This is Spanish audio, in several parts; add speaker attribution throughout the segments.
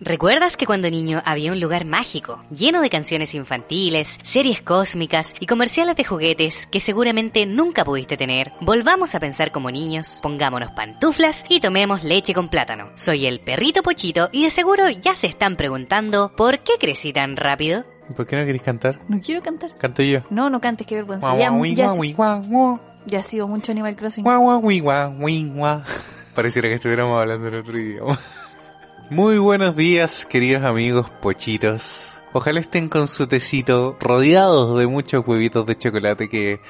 Speaker 1: ¿Recuerdas que cuando niño había un lugar mágico, lleno de canciones infantiles, series cósmicas y comerciales de juguetes que seguramente nunca pudiste tener? Volvamos a pensar como niños, pongámonos pantuflas y tomemos leche con plátano. Soy el perrito Pochito y de seguro ya se están preguntando ¿por qué crecí tan rápido?
Speaker 2: ¿Y ¿Por qué no querés cantar?
Speaker 3: No quiero cantar.
Speaker 2: Canto yo.
Speaker 3: No, no cantes, qué vergüenza.
Speaker 2: Guau,
Speaker 3: ya,
Speaker 2: guau,
Speaker 3: ya-
Speaker 2: guau, guau, guau.
Speaker 3: ya ha sido mucho Animal Crossing.
Speaker 2: Guau, guau, guau, guau, guau. Pareciera que estuviéramos hablando en otro idioma. Muy buenos días, queridos amigos pochitos. Ojalá estén con su tecito rodeados de muchos huevitos de chocolate que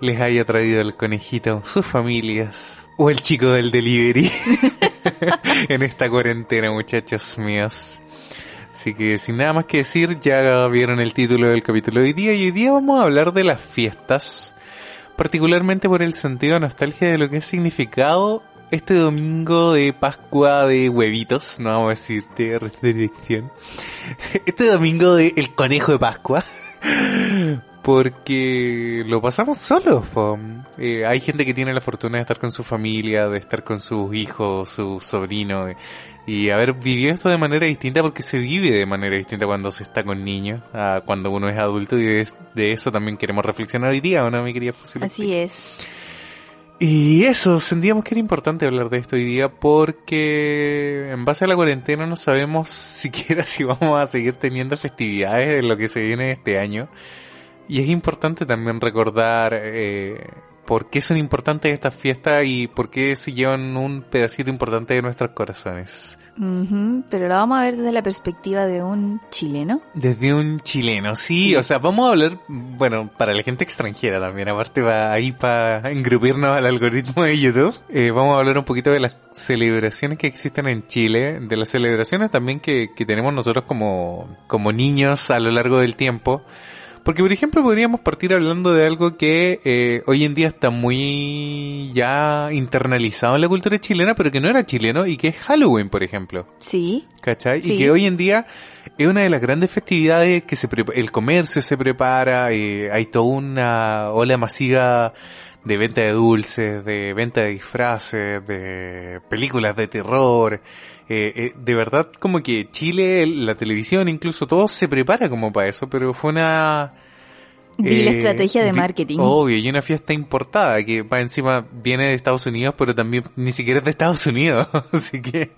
Speaker 2: les haya traído el conejito, sus familias o el chico del delivery en esta cuarentena, muchachos míos. Así que sin nada más que decir, ya vieron el título del capítulo de hoy día y hoy día vamos a hablar de las fiestas, particularmente por el sentido de nostalgia de lo que ha significado este domingo de Pascua de huevitos, no vamos a decir de resurrección, este domingo de el conejo de Pascua. Porque lo pasamos solos. po. Eh, hay gente que tiene la fortuna de estar con su familia, de estar con sus hijos, su sobrino, eh, y haber vivido esto de manera distinta porque se vive de manera distinta cuando se está con niños, a cuando uno es adulto y de, de eso también queremos reflexionar hoy día, ¿o ¿no, mi querida Fusilista?
Speaker 3: Así es.
Speaker 2: Y eso, sentíamos que era importante hablar de esto hoy día porque en base a la cuarentena no sabemos siquiera si vamos a seguir teniendo festividades de lo que se viene este año. Y es importante también recordar eh, por qué son importantes estas fiestas y por qué se llevan un pedacito importante de nuestros corazones.
Speaker 3: Ujú, Pero la vamos a ver desde la perspectiva de un chileno.
Speaker 2: Desde un chileno, sí, o sea, vamos a hablar, bueno, para la gente extranjera también, aparte va ahí para engrupirnos al algoritmo de YouTube, eh, vamos a hablar un poquito de las celebraciones que existen en Chile, de las celebraciones también que, que tenemos nosotros como, como niños a lo largo del tiempo, porque por ejemplo podríamos partir hablando de algo que eh, hoy en día está muy ya internalizado en la cultura chilena, pero que no era chileno y que es Halloween, por ejemplo.
Speaker 3: Sí.
Speaker 2: ¿Cachai? Y
Speaker 3: Sí.
Speaker 2: que hoy en día es una de las grandes festividades que se prepa- el comercio se prepara, eh, hay toda una ola masiva de venta de dulces, de venta de disfraces, de películas de terror. Eh, eh, de verdad, como que Chile, la televisión, incluso todo se prepara como para eso, pero fue una...
Speaker 3: Vi la
Speaker 2: eh, oh,
Speaker 3: estrategia de
Speaker 2: vi-
Speaker 3: marketing.
Speaker 2: Obvio, y una fiesta importada que va encima viene de Estados Unidos, pero también ni siquiera es de Estados Unidos. Así que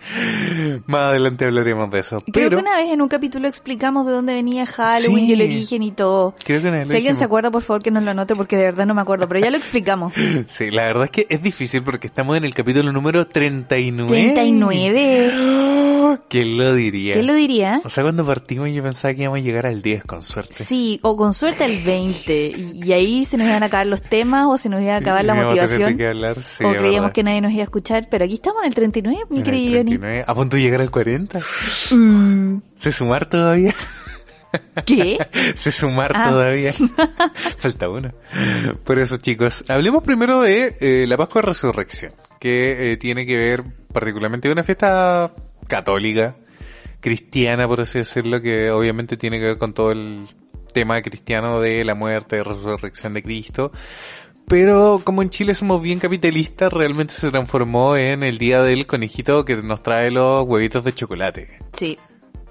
Speaker 2: más adelante hablaremos de eso. pero
Speaker 3: Creo que una vez en un capítulo explicamos de dónde venía Halloween
Speaker 2: Sí.
Speaker 3: y el origen y todo.
Speaker 2: creo que una vez lo
Speaker 3: Si alguien se
Speaker 2: dijimos.
Speaker 3: acuerda, por favor, que nos lo anote porque de verdad no me acuerdo, pero ya lo explicamos.
Speaker 2: Sí, la verdad es que es difícil porque estamos en el capítulo número 39.
Speaker 3: 39.
Speaker 2: ¡Ah! ¿Quién lo diría?
Speaker 3: ¿Quién lo diría?
Speaker 2: O sea, cuando partimos yo pensaba que íbamos a llegar al 10 con suerte.
Speaker 3: Sí, o con suerte el 20. Y y ahí se nos iban a acabar los temas o se nos iba a acabar la
Speaker 2: Íbamos a tener
Speaker 3: motivación.
Speaker 2: que hablar, sí,
Speaker 3: o
Speaker 2: es
Speaker 3: creíamos
Speaker 2: verdad.
Speaker 3: que nadie nos iba a escuchar, pero aquí estamos en el 39, mi
Speaker 2: En el
Speaker 3: querido Johnny.
Speaker 2: 39, A punto de llegar al 40.
Speaker 3: Mm,
Speaker 2: ¿Se sumar todavía?
Speaker 3: ¿Qué?
Speaker 2: Se sumar
Speaker 3: Ah.
Speaker 2: todavía. Falta uno. Por eso, chicos, hablemos primero de eh, la Pascua de Resurrección, que eh, tiene que ver particularmente con una fiesta católica, cristiana, por así decirlo, que obviamente tiene que ver con todo el tema cristiano de la muerte, resurrección de Cristo. Pero como en Chile somos bien capitalistas, realmente se transformó en el día del conejito que nos trae los huevitos de chocolate.
Speaker 3: Sí.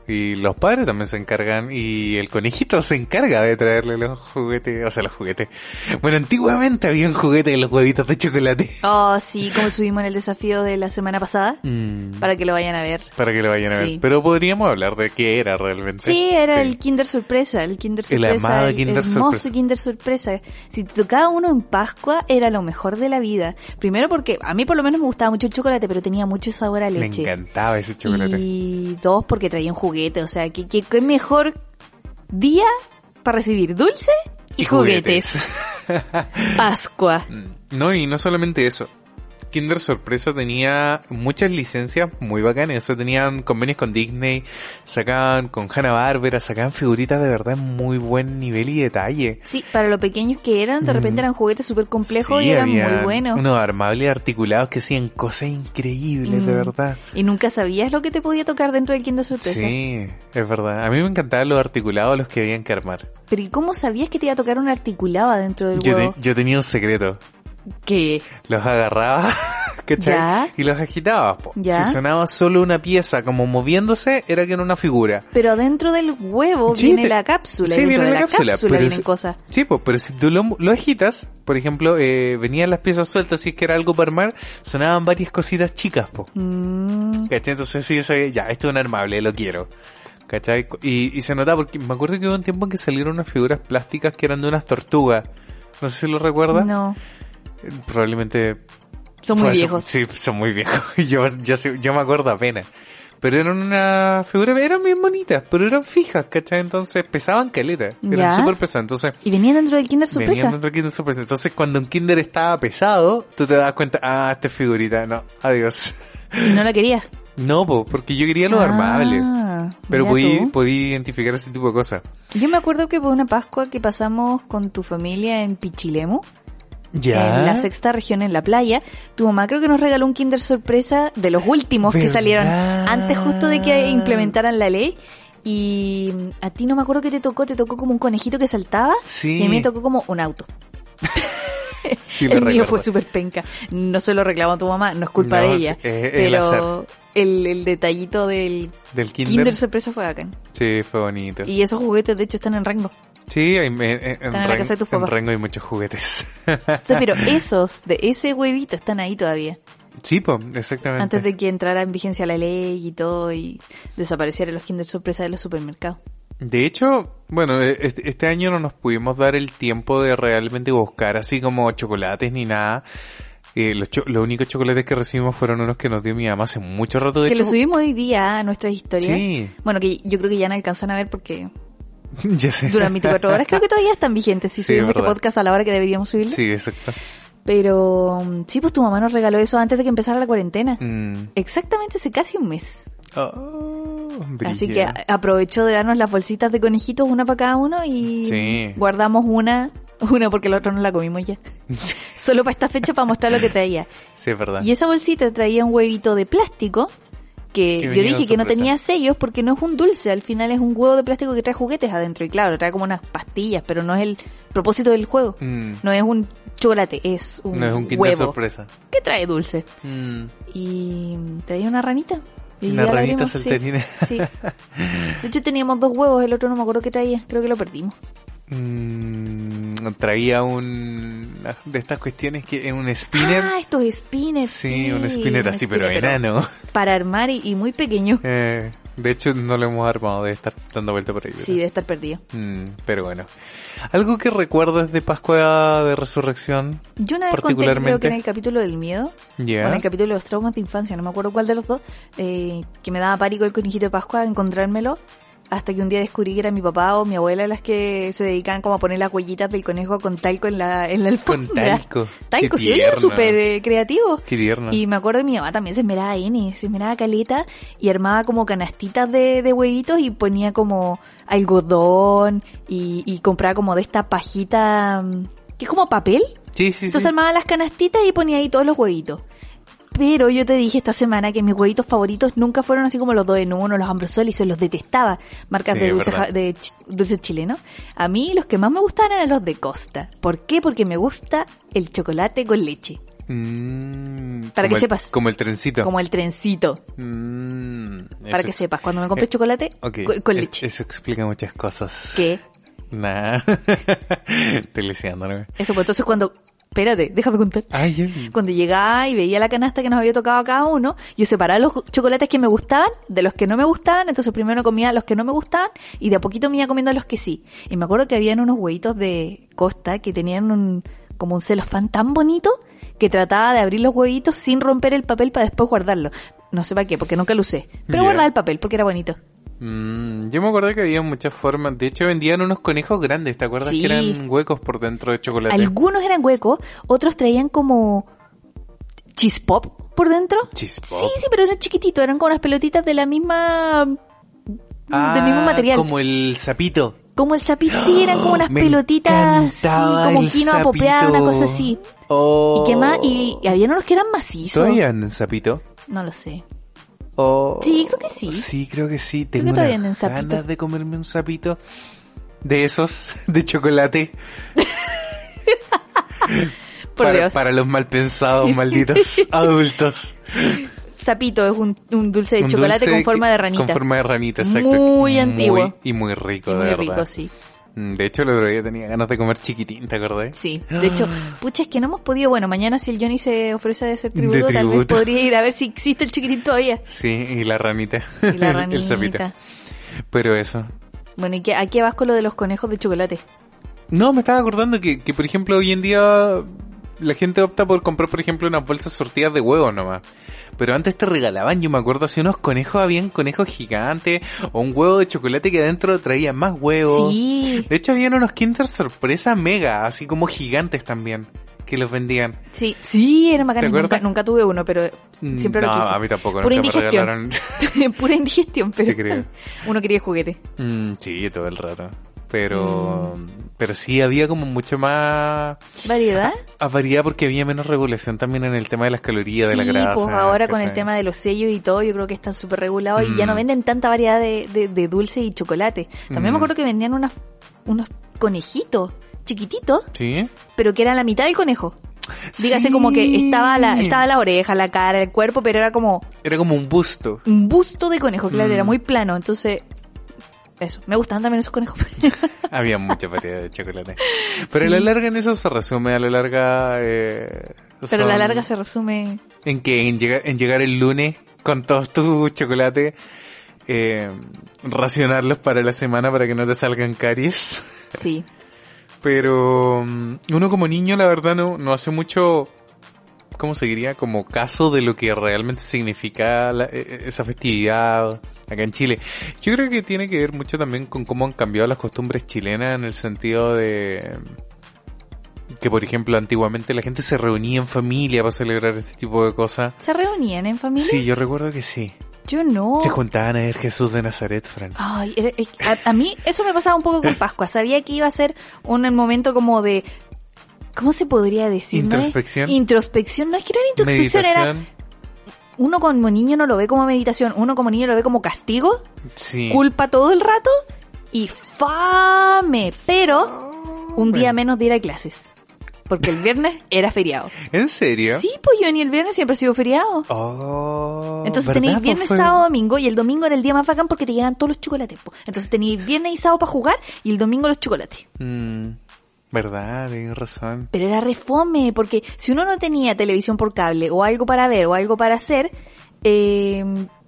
Speaker 2: Y los padres también se encargan y el conejito se encarga de traerle los juguetes, o sea, los juguetes. Bueno, antiguamente había un juguete de los huevitos de chocolate.
Speaker 3: Oh, sí, como subimos en el desafío de la semana pasada,
Speaker 2: Mm,
Speaker 3: para que lo vayan a ver.
Speaker 2: para que lo vayan a ver.
Speaker 3: Sí.
Speaker 2: Pero podríamos hablar de qué era realmente.
Speaker 3: Sí, era
Speaker 2: Sí.
Speaker 3: el Kinder Sorpresa, el Kinder
Speaker 2: El
Speaker 3: Sorpresa,
Speaker 2: amado Kinder
Speaker 3: hermoso
Speaker 2: Sorpresa.
Speaker 3: Kinder Sorpresa. Si te tocaba uno en Pascua, era lo mejor de la vida. Primero porque a mí por lo menos me gustaba mucho el chocolate, pero tenía mucho sabor a
Speaker 2: Me
Speaker 3: leche.
Speaker 2: encantaba ese chocolate.
Speaker 3: Y dos porque traía un juguete, o sea, que qué, qué mejor día para recibir dulce y, juguetes. Pascua.
Speaker 2: Mm, No, y no solamente eso. Kinder Sorpresa tenía muchas licencias muy bacanas. O sea, tenían convenios con Disney, sacaban con Hanna-Barbera, sacaban figuritas de verdad en muy buen nivel y detalle.
Speaker 3: Sí, para lo pequeños que eran, de repente
Speaker 2: Mm.
Speaker 3: eran juguetes súper complejos
Speaker 2: Sí,
Speaker 3: y eran
Speaker 2: habían
Speaker 3: muy buenos.
Speaker 2: Unos armables articulados que hacían cosas increíbles, de
Speaker 3: Mm. pues
Speaker 2: verdad.
Speaker 3: Y nunca sabías lo que te podía tocar dentro del Kinder Sorpresa.
Speaker 2: Sí, es verdad. A mí me encantaban los articulados, los que habían que armar.
Speaker 3: Pero ¿y cómo sabías que te iba a tocar un articulado dentro del
Speaker 2: Yo, te-
Speaker 3: huevo?
Speaker 2: yo tenía un secreto.
Speaker 3: ¿Qué?
Speaker 2: Los agarraba, ¿cachai?
Speaker 3: Ya.
Speaker 2: Y los agitaba. po.
Speaker 3: Ya.
Speaker 2: Si sonaba solo una pieza como moviéndose, era que era una figura.
Speaker 3: Pero adentro del huevo
Speaker 2: Sí,
Speaker 3: viene
Speaker 2: te-
Speaker 3: la cápsula.
Speaker 2: sí,
Speaker 3: y dentro
Speaker 2: viene
Speaker 3: de
Speaker 2: la
Speaker 3: la
Speaker 2: cápsula,
Speaker 3: cápsula,
Speaker 2: pero
Speaker 3: vienen
Speaker 2: es-
Speaker 3: cosas.
Speaker 2: Sí, pues, pero si tú lo, lo agitas, por ejemplo, eh, venían las piezas sueltas, si es que era algo para armar, sonaban varias cositas chicas, po.
Speaker 3: Mm,
Speaker 2: ¿Cachai? Entonces sí, yo sabía, ya, esto es un armable, lo quiero. ¿Cachai? Y, y se notaba, porque me acuerdo que hubo un tiempo en que salieron unas figuras plásticas que eran de unas tortugas. No sé si lo recuerdas.
Speaker 3: no,
Speaker 2: Eh, Probablemente
Speaker 3: son muy
Speaker 2: fue hace-
Speaker 3: viejos.
Speaker 2: Sí, son muy viejos. Yo, yo, sé- yo me acuerdo apenas. Pero eran una figura, eran bien bonitas, pero eran fijas, ¿cachai? Entonces pesaban caleta,
Speaker 3: Ya.
Speaker 2: eran súper pesadas. Entonces,
Speaker 3: Y venían dentro del Kinder Sorpresa.
Speaker 2: venían dentro de Kinder Sorpresa. Entonces, cuando un Kinder estaba pesado, tú te das cuenta, ah, esta es figurita, no, adiós.
Speaker 3: Y no la querías.
Speaker 2: No, po, porque yo quería lo
Speaker 3: Ah,
Speaker 2: armable. Pero
Speaker 3: mira
Speaker 2: podí,
Speaker 3: tú.
Speaker 2: podí identificar ese tipo de cosas.
Speaker 3: Yo me acuerdo que por una Pascua que pasamos con tu familia en Pichilemu, en la sexta región en la playa, tu mamá creo que nos regaló un Kinder sorpresa de los últimos que
Speaker 2: ¿Verdad?
Speaker 3: salieron antes justo de que implementaran la ley. Y a ti no me acuerdo qué te tocó, te tocó como un conejito que saltaba
Speaker 2: Sí.
Speaker 3: y a mí me tocó como un auto.
Speaker 2: Sí, lo
Speaker 3: el mío
Speaker 2: recuerdo.
Speaker 3: fue súper penca. No se lo reclamó a tu mamá, no es culpa
Speaker 2: No,
Speaker 3: de ella.
Speaker 2: sí, es- es el azar.
Speaker 3: pero el, el detallito del
Speaker 2: Del
Speaker 3: Kinder,
Speaker 2: Kinder.
Speaker 3: sorpresa fue bacán.
Speaker 2: Sí, fue bonito.
Speaker 3: Y esos juguetes de hecho están en rango.
Speaker 2: Sí, en, en- en
Speaker 3: en la
Speaker 2: Ren-
Speaker 3: casa de tus
Speaker 2: en
Speaker 3: papás.
Speaker 2: Rengo hay muchos juguetes.
Speaker 3: O sea, pero esos, de ese huevito, están ahí todavía.
Speaker 2: sí, po, exactamente.
Speaker 3: Antes de que entrara en vigencia la ley y todo y desaparecieran los Kinder Sorpresa de los supermercados.
Speaker 2: De hecho, bueno, e- este este año no nos pudimos dar el tiempo de realmente buscar así como chocolates ni nada. Eh, los, cho- los únicos chocolates que recibimos fueron unos que nos dio mi mamá hace mucho rato. De
Speaker 3: que
Speaker 2: hecho,
Speaker 3: lo subimos hoy día a nuestras historias.
Speaker 2: Sí.
Speaker 3: Bueno, que yo creo que ya no alcanzan a ver porque
Speaker 2: ya sé.
Speaker 3: duran 24 horas. Creo que todavía están vigentes si
Speaker 2: Sí,
Speaker 3: subimos este
Speaker 2: verdad.
Speaker 3: podcast a la hora que deberíamos subirlo.
Speaker 2: Sí, exacto.
Speaker 3: Pero mm, sí, pues tu mamá nos regaló eso antes de que empezara la cuarentena.
Speaker 2: Mm.
Speaker 3: Exactamente hace casi un mes.
Speaker 2: Oh,
Speaker 3: Así que
Speaker 2: brígido.
Speaker 3: eh, a- aprovechó de darnos las bolsitas de conejitos, una para cada uno, y
Speaker 2: Sí.
Speaker 3: guardamos una, una porque la otra no la comimos ya.
Speaker 2: Sí,
Speaker 3: Solo para esta fecha para mostrar lo que traía.
Speaker 2: sí, es verdad.
Speaker 3: Y esa bolsita traía un huevito de plástico
Speaker 2: Que
Speaker 3: que yo
Speaker 2: venía de
Speaker 3: dije que no
Speaker 2: sorpresa.
Speaker 3: tenía sellos porque no es un dulce, al final es un huevo de plástico que trae juguetes adentro y claro, trae como unas pastillas, pero no es el propósito del juego.
Speaker 2: Mm.
Speaker 3: No es un chocolate, es un,
Speaker 2: No es un Kinder
Speaker 3: huevo
Speaker 2: sorpresa.
Speaker 3: que trae dulce.
Speaker 2: Mm.
Speaker 3: Y traía una ranita. Y
Speaker 2: Una
Speaker 3: ya la
Speaker 2: ranita
Speaker 3: abrimos,
Speaker 2: saltarina.
Speaker 3: Sí, sí. De hecho teníamos dos huevos, el otro no me acuerdo qué traía, creo que lo perdimos.
Speaker 2: Mm, traía un una de estas cuestiones que es un spinner.
Speaker 3: Ah, estos spinners.
Speaker 2: sí, un spinner así, pero
Speaker 3: spinner,
Speaker 2: enano.
Speaker 3: Para armar y, y muy pequeño.
Speaker 2: Eh, de hecho, no lo hemos armado de estar dando vuelta por ahí. ¿verdad?
Speaker 3: Sí, de estar perdido.
Speaker 2: Mm, pero bueno. ¿Algo que recuerdas de Pascua de Resurrección?
Speaker 3: Yo una vez conté, creo
Speaker 2: Particularmente.
Speaker 3: que en el capítulo del miedo,
Speaker 2: Ya.
Speaker 3: o en el capítulo de los traumas de infancia, no me acuerdo cuál de los dos, eh, que me daba pánico el conejito de Pascua encontrármelo, hasta que un día descubrí que era mi papá o mi abuela las que se dedicaban como a poner las huellitas del conejo con talco en la, en la
Speaker 2: Con
Speaker 3: alfombra.
Speaker 2: talco.
Speaker 3: Talco,
Speaker 2: Qué
Speaker 3: sí, ellos eran
Speaker 2: tierno.
Speaker 3: súper eh, creativos.
Speaker 2: Qué tierno.
Speaker 3: Y me acuerdo que mi mamá también se esmeraba N, se esmeraba caleta y armaba como canastitas de, de huevitos y ponía como algodón y, y compraba como de esta pajita mm, que es como papel.
Speaker 2: Sí, sí,
Speaker 3: Entonces
Speaker 2: sí.
Speaker 3: armaba las canastitas y ponía ahí todos los huevitos. Pero yo te dije esta semana que mis huevitos favoritos nunca fueron así como los dos en uno, los ambrosolis, los detestaba. Marcas
Speaker 2: Sí,
Speaker 3: de
Speaker 2: es
Speaker 3: dulces
Speaker 2: verdad.
Speaker 3: ja- de ch- dulces chilenos. A mí los que más me gustaban eran los de Costa. ¿Por qué? Porque me gusta el chocolate con leche.
Speaker 2: Mm,
Speaker 3: Para
Speaker 2: como
Speaker 3: que
Speaker 2: el-
Speaker 3: sepas.
Speaker 2: Como el trencito.
Speaker 3: Como el trencito.
Speaker 2: Mm,
Speaker 3: Para
Speaker 2: eso- Eh,
Speaker 3: que sepas, cuando me compré chocolate
Speaker 2: Ok,
Speaker 3: co- con
Speaker 2: es-
Speaker 3: leche.
Speaker 2: Eso explica muchas cosas.
Speaker 3: ¿Qué?
Speaker 2: Nah. Estoy lisiando, ¿no?
Speaker 3: Eso, pues entonces cuando... Espérate, déjame contar.
Speaker 2: Ay, ya.
Speaker 3: Cuando llegaba y veía la canasta que nos había tocado a cada uno, yo separaba los chocolates que me gustaban de los que no me gustaban, entonces primero comía los que no me gustaban y de a poquito me iba comiendo los que sí. Y me acuerdo que habían unos huevitos de costa que tenían un, como un celofán tan bonito que trataba de abrir los huevitos sin romper el papel para después guardarlo. No sé para qué, porque nunca lo usé. Pero
Speaker 2: Ya.
Speaker 3: guardaba el papel porque era bonito.
Speaker 2: Mm, yo me acuerdo que había muchas formas. De hecho, vendían unos conejos grandes. ¿Te acuerdas
Speaker 3: Sí.
Speaker 2: que eran huecos por dentro de chocolate?
Speaker 3: Algunos eran huecos, otros traían como chispop por dentro.
Speaker 2: Chispop.
Speaker 3: Sí, sí, pero eran chiquititos, eran como unas pelotitas de la misma
Speaker 2: Ah,
Speaker 3: del mismo material.
Speaker 2: Como el sapito.
Speaker 3: Como el sapito, sí, eran como unas
Speaker 2: Me
Speaker 3: pelotitas, sí,
Speaker 2: encantaba
Speaker 3: como
Speaker 2: el
Speaker 3: quinoa popeada, una
Speaker 2: sapito.
Speaker 3: cosa así.
Speaker 2: Oh.
Speaker 3: Y que más, y, y había unos que eran macizos.
Speaker 2: ¿Todavía andan en sapito?
Speaker 3: No lo sé.
Speaker 2: Oh.
Speaker 3: Sí, creo que sí.
Speaker 2: Sí, creo que sí.
Speaker 3: Creo que
Speaker 2: Tengo
Speaker 3: todavía
Speaker 2: unas
Speaker 3: andan en sapito.
Speaker 2: ganas de comerme un sapito de esos, de chocolate.
Speaker 3: Por
Speaker 2: para,
Speaker 3: Dios.
Speaker 2: para los malpensados, malditos adultos.
Speaker 3: Sapito es un, un dulce de
Speaker 2: Un
Speaker 3: chocolate
Speaker 2: dulce
Speaker 3: con forma
Speaker 2: que-
Speaker 3: de ranita.
Speaker 2: Con forma de ranita, exacto.
Speaker 3: Muy antiguo.
Speaker 2: Y muy rico,
Speaker 3: Y
Speaker 2: de
Speaker 3: muy
Speaker 2: verdad.
Speaker 3: rico, sí.
Speaker 2: Mm, De hecho, el otro día tenía ganas de comer chiquitín, ¿te acordás?
Speaker 3: Sí, de hecho, pucha, es que no hemos podido. Bueno, mañana si el Johnny se ofrece a hacer tributo,
Speaker 2: De
Speaker 3: tal vez
Speaker 2: tributo.
Speaker 3: podría ir a ver si existe el chiquitín todavía.
Speaker 2: Sí, y la ranita.
Speaker 3: Y la
Speaker 2: el sapito.
Speaker 3: ranita.
Speaker 2: Pero eso.
Speaker 3: Bueno, ¿y qué, a qué vas con lo de los conejos de chocolate?
Speaker 2: No, me estaba acordando que, que, por ejemplo, hoy en día la gente opta por comprar, por ejemplo, unas bolsas sortidas de huevos nomás. Pero antes te regalaban, yo me acuerdo, así unos conejos, habían conejos gigantes, o un huevo de chocolate que adentro traía más huevos.
Speaker 3: Sí,
Speaker 2: De hecho, habían unos Kinder Sorpresa mega, así como gigantes también, que los vendían.
Speaker 3: sí, sí, era
Speaker 2: ¿Te
Speaker 3: bacán.
Speaker 2: acuerdas? Mm,
Speaker 3: Nunca, nunca tuve uno, pero Mm, siempre
Speaker 2: no,
Speaker 3: lo quise.
Speaker 2: a mí tampoco,
Speaker 3: Pura
Speaker 2: nunca me
Speaker 3: indigestión.
Speaker 2: regalaron.
Speaker 3: Pura indigestión,
Speaker 2: Te
Speaker 3: pero
Speaker 2: creo.
Speaker 3: uno quería juguete.
Speaker 2: Mm, sí, todo el rato. Pero,
Speaker 3: Mm.
Speaker 2: pero sí, había como mucho más
Speaker 3: ¿Variedad?
Speaker 2: a variedad porque había menos regulación también en el tema de las calorías, de la
Speaker 3: sí,
Speaker 2: grasa.
Speaker 3: pues ahora con el
Speaker 2: ¿cachai?
Speaker 3: tema de los sellos y todo, yo creo que están súper regulados y ya no
Speaker 2: Mm.
Speaker 3: venden tanta variedad de, de, de dulce y chocolate. También
Speaker 2: Mm.
Speaker 3: me acuerdo que vendían unas, unos conejitos chiquititos,
Speaker 2: ¿Sí?
Speaker 3: pero que era la mitad del conejo. Dígase
Speaker 2: Sí.
Speaker 3: como que estaba la, estaba la oreja, la cara, el cuerpo, pero era como
Speaker 2: Era como un busto.
Speaker 3: un busto de conejo, claro,
Speaker 2: Mm.
Speaker 3: era muy plano, entonces... Eso, me gustaban también esos conejos.
Speaker 2: Había mucha variedad de chocolate. Pero a
Speaker 3: Sí.
Speaker 2: la larga en eso se resume, a la larga... eh,
Speaker 3: Pero a la
Speaker 2: son-
Speaker 3: larga se resume
Speaker 2: En que en llegar, en llegar el lunes con todos tus chocolates, eh, racionarlos para la semana para que no te salgan caries.
Speaker 3: Sí.
Speaker 2: Pero mm, uno como niño, la verdad, no, no hace mucho, ¿cómo se diría? Como caso de lo que realmente significa la- e- e- esa festividad acá en Chile. Yo creo que tiene que ver mucho también con cómo han cambiado las costumbres chilenas en el sentido de mm, que, por ejemplo, antiguamente la gente se reunía en familia para celebrar este tipo de cosas.
Speaker 3: ¿Se reunían en familia? Oh.
Speaker 2: Sí, yo recuerdo que sí.
Speaker 3: Yo no.
Speaker 2: Se juntaban a ver Jesús de Nazaret, Fran.
Speaker 3: Ay, era- es- a, a mí eso me pasaba un poco con Pascua. Sabía que iba a ser un momento como de... ¿Cómo se podría decir? ¿No es-
Speaker 2: Introspección.
Speaker 3: Introspección. No es que no era introspección, era...
Speaker 2: Meditación.
Speaker 3: Uno como niño no lo ve como meditación, uno como niño lo ve como castigo,
Speaker 2: Sí.
Speaker 3: culpa todo el rato y fame. Pero un día menos de ir a clases. Porque el viernes era feriado.
Speaker 2: ¿En serio?
Speaker 3: Sí, pues yo ni el viernes siempre sigo feriado.
Speaker 2: Oh,
Speaker 3: Entonces
Speaker 2: ¿verdad?
Speaker 3: tenéis
Speaker 2: Pues
Speaker 3: viernes,
Speaker 2: fue-
Speaker 3: sábado, domingo y el domingo era el día más bacán porque te llegaban todos los chocolates. po. Entonces tenéis viernes y sábado para jugar y el domingo los chocolates.
Speaker 2: Mm, verdad, tienes razón.
Speaker 3: Pero era refome porque si uno no tenía televisión por cable o algo para ver o algo para hacer, eh,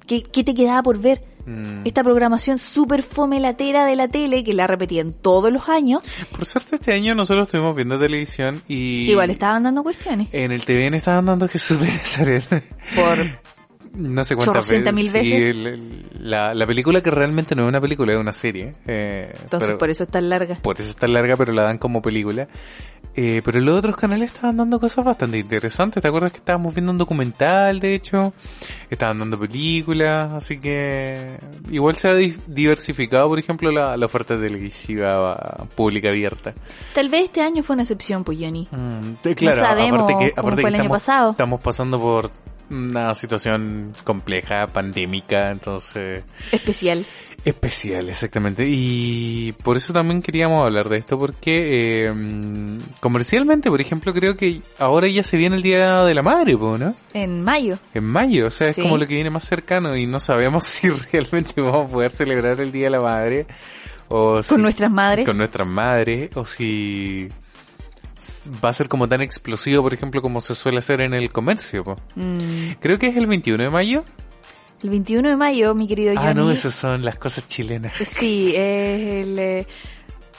Speaker 3: ¿qué, qué te quedaba por ver?
Speaker 2: Mm.
Speaker 3: Esta programación súper fome latera de la tele que la repetían todos los años,
Speaker 2: Por suerte este año nosotros estuvimos viendo televisión y... Eh,
Speaker 3: igual estaban dando cuestiones.
Speaker 2: En el TVN estaban dando Jesús de Nazaret.
Speaker 3: Por
Speaker 2: No sé cuántas veces.
Speaker 3: Chorrocientas mil
Speaker 2: Sí,
Speaker 3: veces.
Speaker 2: el- el- la, la película que realmente no es una película, es una serie. eh,
Speaker 3: Entonces
Speaker 2: pero-
Speaker 3: por eso es tan larga.
Speaker 2: por eso es tan larga, pero la dan como película. Eh, pero los otros canales estaban dando cosas bastante interesantes. ¿Te acuerdas que estábamos viendo un documental, de hecho? Estaban dando películas, así que... Igual se ha di- diversificado, por ejemplo, la, la oferta televisiva pública abierta.
Speaker 3: Tal vez este año fue una excepción, pues Johnny.
Speaker 2: Mm, te- claro,
Speaker 3: sabemos
Speaker 2: aparte que,
Speaker 3: cómo
Speaker 2: aparte
Speaker 3: fue
Speaker 2: que
Speaker 3: el año
Speaker 2: estamos,
Speaker 3: pasado.
Speaker 2: estamos pasando por una situación compleja, pandémica, entonces...
Speaker 3: Especial.
Speaker 2: Especial, exactamente. Y por eso también queríamos hablar de esto, porque eh, comercialmente, por ejemplo, creo que ahora ya se viene el Día de la Madre, po, ¿no?
Speaker 3: En mayo.
Speaker 2: En mayo, o sea, es
Speaker 3: Sí.
Speaker 2: como lo que viene más cercano y no sabemos si realmente vamos a poder celebrar el Día de la Madre. O
Speaker 3: Con nuestras madres.
Speaker 2: Con nuestras madres, o si s- va a ser como tan explosivo, por ejemplo, como se suele hacer en el comercio. po.
Speaker 3: Mm,
Speaker 2: Creo que es el 21 de mayo.
Speaker 3: El 21 de mayo, mi querido Johnny.
Speaker 2: Ah, no, esas son las cosas chilenas.
Speaker 3: Sí, es el... eh,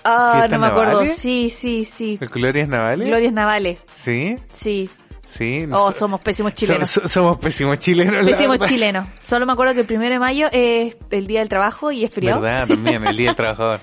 Speaker 3: Ah,
Speaker 2: ¿Fiestas
Speaker 3: no me acuerdo.
Speaker 2: navales?
Speaker 3: Sí, sí, sí.
Speaker 2: ¿El Glorias Navales?
Speaker 3: Glorias Navales.
Speaker 2: Sí,
Speaker 3: Sí.
Speaker 2: sí.
Speaker 3: Oh,
Speaker 2: So-
Speaker 3: somos pésimos chilenos.
Speaker 2: so- so- somos pésimos chilenos. la
Speaker 3: pésimos
Speaker 2: verdad.
Speaker 3: chilenos. Solo me acuerdo que el 1 de mayo es el Día del Trabajo y es feriado.
Speaker 2: Verdad, también, el Día del Trabajador.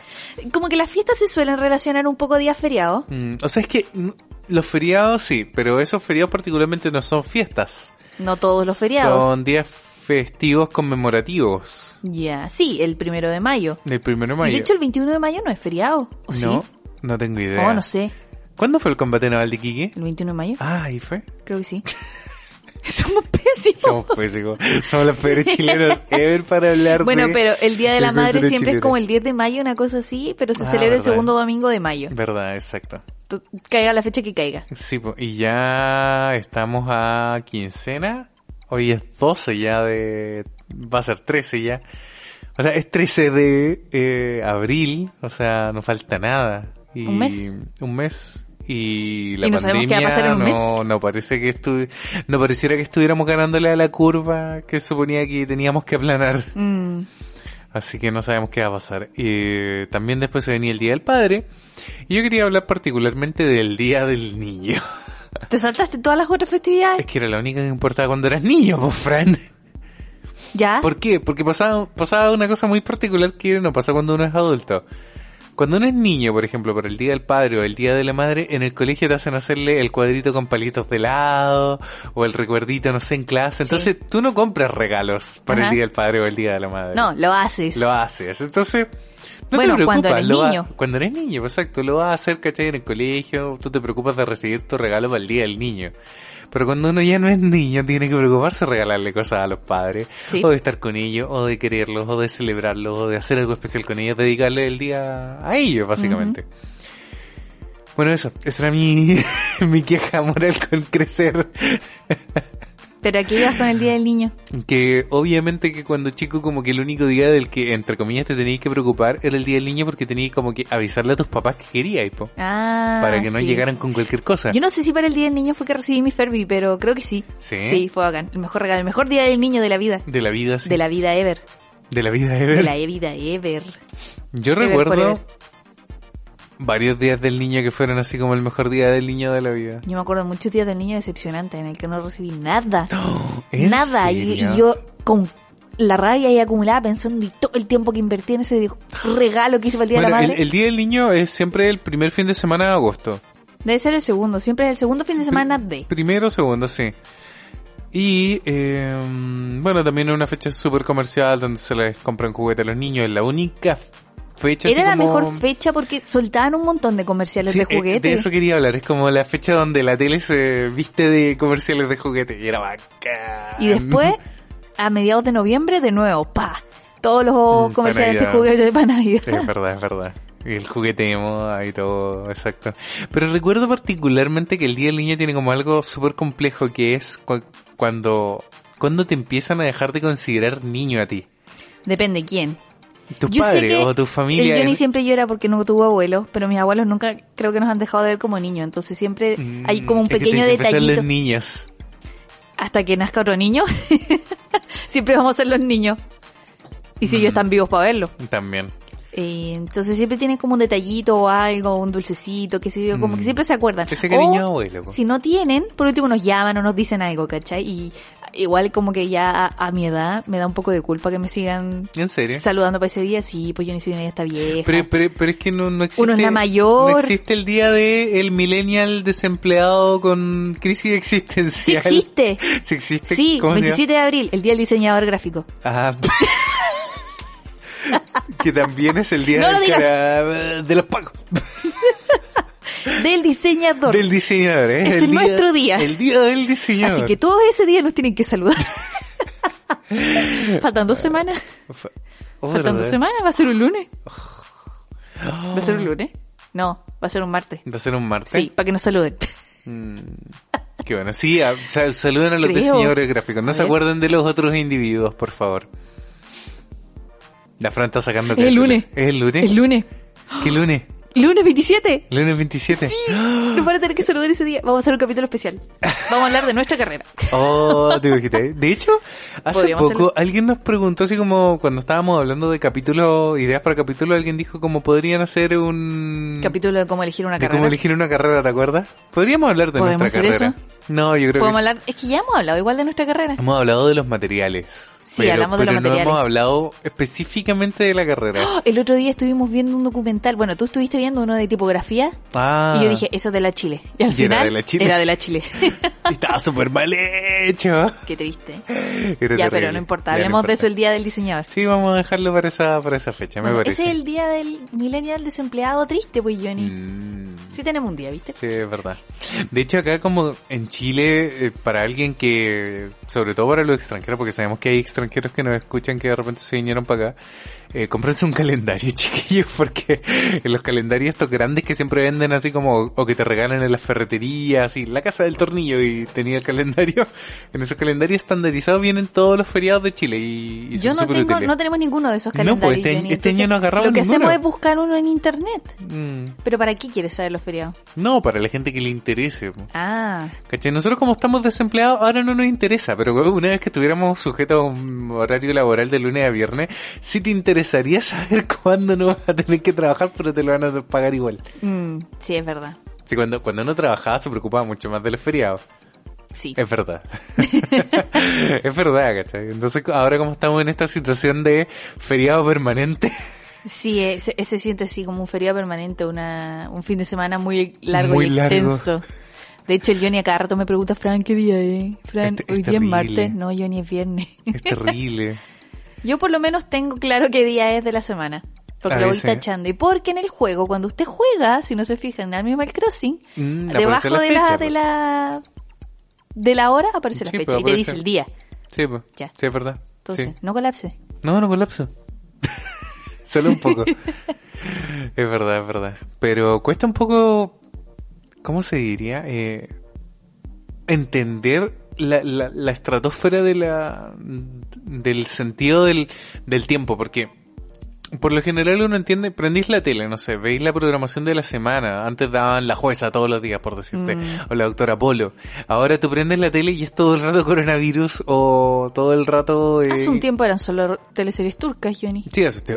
Speaker 3: Como que las fiestas se suelen relacionar un poco a días feriados.
Speaker 2: Mm, o sea, es que mm, los feriados sí, pero esos feriados particularmente no son fiestas.
Speaker 3: No todos los feriados.
Speaker 2: Son días festivos conmemorativos
Speaker 3: Ya, sí, el 1 de mayo.
Speaker 2: del 1 de
Speaker 3: Y
Speaker 2: mayo.
Speaker 3: de hecho el 21 de mayo no es feriado. ¿O sí?
Speaker 2: no, no tengo idea.
Speaker 3: Oh, no sé.
Speaker 2: ¿Cuándo fue el combate naval de Quique?
Speaker 3: ¿El 21 de mayo?
Speaker 2: Ah, ahí fue.
Speaker 3: Creo que sí. Somos pésimos.
Speaker 2: Somos pésimos. Somos los peores chilenos ever para hablar de-
Speaker 3: Bueno, pero el Día de la
Speaker 2: cultura
Speaker 3: Madre siempre
Speaker 2: chilena.
Speaker 3: es como el 10 de mayo, una cosa así, pero se
Speaker 2: Ah,
Speaker 3: celebra
Speaker 2: verdad.
Speaker 3: el segundo domingo de mayo.
Speaker 2: Verdad, exacto.
Speaker 3: Tú- Caiga la fecha que caiga.
Speaker 2: Sí, po, y ya estamos a quincena. Hoy es 12 ya de... Va a ser 13 ya. O sea, es 13 de eh, abril. O sea, no falta nada. Y
Speaker 3: Un mes.
Speaker 2: Un mes. Y la
Speaker 3: Y no sabemos qué
Speaker 2: pandemia
Speaker 3: va a pasar en un
Speaker 2: no, no parece que estu- no pareciera que estuviéramos ganándole a la curva que suponía que teníamos que aplanar.
Speaker 3: Mm,
Speaker 2: Así que no sabemos qué va a pasar. Eh, también después se venía el Día del Padre. Y yo quería hablar particularmente del Día del Niño.
Speaker 3: Te saltaste todas las otras festividades.
Speaker 2: Es que era la única que importaba cuando eras niño, pues, Fran.
Speaker 3: ¿Ya?
Speaker 2: ¿Por qué? Porque pasaba, pasaba una cosa muy particular que no pasa cuando uno es adulto. Cuando uno es niño, por ejemplo, para el Día del Padre o el Día de la Madre, en el colegio te hacen hacerle el cuadrito con palitos de helado o el recuerdito, no sé, en clase. Entonces tú no compras regalos para
Speaker 3: Ajá.
Speaker 2: el Día del Padre o el Día de la Madre.
Speaker 3: No, lo haces.
Speaker 2: Lo haces. Entonces, no
Speaker 3: Bueno,
Speaker 2: te preocupas.
Speaker 3: cuando eres
Speaker 2: lo va-
Speaker 3: niño.
Speaker 2: cuando eres niño, pues, exacto. Lo vas a hacer, ¿cachai? En el colegio, tú te preocupas de recibir tu regalo para el día del niño. Pero cuando uno ya no es niño, tiene que preocuparse de regalarle cosas a los padres.
Speaker 3: Sí.
Speaker 2: O de estar con ellos, o de quererlos, o de celebrarlos, o de hacer algo especial con ellos, dedicarle el día a ellos, básicamente. Bueno, eso. Esa era mi, mi queja moral con crecer.
Speaker 3: Pero aquí ibas con el Día del Niño.
Speaker 2: Que obviamente que cuando chico como que el único día del que entre comillas te tenías que preocupar era el día del niño porque tenías como que avisarle a tus papás que querías, po,
Speaker 3: Ah,
Speaker 2: para que no
Speaker 3: sí.
Speaker 2: llegaran con cualquier cosa.
Speaker 3: Yo no sé si para el Día del Niño fue que recibí mi Furby, pero creo que sí.
Speaker 2: Sí.
Speaker 3: fue bacán. El mejor regalo, el mejor Día del Niño de la vida.
Speaker 2: De la vida, ¿Eh? sí.
Speaker 3: De la vida ever.
Speaker 2: De la vida ever.
Speaker 3: De la vida ever.
Speaker 2: Yo
Speaker 3: ever
Speaker 2: recuerdo
Speaker 3: forever.
Speaker 2: varios días del niño que fueron así como el mejor día del niño de la vida.
Speaker 3: Yo me acuerdo de muchos días del niño decepcionante en el que no recibí nada.
Speaker 2: ¿En
Speaker 3: nada. Y,
Speaker 2: serio?
Speaker 3: y yo con la rabia ahí acumulada pensando y todo el tiempo que invertí en ese regalo que hice para el Día
Speaker 2: Bueno,
Speaker 3: de la
Speaker 2: el,
Speaker 3: Madre.
Speaker 2: el día del niño es siempre el primer fin de semana de agosto.
Speaker 3: Debe ser el segundo, siempre es el segundo fin de semana de.
Speaker 2: Primero, segundo, sí. Y eh, bueno, también es una fecha súper comercial donde se les compran juguetes a los niños. Es la única fecha.
Speaker 3: Era
Speaker 2: así
Speaker 3: la
Speaker 2: como-
Speaker 3: mejor fecha porque soltaban un montón de comerciales
Speaker 2: Sí,
Speaker 3: de
Speaker 2: eh,
Speaker 3: juguetes.
Speaker 2: de eso quería hablar. Es como la fecha donde la tele se viste de comerciales de juguetes. Y era bacán.
Speaker 3: Y después, a mediados de noviembre, de nuevo, pa. Todos los
Speaker 2: Mm,
Speaker 3: comerciales de
Speaker 2: para Navidad.
Speaker 3: juguetes para Navidad.
Speaker 2: Es verdad, es verdad. Y el juguete de moda y todo, exacto. Pero recuerdo particularmente que el Día del Niño tiene como algo súper complejo que es cu- cuando, cuando te empiezan a dejar de considerar niño a ti.
Speaker 3: Depende quién.
Speaker 2: Tu
Speaker 3: Yo sé
Speaker 2: padre
Speaker 3: que
Speaker 2: o tu familia.
Speaker 3: El Johnny
Speaker 2: en-
Speaker 3: siempre llora porque no tuvo abuelos, pero mis abuelos nunca creo que nos han dejado de ver como niños. Entonces siempre
Speaker 2: Mm,
Speaker 3: hay como un
Speaker 2: es que te
Speaker 3: pequeño
Speaker 2: dicen, "Pues son
Speaker 3: detallito.
Speaker 2: los niños.
Speaker 3: Hasta que nazca otro niño, siempre vamos a ser los niños. Y si ellos están vivos para verlo.
Speaker 2: También.
Speaker 3: Eh, entonces siempre tienen como un detallito o algo, un dulcecito, qué sé yo, como que
Speaker 2: Mm.
Speaker 3: siempre se acuerdan.
Speaker 2: Ese cariño de
Speaker 3: O,
Speaker 2: abuelo. po.
Speaker 3: si no tienen, por último nos llaman o nos dicen algo, ¿cachai? Y igual como que ya a, a mi edad me da un poco de culpa que me sigan
Speaker 2: ¿En serio?
Speaker 3: saludando para ese día. Sí, pues yo ni soy una ya está vieja.
Speaker 2: Pero, pero, pero es que no, no existe.
Speaker 3: Uno es la mayor.
Speaker 2: No existe el día de el millennial desempleado con crisis
Speaker 3: sí
Speaker 2: existencial.
Speaker 3: existe.
Speaker 2: Sí existe.
Speaker 3: Sí,
Speaker 2: ¿Cómo se llama?
Speaker 3: 27 de abril, el día del diseñador gráfico.
Speaker 2: Ah. que también es el día
Speaker 3: No lo
Speaker 2: del
Speaker 3: digas.
Speaker 2: cara- eh, de los pagos.
Speaker 3: Del diseñador.
Speaker 2: Del diseñador, ¿eh?
Speaker 3: este Es el nuestro día.
Speaker 2: El día del diseñador.
Speaker 3: Así que todos ese día nos tienen que saludar. Faltan dos semanas.
Speaker 2: Fa- oh,
Speaker 3: Faltan dos
Speaker 2: ¿verdad? Oh.
Speaker 3: semanas, va a ser un lunes. ¿Va a ser un lunes? No, va a ser un martes.
Speaker 2: ¿Va a ser un martes?
Speaker 3: Sí, para que nos saluden.
Speaker 2: Mm, Qué bueno. Sí, a- sa- saluden a los
Speaker 3: Creo.
Speaker 2: diseñadores gráficos. No
Speaker 3: A
Speaker 2: se
Speaker 3: ver.
Speaker 2: acuerden de los otros individuos, por favor. La Fran está sacando...
Speaker 3: Es el
Speaker 2: cálculo.
Speaker 3: lunes.
Speaker 2: ¿Es el lunes?
Speaker 3: El lunes.
Speaker 2: ¿Qué lunes?
Speaker 3: ¡Lunes 27!
Speaker 2: ¿Lunes 27?
Speaker 3: Nos van a tener que saludar ese día. Vamos a hacer un capítulo especial. Vamos a hablar de nuestra carrera.
Speaker 2: Oh, te imaginé. De hecho, hace
Speaker 3: Podríamos
Speaker 2: poco alguien nos preguntó, así como cuando estábamos hablando de capítulo, ideas para capítulo, alguien dijo como podrían hacer un...
Speaker 3: Capítulo de cómo elegir una
Speaker 2: Mm. de
Speaker 3: carrera.
Speaker 2: cómo elegir una carrera, ¿te acuerdas? Podríamos hablar de
Speaker 3: ¿Podemos
Speaker 2: nuestra
Speaker 3: hacer
Speaker 2: carrera. No, yo creo que Mm.
Speaker 3: Podemos
Speaker 2: sí.
Speaker 3: hablar. Es que ya hemos hablado igual de nuestra carrera.
Speaker 2: hemos hablado de los materiales.
Speaker 3: Sí, hablamos de los
Speaker 2: pero
Speaker 3: materiales.
Speaker 2: no hemos hablado específicamente de la carrera.
Speaker 3: ¡Oh! El otro día estuvimos viendo un documental. Bueno, tú estuviste viendo uno de tipografía.
Speaker 2: Ah,
Speaker 3: Y yo dije, eso es de la Chile. Y al
Speaker 2: Y era
Speaker 3: final
Speaker 2: de la Chile.
Speaker 3: era de la Chile.
Speaker 2: estaba súper mal hecho.
Speaker 3: Qué triste.
Speaker 2: Era
Speaker 3: ya, pero
Speaker 2: terrible.
Speaker 3: no
Speaker 2: Ya,
Speaker 3: importa.
Speaker 2: no
Speaker 3: Hablemos de eso
Speaker 2: importa.
Speaker 3: el día del diseñador.
Speaker 2: Sí, vamos a dejarlo para esa, para esa fecha,
Speaker 3: Bueno,
Speaker 2: me
Speaker 3: ese
Speaker 2: parece.
Speaker 3: es el día del millennial desempleado triste, pues Johnny.
Speaker 2: Mm.
Speaker 3: Sí tenemos un día, ¿viste?
Speaker 2: Sí, es verdad. De hecho, acá como en Chile, eh, para alguien que, sobre todo para los extranjeros, porque sabemos que hay extranjeros que nos escuchan que de repente se vinieron para acá, eh, cómprense un calendario, chiquillos, porque en los calendarios estos grandes que siempre venden así como, o que te regalan en las ferreterías, y la casa del tornillo y tenía el calendario, en esos calendarios estandarizados vienen todos los feriados de Chile y, y
Speaker 3: Yo
Speaker 2: son
Speaker 3: no
Speaker 2: súper
Speaker 3: tengo,
Speaker 2: útiles.
Speaker 3: no tenemos ninguno de esos
Speaker 2: No, pues,
Speaker 3: calendarios.
Speaker 2: este año-
Speaker 3: Johnny.
Speaker 2: este año no
Speaker 3: Entonces,
Speaker 2: agarramos
Speaker 3: Lo que
Speaker 2: ninguno.
Speaker 3: hacemos es buscar uno en internet.
Speaker 2: Mm,
Speaker 3: Pero ¿para qué quieres saber los feriados?
Speaker 2: no, para la gente que le interese. po.
Speaker 3: Ah,
Speaker 2: ¿Cachai? Nosotros como estamos desempleados, ahora no nos interesa, pero weón, una vez que estuviéramos sujetos a un horario laboral de lunes a viernes, sí te interesaría saber cuándo no vas a tener que trabajar, pero te lo van a pagar igual.
Speaker 3: mm, sí, es verdad.
Speaker 2: Sí, cuando, cuando no trabajaba se preocupaba mucho más de los feriados.
Speaker 3: Sí.
Speaker 2: Es verdad. es verdad, ¿cachai? Entonces ahora como estamos en esta situación de feriado permanente,
Speaker 3: Sí, eh, se, se siente así como un feriado permanente, una, un fin de semana muy largo
Speaker 2: Muy
Speaker 3: y
Speaker 2: largo.
Speaker 3: extenso. De hecho, el Johnny a cada rato me pregunta, Fran, ¿qué día es? Fran,
Speaker 2: Este- es
Speaker 3: ¿hoy día
Speaker 2: terrible.
Speaker 3: es martes? No, Johnny, es viernes.
Speaker 2: es terrible.
Speaker 3: Yo por lo menos tengo claro qué día es de la semana. Porque
Speaker 2: A
Speaker 3: lo voy
Speaker 2: veces.
Speaker 3: tachando. Y porque en el juego, cuando usted juega, si no se fijan en Animal Crossing,
Speaker 2: Mm, aparece
Speaker 3: debajo
Speaker 2: la
Speaker 3: de,
Speaker 2: fecha,
Speaker 3: la,
Speaker 2: pues.
Speaker 3: de la de la hora aparece la
Speaker 2: Sí,
Speaker 3: fecha
Speaker 2: pues,
Speaker 3: y te dice
Speaker 2: aparece.
Speaker 3: el día.
Speaker 2: Sí, pues.
Speaker 3: Ya.
Speaker 2: Sí, es verdad.
Speaker 3: Entonces,
Speaker 2: Sí.
Speaker 3: no colapse.
Speaker 2: No, no colapso. Solo un poco. es verdad, es verdad. Pero cuesta un poco, ¿cómo se diría? Eh, entender la, la, la estratosfera de la, del sentido del, del tiempo, porque por lo general uno entiende, prendís la tele, no sé, veis la programación de la semana, antes daban la jueza todos los días, por decirte,
Speaker 3: Mm.
Speaker 2: o la doctora Polo. Ahora tú prendes la tele y es todo el rato coronavirus o todo el rato... eh,
Speaker 3: Hace un tiempo eran solo teleseries turcas, Johnny.
Speaker 2: Sí, eso te-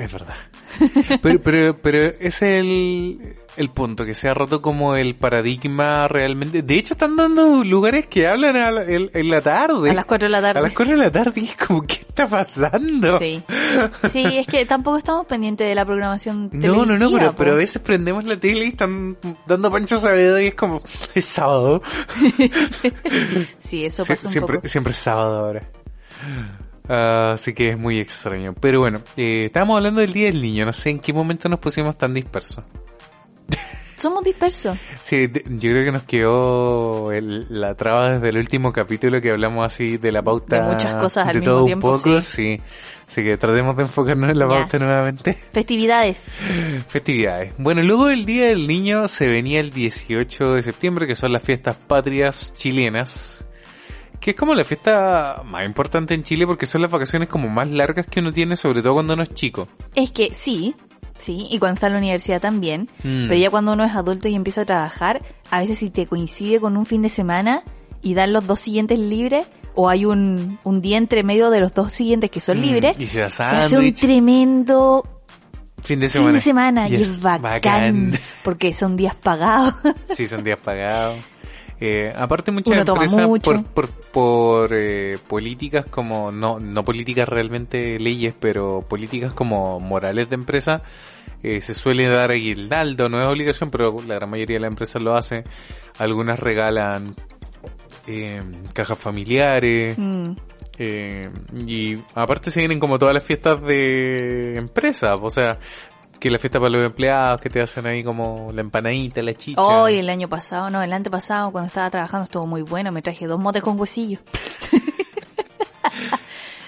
Speaker 2: es verdad. Pero, pero, pero ese es el, el punto, que se ha roto como el paradigma realmente. De hecho, están dando lugares que hablan a la- en, en la tarde.
Speaker 3: A las 4 de la tarde.
Speaker 2: A las cuatro de la tarde. Y es como, ¿qué está pasando?
Speaker 3: Sí. Sí, es que tampoco estamos pendientes de la programación
Speaker 2: No, no, no,
Speaker 3: televisiva,
Speaker 2: pero,
Speaker 3: po.
Speaker 2: pero a veces prendemos la tele y están dando pancho Saavedra y es como, es sábado.
Speaker 3: Sí, eso
Speaker 2: Sie-
Speaker 3: pasa un
Speaker 2: siempre,
Speaker 3: poco.
Speaker 2: siempre es sábado ahora. Ah, así que es muy extraño. Pero bueno, eh, estábamos hablando del Día del Niño. No sé en qué momento nos pusimos tan dispersos.
Speaker 3: Somos dispersos.
Speaker 2: Sí, de- yo creo que nos quedó el- la traba desde el último capítulo que hablamos así de la pauta.
Speaker 3: De muchas cosas al
Speaker 2: de
Speaker 3: mismo
Speaker 2: todo
Speaker 3: tiempo,
Speaker 2: un poco, sí. Así que tratemos de enfocarnos en la
Speaker 3: Ya.
Speaker 2: pauta nuevamente.
Speaker 3: Festividades.
Speaker 2: Festividades. Bueno, luego el Día del Niño se venía el 18 de septiembre, que son las fiestas patrias chilenas. Que es como la fiesta más importante en Chile porque son las vacaciones como más largas que uno tiene, sobre todo cuando uno es chico.
Speaker 3: Es que sí, sí, y cuando está en la universidad también.
Speaker 2: Mm.
Speaker 3: Pero ya cuando uno es adulto y empieza a trabajar, a veces si te coincide con un fin de semana y dan los dos siguientes libres, o hay un, un día entre medio de los dos siguientes que son
Speaker 2: Mm,
Speaker 3: libres,
Speaker 2: Y se da
Speaker 3: se hace un
Speaker 2: sándwich,
Speaker 3: tremendo
Speaker 2: fin de semana.
Speaker 3: fin de semana y
Speaker 2: Yes,
Speaker 3: es bacán, porque son días pagados.
Speaker 2: Sí, son días pagados. Eh, aparte muchas
Speaker 3: Uno toma
Speaker 2: empresas
Speaker 3: mucho.
Speaker 2: por, por, por, eh, políticas como, no, no políticas realmente leyes, pero políticas como morales de empresa, eh, se suele dar aguinaldo, no es obligación, pero la gran mayoría de las empresas lo hace. Algunas regalan eh, cajas familiares.
Speaker 3: Mm,
Speaker 2: Eh, y aparte se vienen como todas las fiestas de empresas, o sea, que la fiesta para los empleados, que te hacen ahí como la empanadita, la chicha.
Speaker 3: Hoy, el año pasado, no, el antepasado, cuando estaba trabajando estuvo muy bueno, me traje dos motes con huesillo.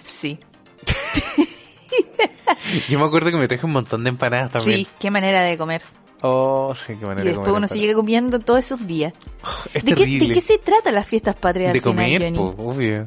Speaker 3: sí,
Speaker 2: Yo me acuerdo que me traje un montón de empanadas también.
Speaker 3: sí, qué manera de comer.
Speaker 2: Oh, sí, qué
Speaker 3: Y
Speaker 2: manera de
Speaker 3: después uno
Speaker 2: comer
Speaker 3: se
Speaker 2: empanadas.
Speaker 3: llega comiendo todos esos días.
Speaker 2: Es
Speaker 3: ¿De qué,
Speaker 2: terrible.
Speaker 3: de qué se trata las fiestas patrias? al
Speaker 2: De comer,
Speaker 3: final, Johnny?
Speaker 2: po, obvio.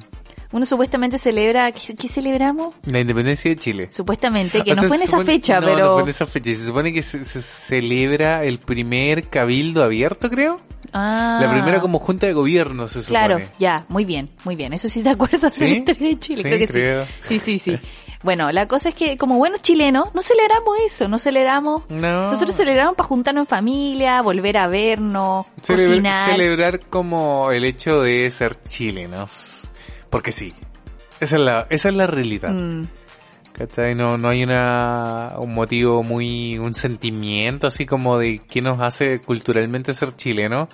Speaker 3: Uno supuestamente celebra, ¿qué, qué celebramos?
Speaker 2: La independencia de Chile.
Speaker 3: Supuestamente, que
Speaker 2: O
Speaker 3: no
Speaker 2: sea,
Speaker 3: fue en
Speaker 2: se
Speaker 3: esa
Speaker 2: supone-
Speaker 3: fecha,
Speaker 2: no,
Speaker 3: pero
Speaker 2: No fue en esa fecha. Y Se supone que se, se celebra el primer cabildo abierto, creo.
Speaker 3: Ah.
Speaker 2: La primera como junta de gobierno, se supone.
Speaker 3: Claro, ya, muy bien, muy bien. Eso sí se acuerda de
Speaker 2: ¿Sí?
Speaker 3: la historia de Chile,
Speaker 2: Sí,
Speaker 3: creo que
Speaker 2: creo.
Speaker 3: sí. Sí, sí, sí. Bueno, la cosa es que como buenos chilenos, no celebramos eso, no celebramos.
Speaker 2: No.
Speaker 3: Nosotros celebramos para juntarnos en familia, volver a vernos,
Speaker 2: Celebra-
Speaker 3: cocinar. Mm,
Speaker 2: celebrar como el hecho de ser chilenos. Porque sí. Esa es la, esa es la realidad.
Speaker 3: Mm,
Speaker 2: ¿Cachai? No, no hay una, un motivo muy, un sentimiento así como de qué nos hace culturalmente ser chileno.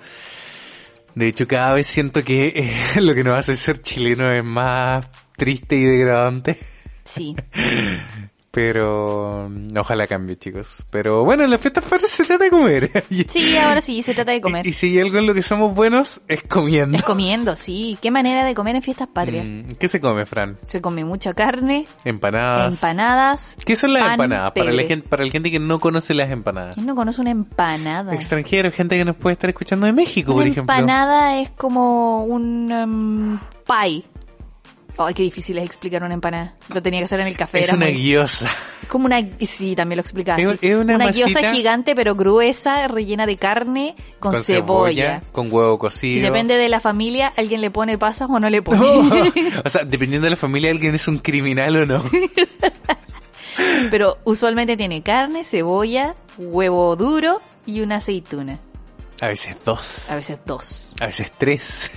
Speaker 2: De hecho, cada vez siento que eh, lo que nos hace ser chileno es más triste y degradante.
Speaker 3: sí.
Speaker 2: Pero mm, ojalá cambie, chicos. Pero bueno, en las fiestas patrias se trata de comer. y,
Speaker 3: Sí, ahora sí, se trata de comer.
Speaker 2: y si hay algo en lo que somos buenos, es comiendo.
Speaker 3: Es comiendo, sí. Qué manera de comer en fiestas patrias.
Speaker 2: Mm, ¿Qué se come, Fran?
Speaker 3: Se come mucha carne,
Speaker 2: Empanadas.
Speaker 3: empanadas.
Speaker 2: ¿Qué son las
Speaker 3: pan,
Speaker 2: empanadas? Para la,
Speaker 3: tele.
Speaker 2: gente, para la gente que no conoce las empanadas.
Speaker 3: ¿Quién no conoce una empanada?
Speaker 2: Extranjeros, gente que nos puede estar escuchando de México, por
Speaker 3: una
Speaker 2: ejemplo.
Speaker 3: empanada es como un em, pie. Ay, qué difícil es explicar una empanada. Lo tenía que hacer en el café.
Speaker 2: Es
Speaker 3: era
Speaker 2: una
Speaker 3: muy-
Speaker 2: guiosa.
Speaker 3: es como una... Sí, también lo explicaba.
Speaker 2: Es-
Speaker 3: sí.
Speaker 2: es una masita-
Speaker 3: guiosa gigante pero gruesa, rellena de carne con, cebolla.
Speaker 2: Con huevo cocido.
Speaker 3: Y depende de la familia, alguien le pone pasas o no le pone.
Speaker 2: o sea, dependiendo de la familia, alguien es un criminal o no.
Speaker 3: Pero usualmente tiene carne, cebolla, huevo duro y una aceituna.
Speaker 2: A veces dos.
Speaker 3: A veces dos.
Speaker 2: A veces tres.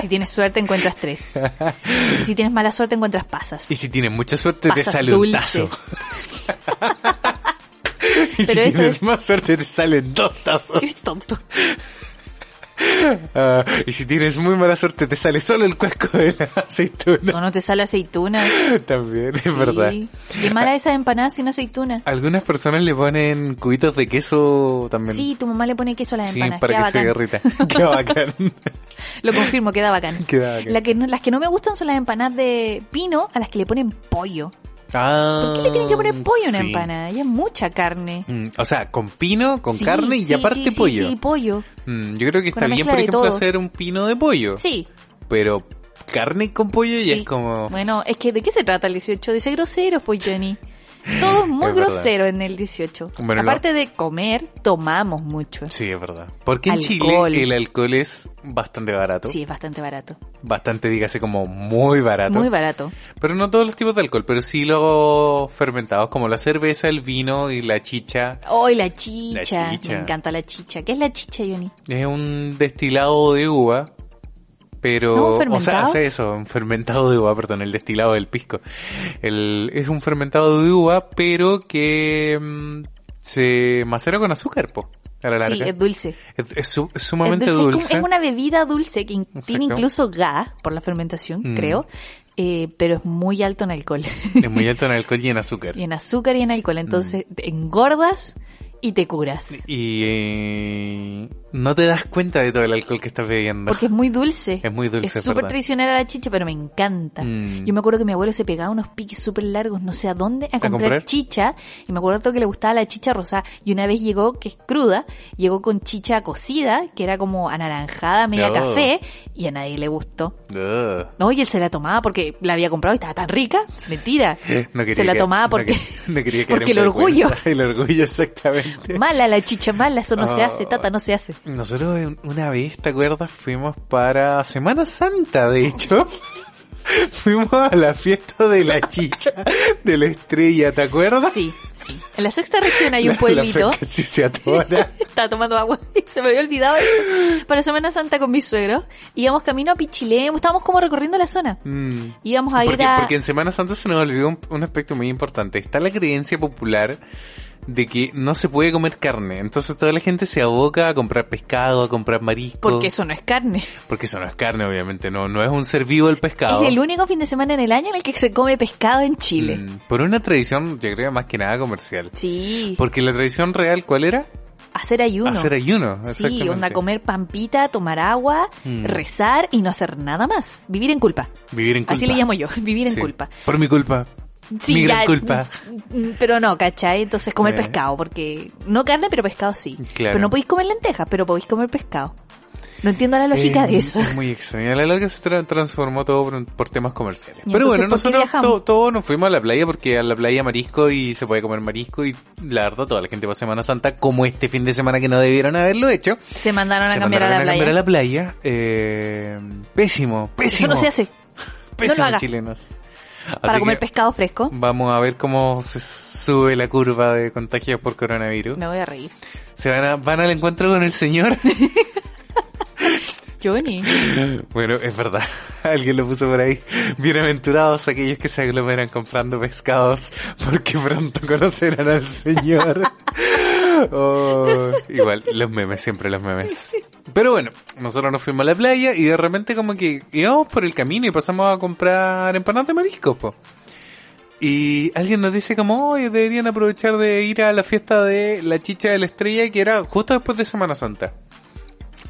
Speaker 3: Si tienes suerte encuentras tres. Y si tienes mala suerte encuentras pasas.
Speaker 2: Y si tienes mucha suerte, te
Speaker 3: Pasas
Speaker 2: sale un tazo.
Speaker 3: dulces.
Speaker 2: Y si
Speaker 3: Pero eso
Speaker 2: tienes
Speaker 3: es-
Speaker 2: más suerte, te salen dos tazos.
Speaker 3: Eres tonto.
Speaker 2: Ah, y si tienes muy mala suerte, te sale solo el cuesco de la aceituna.
Speaker 3: O no te sale aceituna.
Speaker 2: También, es verdad.
Speaker 3: Ah, Sí. Qué mala esas empanadas sin aceituna.
Speaker 2: Algunas personas le ponen cubitos de queso también.
Speaker 3: Sí, tu mamá le pone queso a las
Speaker 2: Sí,
Speaker 3: empanadas.
Speaker 2: para
Speaker 3: Queda
Speaker 2: que se
Speaker 3: bacán.
Speaker 2: derrita. Qué bacán.
Speaker 3: Lo confirmo, queda bacán.
Speaker 2: Queda bacán.
Speaker 3: La que no- las que no me gustan son las empanadas de pino a las que le ponen pollo.
Speaker 2: Ah,
Speaker 3: ¿Por qué le tienen que poner pollo a una
Speaker 2: sí.
Speaker 3: empanada? Ya es mucha carne.
Speaker 2: Mm, O sea, con pino, con
Speaker 3: Sí,
Speaker 2: carne y
Speaker 3: sí,
Speaker 2: aparte
Speaker 3: sí, sí,
Speaker 2: pollo.
Speaker 3: Sí, pollo.
Speaker 2: Mm, yo creo que
Speaker 3: Con
Speaker 2: está
Speaker 3: una
Speaker 2: bien,
Speaker 3: mezcla
Speaker 2: por
Speaker 3: de
Speaker 2: ejemplo,
Speaker 3: todo.
Speaker 2: hacer un pino de pollo.
Speaker 3: Sí.
Speaker 2: Pero carne con pollo ya
Speaker 3: Sí.
Speaker 2: es como...
Speaker 3: Bueno, es que ¿de qué se trata el 18? De ser groseros, pues Johnny. Todo es muy
Speaker 2: Es verdad.
Speaker 3: grosero en el 18.
Speaker 2: Bueno, lo-
Speaker 3: Aparte de comer, tomamos mucho.
Speaker 2: Sí, es verdad. Porque en
Speaker 3: Alcohol.
Speaker 2: Chile el alcohol es bastante barato.
Speaker 3: Sí, es bastante barato.
Speaker 2: Bastante, dígase, como muy barato.
Speaker 3: Muy barato.
Speaker 2: Pero no todos los tipos de alcohol, pero sí los fermentados, como la cerveza, el vino y la chicha.
Speaker 3: ¡Ay, la chicha!
Speaker 2: La chicha.
Speaker 3: Me encanta la chicha. ¿Qué es la chicha, Johnny?
Speaker 2: Es un destilado de uva, pero...
Speaker 3: ¿No, un
Speaker 2: o sea,
Speaker 3: fermentado?
Speaker 2: hace eso, un fermentado de uva, perdón, el destilado del pisco. El, es un fermentado de uva, pero que mm, se macera con azúcar, po, a la larga.
Speaker 3: Sí, es dulce.
Speaker 2: Es- es su- es
Speaker 3: Es,
Speaker 2: sumamente
Speaker 3: dulce, es como-
Speaker 2: dulce.
Speaker 3: es una bebida dulce que in- tiene
Speaker 2: Exacto.
Speaker 3: incluso gas por la fermentación,
Speaker 2: Mm.
Speaker 3: creo, eh, pero es muy alto en alcohol.
Speaker 2: Es muy alto en alcohol y en azúcar.
Speaker 3: y en azúcar y en alcohol. Entonces
Speaker 2: Mm.
Speaker 3: te engordas y te curas.
Speaker 2: Y eh, no te das cuenta de todo el alcohol que estás bebiendo.
Speaker 3: Porque es muy dulce.
Speaker 2: Es muy dulce,
Speaker 3: Es
Speaker 2: es
Speaker 3: súper
Speaker 2: verdad.
Speaker 3: tradicional a la chicha, pero me encanta.
Speaker 2: Mm.
Speaker 3: Yo me acuerdo que mi abuelo se pegaba unos piques súper largos, no sé a dónde, a, comprar,
Speaker 2: comprar?
Speaker 3: chicha. Y me acuerdo que le gustaba la chicha rosada. Y una vez llegó, que es cruda, llegó con chicha cocida, que era como anaranjada, media
Speaker 2: Oh.
Speaker 3: café, y a nadie le gustó.
Speaker 2: Ugh.
Speaker 3: No, y él se la tomaba porque la había comprado y estaba tan rica. Mentira.
Speaker 2: No quería
Speaker 3: se la
Speaker 2: que-
Speaker 3: tomaba
Speaker 2: no
Speaker 3: porque...
Speaker 2: quería- no quería caer
Speaker 3: porque
Speaker 2: en
Speaker 3: el orgullo.
Speaker 2: vergüenza. El orgullo, exactamente.
Speaker 3: Mala la chicha, mala, eso no se
Speaker 2: Oh.
Speaker 3: hace, tata, no se hace.
Speaker 2: Nosotros en- una vez, ¿te acuerdas? Fuimos para Semana Santa, de hecho. Fuimos a la fiesta de la chicha de la estrella, ¿te acuerdas?
Speaker 3: Sí, sí. En la sexta región hay
Speaker 2: La-
Speaker 3: un pueblito.
Speaker 2: La, Fran casi se atora.
Speaker 3: Estaba tomando agua y se me había olvidado eso. Para Semana Santa con mis suegros. Íbamos camino a Pichilemu, estábamos como recorriendo la zona.
Speaker 2: Mm.
Speaker 3: Íbamos a ir
Speaker 2: porque,
Speaker 3: a...
Speaker 2: porque en Semana Santa se nos olvidó un, un aspecto muy importante. Está la creencia popular de que no se puede comer carne. Entonces toda la gente se aboca a comprar pescado, a comprar marisco.
Speaker 3: Porque eso no es carne.
Speaker 2: Porque eso no es carne, obviamente. No, no es un ser vivo el pescado.
Speaker 3: Es el único fin de semana en el año en el que se come pescado en Chile.
Speaker 2: Mm, por una tradición, yo creo, más que nada comercial.
Speaker 3: Sí,
Speaker 2: Porque la tradición real, ¿cuál era?
Speaker 3: hacer ayuno.
Speaker 2: Hacer ayuno.
Speaker 3: sí,
Speaker 2: exactamente.
Speaker 3: onda comer pampita, tomar agua,
Speaker 2: Mm.
Speaker 3: rezar y no hacer nada más. Vivir en culpa.
Speaker 2: Vivir en culpa.
Speaker 3: Así le llamo yo, vivir en
Speaker 2: Sí.
Speaker 3: culpa.
Speaker 2: Por mi culpa.
Speaker 3: Sí,
Speaker 2: mi gran
Speaker 3: ya,
Speaker 2: culpa.
Speaker 3: mm, mm, Pero no, ¿cachai? Entonces comer
Speaker 2: Eh.
Speaker 3: pescado, porque no carne, pero pescado sí.
Speaker 2: Claro.
Speaker 3: Pero no podéis comer lentejas, pero podéis comer pescado. No entiendo la lógica
Speaker 2: Eh,
Speaker 3: de eso.
Speaker 2: Es muy extraña. La larga se tra- transformó todo por, por temas comerciales.
Speaker 3: ¿Y
Speaker 2: Pero bueno,
Speaker 3: entonces por qué
Speaker 2: nosotros
Speaker 3: viajamos?
Speaker 2: to- todos nos fuimos a la playa porque a la playa marisco y se puede comer marisco y la verdad toda la gente va a Semana Santa como este fin de semana que no debieron haberlo hecho.
Speaker 3: Se mandaron a
Speaker 2: se
Speaker 3: cambiar a
Speaker 2: mandaron
Speaker 3: la playa.
Speaker 2: cambiar a la playa. Eh, pésimo,
Speaker 3: Eso
Speaker 2: pésimo.
Speaker 3: no se hace
Speaker 2: Pésimos
Speaker 3: haga.
Speaker 2: chilenos.
Speaker 3: para
Speaker 2: Así
Speaker 3: comer
Speaker 2: que
Speaker 3: pescado fresco.
Speaker 2: Vamos a ver cómo se sube la curva de contagios por coronavirus.
Speaker 3: Me voy a reír.
Speaker 2: Se van, a- van al encuentro con el señor.
Speaker 3: Johnny.
Speaker 2: Pues Bueno, es verdad. Alguien lo puso por ahí. Bienaventurados aquellos que se aglomeran comprando pescados porque pronto conocerán al Señor. Oh, igual, los memes, siempre los memes. Pero bueno, nosotros nos fuimos a la playa y de repente como que íbamos por el camino y pasamos a comprar empanadas de mariscos, po. Y alguien nos dice como, hoy deberían aprovechar de ir a la fiesta de la chicha de la estrella, que era justo después de Semana Santa.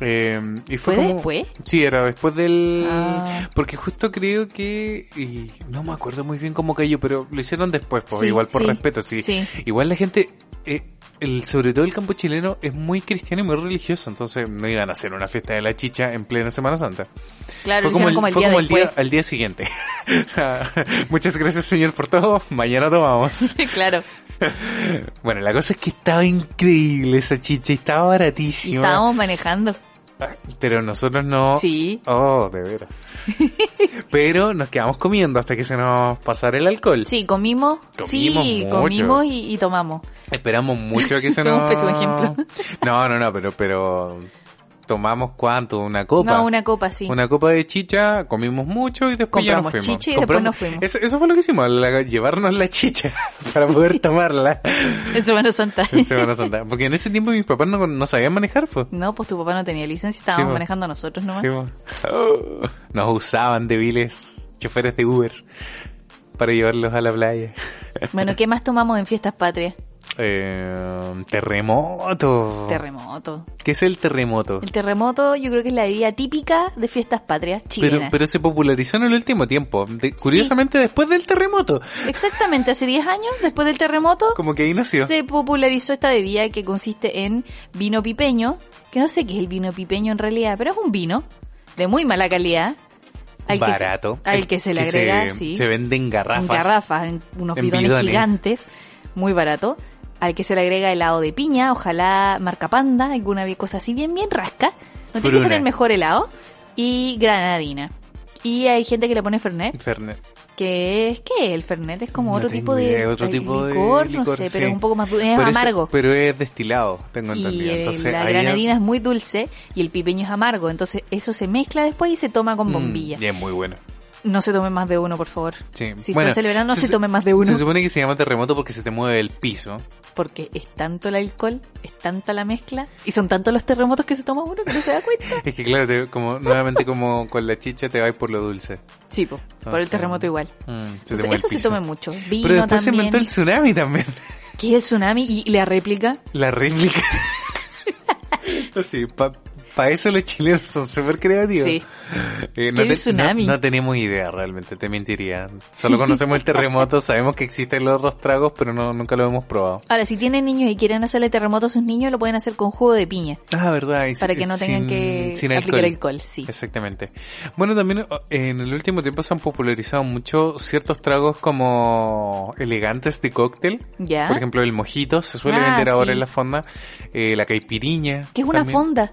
Speaker 2: Eh, y fue
Speaker 3: ¿Fue
Speaker 2: como-
Speaker 3: después?
Speaker 2: Sí, era después del...
Speaker 3: Ah.
Speaker 2: Porque justo creo que... y no me acuerdo muy bien cómo cayó, pero lo hicieron después, pues
Speaker 3: Sí,
Speaker 2: igual por
Speaker 3: sí,
Speaker 2: respeto, sí.
Speaker 3: sí.
Speaker 2: Igual la gente... eh, el, sobre todo el campo chileno es muy cristiano y muy religioso, entonces no iban a hacer una fiesta de la chicha en plena Semana Santa.
Speaker 3: Claro,
Speaker 2: Fue
Speaker 3: lo hicieron
Speaker 2: como el,
Speaker 3: como el
Speaker 2: fue
Speaker 3: día
Speaker 2: como el
Speaker 3: después.
Speaker 2: día, al día siguiente. O sea, Muchas gracias, señor, por todo. Mañana tomamos.
Speaker 3: claro.
Speaker 2: Bueno, la cosa es que estaba increíble esa chicha y estaba
Speaker 3: Y
Speaker 2: baratísima.
Speaker 3: estábamos manejando.
Speaker 2: Pero nosotros no.
Speaker 3: Sí.
Speaker 2: Oh, de veras. Pero nos quedamos comiendo hasta que se nos pasara el alcohol.
Speaker 3: Sí, comimos.
Speaker 2: Comimos
Speaker 3: sí,
Speaker 2: mucho.
Speaker 3: comimos y, y tomamos.
Speaker 2: Esperamos mucho a que se
Speaker 3: Somos
Speaker 2: nos.
Speaker 3: un pésimo ejemplo.
Speaker 2: No, no, no, pero, pero. Tomamos cuánto, una copa.
Speaker 3: No, una copa, sí.
Speaker 2: Una copa de chicha, comimos mucho y después ya nos
Speaker 3: Compramos
Speaker 2: fuimos.
Speaker 3: chicha y después nos fuimos.
Speaker 2: Eso, eso fue lo que hicimos, la- llevarnos la chicha para poder tomarla
Speaker 3: En Semana Santa.
Speaker 2: en Semana Santa. Porque en ese tiempo mis papás no, no sabían manejar, pues.
Speaker 3: No, pues tu papá no tenía licencia,
Speaker 2: Sí,
Speaker 3: estábamos
Speaker 2: po.
Speaker 3: manejando nosotros nomás.
Speaker 2: Sí, po. Nos usaban de viles choferes de Uber para llevarlos a la playa.
Speaker 3: Bueno, ¿qué más tomamos en fiestas patrias?
Speaker 2: Eh, terremoto.
Speaker 3: Terremoto.
Speaker 2: ¿Qué es el terremoto?
Speaker 3: El terremoto yo creo que es la bebida típica de fiestas patrias
Speaker 2: Pero,
Speaker 3: chilenas.
Speaker 2: pero se popularizó en el último tiempo. De- curiosamente después del terremoto.
Speaker 3: Exactamente, hace 10 años, después del terremoto,
Speaker 2: Como que ahí nació.
Speaker 3: se popularizó esta bebida que consiste en vino pipeño, que no sé qué es el vino pipeño en realidad, pero es un vino de muy mala calidad. al que se-
Speaker 2: barato.
Speaker 3: al que se le agrega, sí.
Speaker 2: Se venden garrafas.
Speaker 3: en garrafas, en unos
Speaker 2: En
Speaker 3: bidones,
Speaker 2: bidones.
Speaker 3: gigantes, muy barato, al que se le agrega helado de piña, ojalá marca panda, alguna bi- cosa así bien, bien rasca. No tiene que ser
Speaker 2: Fruna.
Speaker 3: el mejor helado. Y granadina. Y hay gente que le pone Fernet,
Speaker 2: Fernet.
Speaker 3: que es, ¿qué? es El Fernet es como
Speaker 2: No
Speaker 3: otro
Speaker 2: tengo
Speaker 3: tipo de,
Speaker 2: idea, otro tipo de
Speaker 3: licor, no
Speaker 2: licor,
Speaker 3: sé,
Speaker 2: sí.
Speaker 3: pero es un poco más, du- es
Speaker 2: Pero
Speaker 3: amargo.
Speaker 2: pero es destilado, tengo
Speaker 3: Y
Speaker 2: entendido.
Speaker 3: eh,
Speaker 2: Entonces,
Speaker 3: la
Speaker 2: ahí-
Speaker 3: granadina es muy dulce y el pipeño es amargo, entonces eso se mezcla después y se toma con
Speaker 2: Mm,
Speaker 3: bombilla.
Speaker 2: y es muy bueno.
Speaker 3: No se tome más de uno, por favor.
Speaker 2: Sí.
Speaker 3: Si
Speaker 2: Bueno,
Speaker 3: estás celebrando, no se,
Speaker 2: su-
Speaker 3: tome más de uno.
Speaker 2: Se supone que se llama terremoto porque se te mueve el piso.
Speaker 3: porque es tanto el alcohol, es tanta la mezcla y son tantos los terremotos que se toma uno que no se da cuenta.
Speaker 2: Es que claro, te- como nuevamente como con la chicha te vas por lo dulce.
Speaker 3: Sí, po, por el
Speaker 2: Entonces,
Speaker 3: terremoto igual.
Speaker 2: Mm, Ah, se te
Speaker 3: Entonces,
Speaker 2: mueve el
Speaker 3: eso se
Speaker 2: piso.
Speaker 3: toma mucho. Vino
Speaker 2: Pero después se
Speaker 3: también.
Speaker 2: inventó el tsunami también.
Speaker 3: ¿Qué es el tsunami? Y la réplica.
Speaker 2: La réplica. sí, para eso los chilenos son súper creativos.
Speaker 3: Sí.
Speaker 2: Eh,
Speaker 3: ¿Qué es el tsunami?
Speaker 2: no- no tenemos idea realmente, te mentiría. Solo conocemos el terremoto, sabemos que existen los otros tragos, pero no, nunca lo hemos probado.
Speaker 3: Ahora, si tienen niños y quieren hacerle terremoto a sus niños, lo pueden hacer con jugo de piña.
Speaker 2: Ah, verdad. y
Speaker 3: Para
Speaker 2: si-
Speaker 3: que no tengan
Speaker 2: sin-
Speaker 3: que
Speaker 2: sin
Speaker 3: aplicar alcohol, sí.
Speaker 2: Exactamente. Bueno, también o- en el último tiempo se han popularizado mucho ciertos tragos como elegantes de cóctel.
Speaker 3: ¿Ya?
Speaker 2: Por ejemplo, el mojito se suele
Speaker 3: Ah,
Speaker 2: vender ahora
Speaker 3: sí.
Speaker 2: en la fonda. Eh, la caipiriña.
Speaker 3: que es una
Speaker 2: también.
Speaker 3: fonda.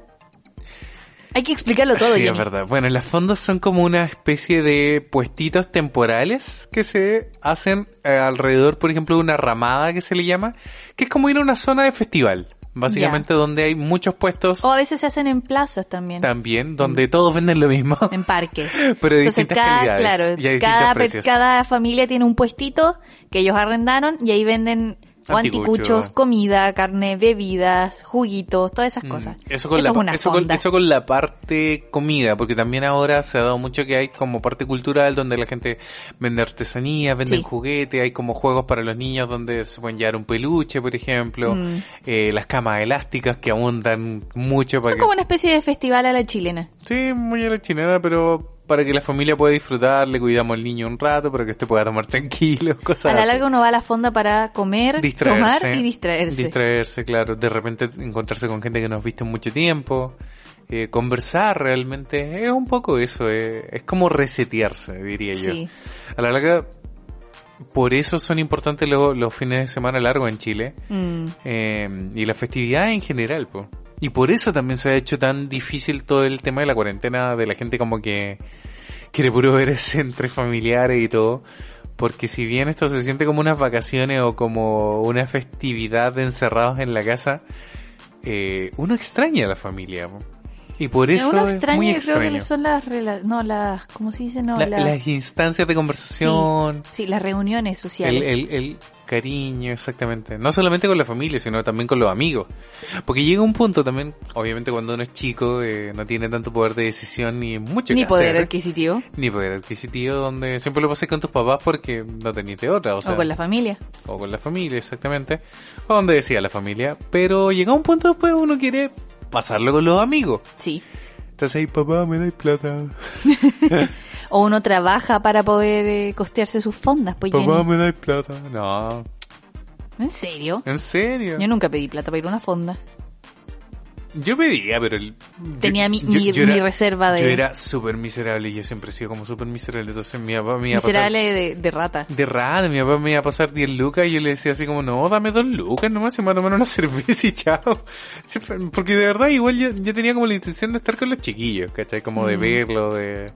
Speaker 3: Hay que explicarlo todo.
Speaker 2: Sí, es
Speaker 3: Jenny.
Speaker 2: verdad. Bueno, las fondas son como una especie de puestitos temporales que se hacen eh, alrededor, por ejemplo, de una ramada que se le llama, que es como ir a una zona de festival, básicamente donde hay muchos puestos
Speaker 3: O a veces se hacen en plazas también,
Speaker 2: también, donde todos venden lo mismo.
Speaker 3: en parques.
Speaker 2: Pero de
Speaker 3: Entonces
Speaker 2: distintas
Speaker 3: cada,
Speaker 2: calidades
Speaker 3: claro,
Speaker 2: y hay distintos
Speaker 3: cada, per-
Speaker 2: precios.
Speaker 3: cada familia tiene un puestito que ellos arrendaron y ahí venden o
Speaker 2: Anticucho.
Speaker 3: anticuchos, comida, carne, bebidas, juguitos, todas esas
Speaker 2: Mm,
Speaker 3: cosas.
Speaker 2: Eso con, la,
Speaker 3: es una
Speaker 2: eso, con,
Speaker 3: fonda.
Speaker 2: eso con la parte comida, porque también ahora se ha dado mucho que hay como parte cultural donde la gente vende artesanías, venden
Speaker 3: Sí.
Speaker 2: juguetes, hay como juegos para los niños donde se pueden llevar un peluche, por ejemplo,
Speaker 3: Mm.
Speaker 2: eh, las camas elásticas que abundan mucho para
Speaker 3: Es
Speaker 2: que...
Speaker 3: como una especie de festival a la chilena.
Speaker 2: Sí, muy a la chilena, pero para que la familia pueda disfrutar, le cuidamos al niño un rato, para que este pueda tomar tranquilo, cosas
Speaker 3: a la
Speaker 2: así.
Speaker 3: larga uno va a la fonda para comer,
Speaker 2: distraerse,
Speaker 3: tomar y distraerse.
Speaker 2: Distraerse, claro. De repente encontrarse con gente que no has visto en mucho tiempo. eh, conversar realmente. Es un poco eso. eh, es como resetearse, diría
Speaker 3: Sí.
Speaker 2: yo. A la larga, por eso son importantes lo- los fines de semana largos en Chile.
Speaker 3: Mm.
Speaker 2: eh, y la festividad en general, po. Y por eso también se ha hecho tan difícil todo el tema de la cuarentena, de la gente como que quiere puro ver ese entre familiares y todo. Porque si bien esto se siente como unas vacaciones o como una festividad de encerrados en la casa, eh, uno extraña a la familia. po. Y por eso
Speaker 3: uno
Speaker 2: es
Speaker 3: extraña,
Speaker 2: muy
Speaker 3: yo creo
Speaker 2: extraño.
Speaker 3: que son las, rela- no, las, ¿cómo se dice? No,
Speaker 2: La-
Speaker 3: las,
Speaker 2: las instancias de conversación,
Speaker 3: sí, las reuniones sociales.
Speaker 2: el, el, el cariño, exactamente. No solamente con la familia, sino también con los amigos. Porque llega un punto también, obviamente cuando uno es chico, eh, no tiene tanto poder de decisión ni mucho
Speaker 3: Ni
Speaker 2: que
Speaker 3: poder
Speaker 2: hacer.
Speaker 3: adquisitivo.
Speaker 2: Ni poder adquisitivo, donde siempre lo pasé con tus papás porque no tenías de otra, o sea,
Speaker 3: o con la familia.
Speaker 2: o con la familia, exactamente, o donde decía la familia, pero llega un punto después uno quiere pasarlo con los amigos.
Speaker 3: Sí.
Speaker 2: Entonces ahí, papá, me dais plata,
Speaker 3: O uno trabaja para poder eh, costearse sus fondas, pues
Speaker 2: papá,
Speaker 3: Jenny.
Speaker 2: me dais plata. No,
Speaker 3: ¿En serio?
Speaker 2: en serio.
Speaker 3: Yo nunca pedí plata para ir a una fonda.
Speaker 2: Yo pedía, pero el-
Speaker 3: Tenía mi- mi- mi reserva de-
Speaker 2: Yo era súper miserable y yo siempre he sido como súper miserable. Entonces mi papá me iba a pasar...
Speaker 3: Miserable de, de rata.
Speaker 2: De raro, mi papá me iba a pasar 10 lucas y yo le decía así como, no, dame 2 lucas nomás y me voy a tomar una cerveza y chao. Siempre- Porque de verdad igual yo, yo tenía como la intención de estar con los chiquillos, ¿cachai? Como
Speaker 3: Mm.
Speaker 2: de verlo, de...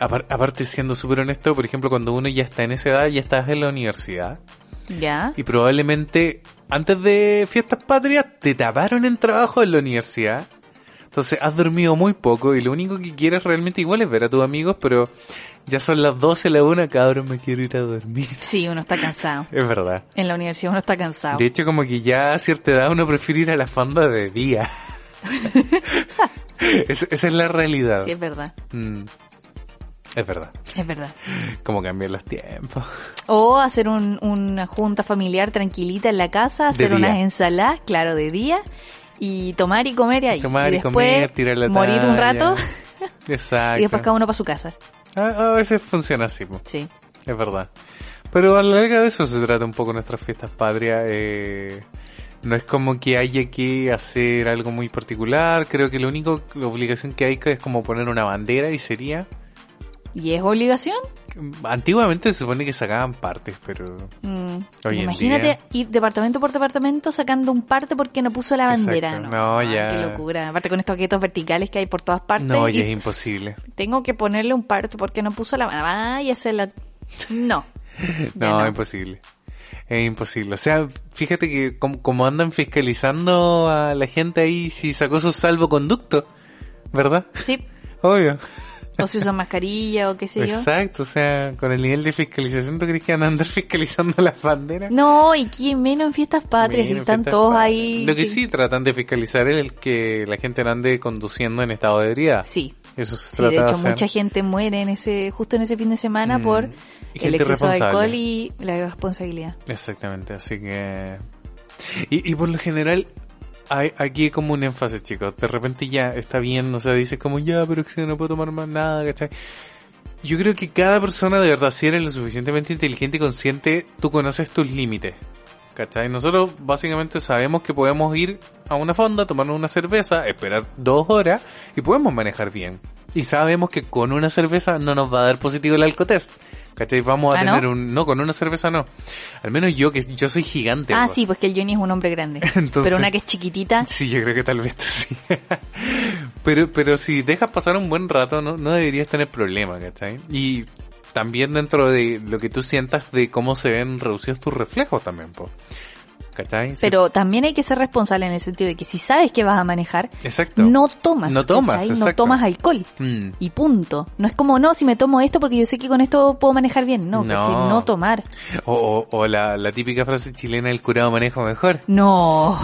Speaker 2: Apar- aparte siendo súper honesto, por ejemplo, cuando uno ya está en esa edad, ya estás en la universidad
Speaker 3: ¿Ya?
Speaker 2: y probablemente antes de fiestas patrias te taparon en trabajo en la universidad. Entonces has dormido muy poco y lo único que quieres realmente igual es ver a tus amigos, pero ya son las 12, la 1, cabrón, me quiero ir a dormir.
Speaker 3: Sí, uno está cansado.
Speaker 2: Es verdad.
Speaker 3: En la universidad uno está cansado.
Speaker 2: De hecho, como que ya a cierta edad uno prefiere ir a las fondas de día. Es- esa es la realidad.
Speaker 3: Sí, es verdad.
Speaker 2: Mm. Es verdad.
Speaker 3: Es verdad.
Speaker 2: Como cambian los tiempos.
Speaker 3: O hacer un- una junta familiar tranquilita en la casa, hacer
Speaker 2: día.
Speaker 3: unas ensaladas, claro, de día, y tomar y comer y ahí.
Speaker 2: Tomar
Speaker 3: y
Speaker 2: y,
Speaker 3: después
Speaker 2: comer, tirar la
Speaker 3: morir un
Speaker 2: talla.
Speaker 3: rato
Speaker 2: Exacto.
Speaker 3: y después cada uno para su casa.
Speaker 2: a, a veces funciona así. po.
Speaker 3: Sí.
Speaker 2: Es verdad. Pero a la larga de eso se trata un poco nuestras fiestas patrias. eh, no es como que haya que hacer algo muy particular. Creo que lo único, la obligación que hay es como poner una bandera y sería.
Speaker 3: ¿Y es obligación?
Speaker 2: Antiguamente se supone que sacaban partes, pero.
Speaker 3: Mm.
Speaker 2: Hoy en
Speaker 3: Imagínate
Speaker 2: día.
Speaker 3: ir departamento por departamento sacando un parte porque no puso la bandera.
Speaker 2: Exacto. No,
Speaker 3: Ay,
Speaker 2: ya.
Speaker 3: Qué locura. Aparte con estos guetos verticales que hay por todas partes.
Speaker 2: No,
Speaker 3: y
Speaker 2: ya es imposible.
Speaker 3: tengo que ponerle un parte porque no puso la bandera. y hacerla... No. Ya
Speaker 2: No, eh.
Speaker 3: no.
Speaker 2: imposible. Es imposible. O sea, fíjate que como, como andan fiscalizando a la gente ahí si sacó su salvoconducto, ¿verdad?
Speaker 3: Sí.
Speaker 2: Obvio.
Speaker 3: O si usan mascarilla o qué sé yo.
Speaker 2: Exacto, o sea, con el nivel de fiscalización, ¿tú crees que van a andar fiscalizando las banderas?
Speaker 3: No, y quién menos en fiestas patrias,
Speaker 2: Miren,
Speaker 3: si están
Speaker 2: fiestas
Speaker 3: todos
Speaker 2: patrias.
Speaker 3: ahí.
Speaker 2: Lo que sí tratan de fiscalizar es el que la gente no ande conduciendo en estado de ebriedad.
Speaker 3: Sí.
Speaker 2: Eso se
Speaker 3: Sí,
Speaker 2: trata
Speaker 3: de hecho,
Speaker 2: hacer.
Speaker 3: mucha gente muere en ese, justo en ese fin de semana
Speaker 2: Mm.
Speaker 3: por
Speaker 2: Y
Speaker 3: el
Speaker 2: gente
Speaker 3: exceso de
Speaker 2: responsable.
Speaker 3: alcohol y la irresponsabilidad.
Speaker 2: Exactamente, así que... Y, y por lo general, hay, aquí hay como un énfasis, chicos. De repente ya está bien, o sea, dices como, ya, pero es que no puedo tomar más nada, ¿cachai? Yo creo que cada persona de verdad, si eres lo suficientemente inteligente y consciente, tú conoces tus límites. ¿Cachai? Nosotros básicamente sabemos que podemos ir a una fonda, tomarnos una cerveza, esperar dos horas y podemos manejar bien. Y sabemos que con una cerveza no nos va a dar positivo el alcotest. ¿Cachai? Vamos a
Speaker 3: ¿Ah, no?
Speaker 2: tener un... No, con una cerveza no. Al menos yo, que yo soy gigante.
Speaker 3: Ah,
Speaker 2: po.
Speaker 3: sí, pues que el Johnny es un hombre grande.
Speaker 2: Entonces-
Speaker 3: pero una que es chiquitita,
Speaker 2: Sí, yo creo que tal vez tú sí. pero, pero si dejas pasar un buen rato, no, no deberías tener problema, ¿cachai? Y también dentro de lo que tú sientas de cómo se ven reducidos tus reflejos también, po. ¿cachai? Sí.
Speaker 3: pero también hay que ser responsable en el sentido de que si sabes que vas a manejar,
Speaker 2: Exacto.
Speaker 3: no tomas.
Speaker 2: No tomas,
Speaker 3: ¿cachai? No
Speaker 2: exacto.
Speaker 3: tomas alcohol.
Speaker 2: Mm,
Speaker 3: Y punto. No es como, no, si me tomo esto porque yo sé que con esto puedo manejar bien. No,
Speaker 2: No.
Speaker 3: ¿cachai? no tomar.
Speaker 2: O, o- o la, la típica frase chilena, el curado manejo mejor.
Speaker 3: No.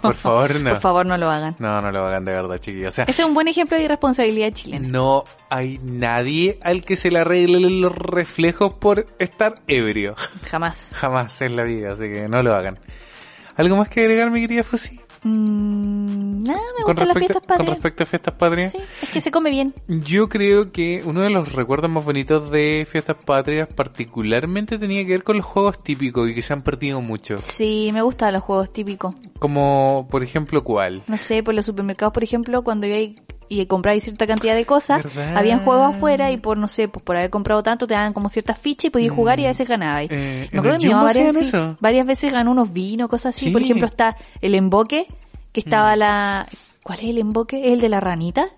Speaker 2: Por favor, no.
Speaker 3: Por favor, no lo hagan.
Speaker 2: No, no lo hagan de verdad, chiquillos. O sea,
Speaker 3: Ese es un buen ejemplo de irresponsabilidad chilena.
Speaker 2: no hay nadie al que se le arreglen los reflejos por estar ebrio.
Speaker 3: Jamás.
Speaker 2: Jamás en la vida, así que no lo hagan. ¿Algo más que agregar, mi querida Fusi?
Speaker 3: Mm, nada, me
Speaker 2: Con
Speaker 3: gustan las
Speaker 2: respecto,
Speaker 3: fiestas patrias.
Speaker 2: con respecto a fiestas patrias.
Speaker 3: Sí, es que se come bien.
Speaker 2: Yo creo que uno de los recuerdos más bonitos de fiestas patrias particularmente tenía que ver con los juegos típicos y que se han perdido mucho.
Speaker 3: Sí, me gustan los juegos típicos.
Speaker 2: Como, por ejemplo, ¿cuál?
Speaker 3: No sé, por los supermercados, por ejemplo, cuando yo ahí y compraba cierta cantidad de cosas,
Speaker 2: ¿Verdad?
Speaker 3: habían juegos afuera y por, no sé, pues por haber comprado tanto te daban como ciertas fichas y podías jugar y a veces ganabas.
Speaker 2: Mm. Eh,
Speaker 3: me
Speaker 2: ¿en el
Speaker 3: acuerdo que mi mamá
Speaker 2: Jumbo
Speaker 3: varias,
Speaker 2: hacían
Speaker 3: sí,
Speaker 2: eso?
Speaker 3: varias veces ganó unos vinos, cosas así. Por
Speaker 2: Sí. Mm.
Speaker 3: ejemplo, está el emboque, que estaba la... ¿Cuál es el emboque? ¿Es el de la ranita?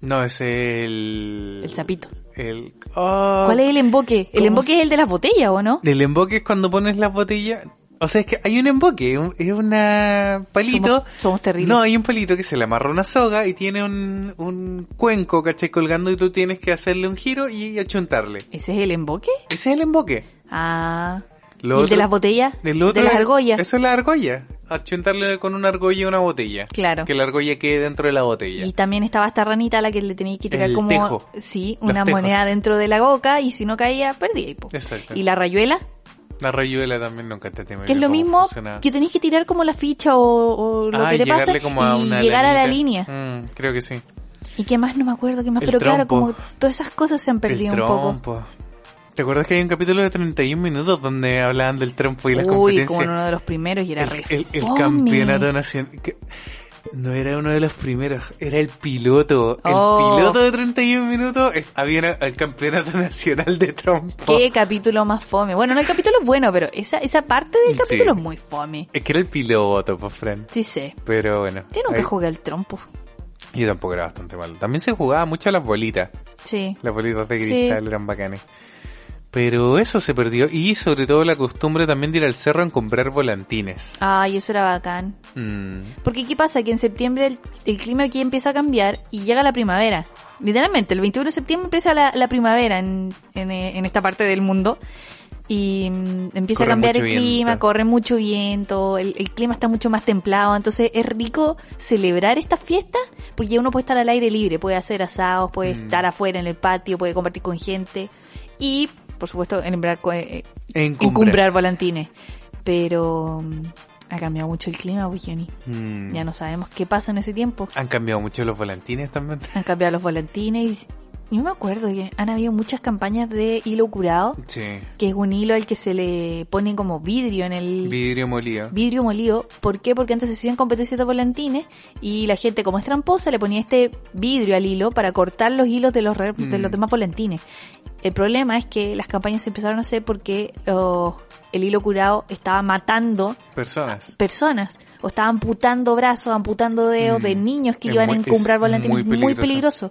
Speaker 2: No, es el...
Speaker 3: El sapito.
Speaker 2: El... Ah,
Speaker 3: ¿Cuál es el emboque? El
Speaker 2: ¿Cómo
Speaker 3: emboque
Speaker 2: se-
Speaker 3: es el de las botellas, ¿o no?
Speaker 2: El emboque es cuando pones las botellas. O sea, es que hay un emboque, un- es una palito.
Speaker 3: Somos- somos terribles.
Speaker 2: No, hay un palito que se le amarra una soga y tiene un, un cuenco, ¿cachai? Colgando y tú tienes que hacerle un giro y achuntarle.
Speaker 3: ¿Ese es el emboque?
Speaker 2: Ese es el emboque.
Speaker 3: Ah, ¿Y el de las botellas?
Speaker 2: del otro
Speaker 3: ¿De las
Speaker 2: es-
Speaker 3: argollas?
Speaker 2: Eso es la argolla. Achuntarle con una argolla una botella.
Speaker 3: Claro.
Speaker 2: Que la argolla quede dentro de la botella.
Speaker 3: Y también estaba esta ranita a la que le tenía que tirar
Speaker 2: El
Speaker 3: como
Speaker 2: tejo.
Speaker 3: sí,
Speaker 2: Los
Speaker 3: una
Speaker 2: tejos.
Speaker 3: moneda dentro de la boca y si no caía, perdía. y po.
Speaker 2: Exacto.
Speaker 3: Y la rayuela,
Speaker 2: La rayuela también nunca entendí muy
Speaker 3: que es
Speaker 2: bien
Speaker 3: lo
Speaker 2: cómo
Speaker 3: mismo
Speaker 2: funcionaba.
Speaker 3: que tenéis que tirar como la ficha o, o lo
Speaker 2: Ah,
Speaker 3: que te pasa
Speaker 2: llegarle como a
Speaker 3: y
Speaker 2: una
Speaker 3: llegar a la
Speaker 2: lanita.
Speaker 3: línea.
Speaker 2: Mm, creo que sí.
Speaker 3: Y qué más, no me acuerdo qué más,
Speaker 2: El
Speaker 3: pero claro,
Speaker 2: trompo.
Speaker 3: como todas esas cosas se han perdido
Speaker 2: el
Speaker 3: un poco.
Speaker 2: trompo. ¿Te acuerdas que hay un capítulo de 31 minutos donde hablaban del trompo y las
Speaker 3: Uy,
Speaker 2: competencias?
Speaker 3: como en uno de los primeros y era
Speaker 2: el,
Speaker 3: re
Speaker 2: el- el
Speaker 3: fome.
Speaker 2: campeonato nacional. que- No era uno de los primeros, era el piloto.
Speaker 3: Oh.
Speaker 2: El piloto de 31 minutos es- había una- el campeonato nacional de trompo.
Speaker 3: Qué capítulo más fome. Bueno, no, el capítulo es bueno, pero esa, esa parte del
Speaker 2: Sí.
Speaker 3: capítulo es muy fome.
Speaker 2: Es que era el piloto, pues, Fran.
Speaker 3: Sí sé.
Speaker 2: Pero bueno.
Speaker 3: Yo nunca
Speaker 2: ahí-
Speaker 3: jugué al trompo.
Speaker 2: Yo tampoco era bastante malo. También se jugaba mucho a las bolitas.
Speaker 3: Sí.
Speaker 2: Las bolitas de
Speaker 3: Sí.
Speaker 2: cristal eran bacanes. Pero eso se perdió. Y sobre todo la costumbre también de ir al cerro a comprar volantines.
Speaker 3: Ay, eso era bacán.
Speaker 2: Mm.
Speaker 3: Porque ¿qué pasa? Que en septiembre el, el clima aquí empieza a cambiar y llega la primavera. Literalmente, el 21 de septiembre empieza la, la primavera en, en, eh, en esta parte del mundo. Y mm, empieza
Speaker 2: Corre
Speaker 3: a cambiar el
Speaker 2: mucho
Speaker 3: clima,
Speaker 2: viento.
Speaker 3: corre mucho viento, el, el clima está mucho más templado, entonces es rico celebrar estas fiestas porque ya uno puede estar al aire libre, puede hacer asados, puede
Speaker 2: Mm.
Speaker 3: estar afuera en el patio, puede compartir con gente y, por supuesto, encumbrar, co- eh, encumbrar volantines. Pero mm, ha cambiado mucho el clima, pues, Johnny.
Speaker 2: Mm.
Speaker 3: Ya no sabemos qué pasa en ese tiempo.
Speaker 2: Han cambiado mucho los volantines también.
Speaker 3: Han cambiado los volantines. y Yo me acuerdo que han habido muchas campañas de hilo curado,
Speaker 2: Sí.
Speaker 3: que es un hilo al que se le pone como vidrio en el
Speaker 2: Vidrio molido.
Speaker 3: vidrio molido. ¿Por qué? Porque antes se hacían competencias de volantines y la gente, como es tramposa, le ponía este vidrio al hilo para cortar los hilos de los, re- de
Speaker 2: Mm.
Speaker 3: los demás volantines. El problema es que las campañas se empezaron a hacer porque los- el hilo curado estaba matando
Speaker 2: Personas.
Speaker 3: personas o estaba amputando brazos, amputando dedos
Speaker 2: Mm.
Speaker 3: de niños que
Speaker 2: Es
Speaker 3: iban
Speaker 2: muy-
Speaker 3: a encumbrar
Speaker 2: es
Speaker 3: volantines
Speaker 2: muy
Speaker 3: muy peligroso.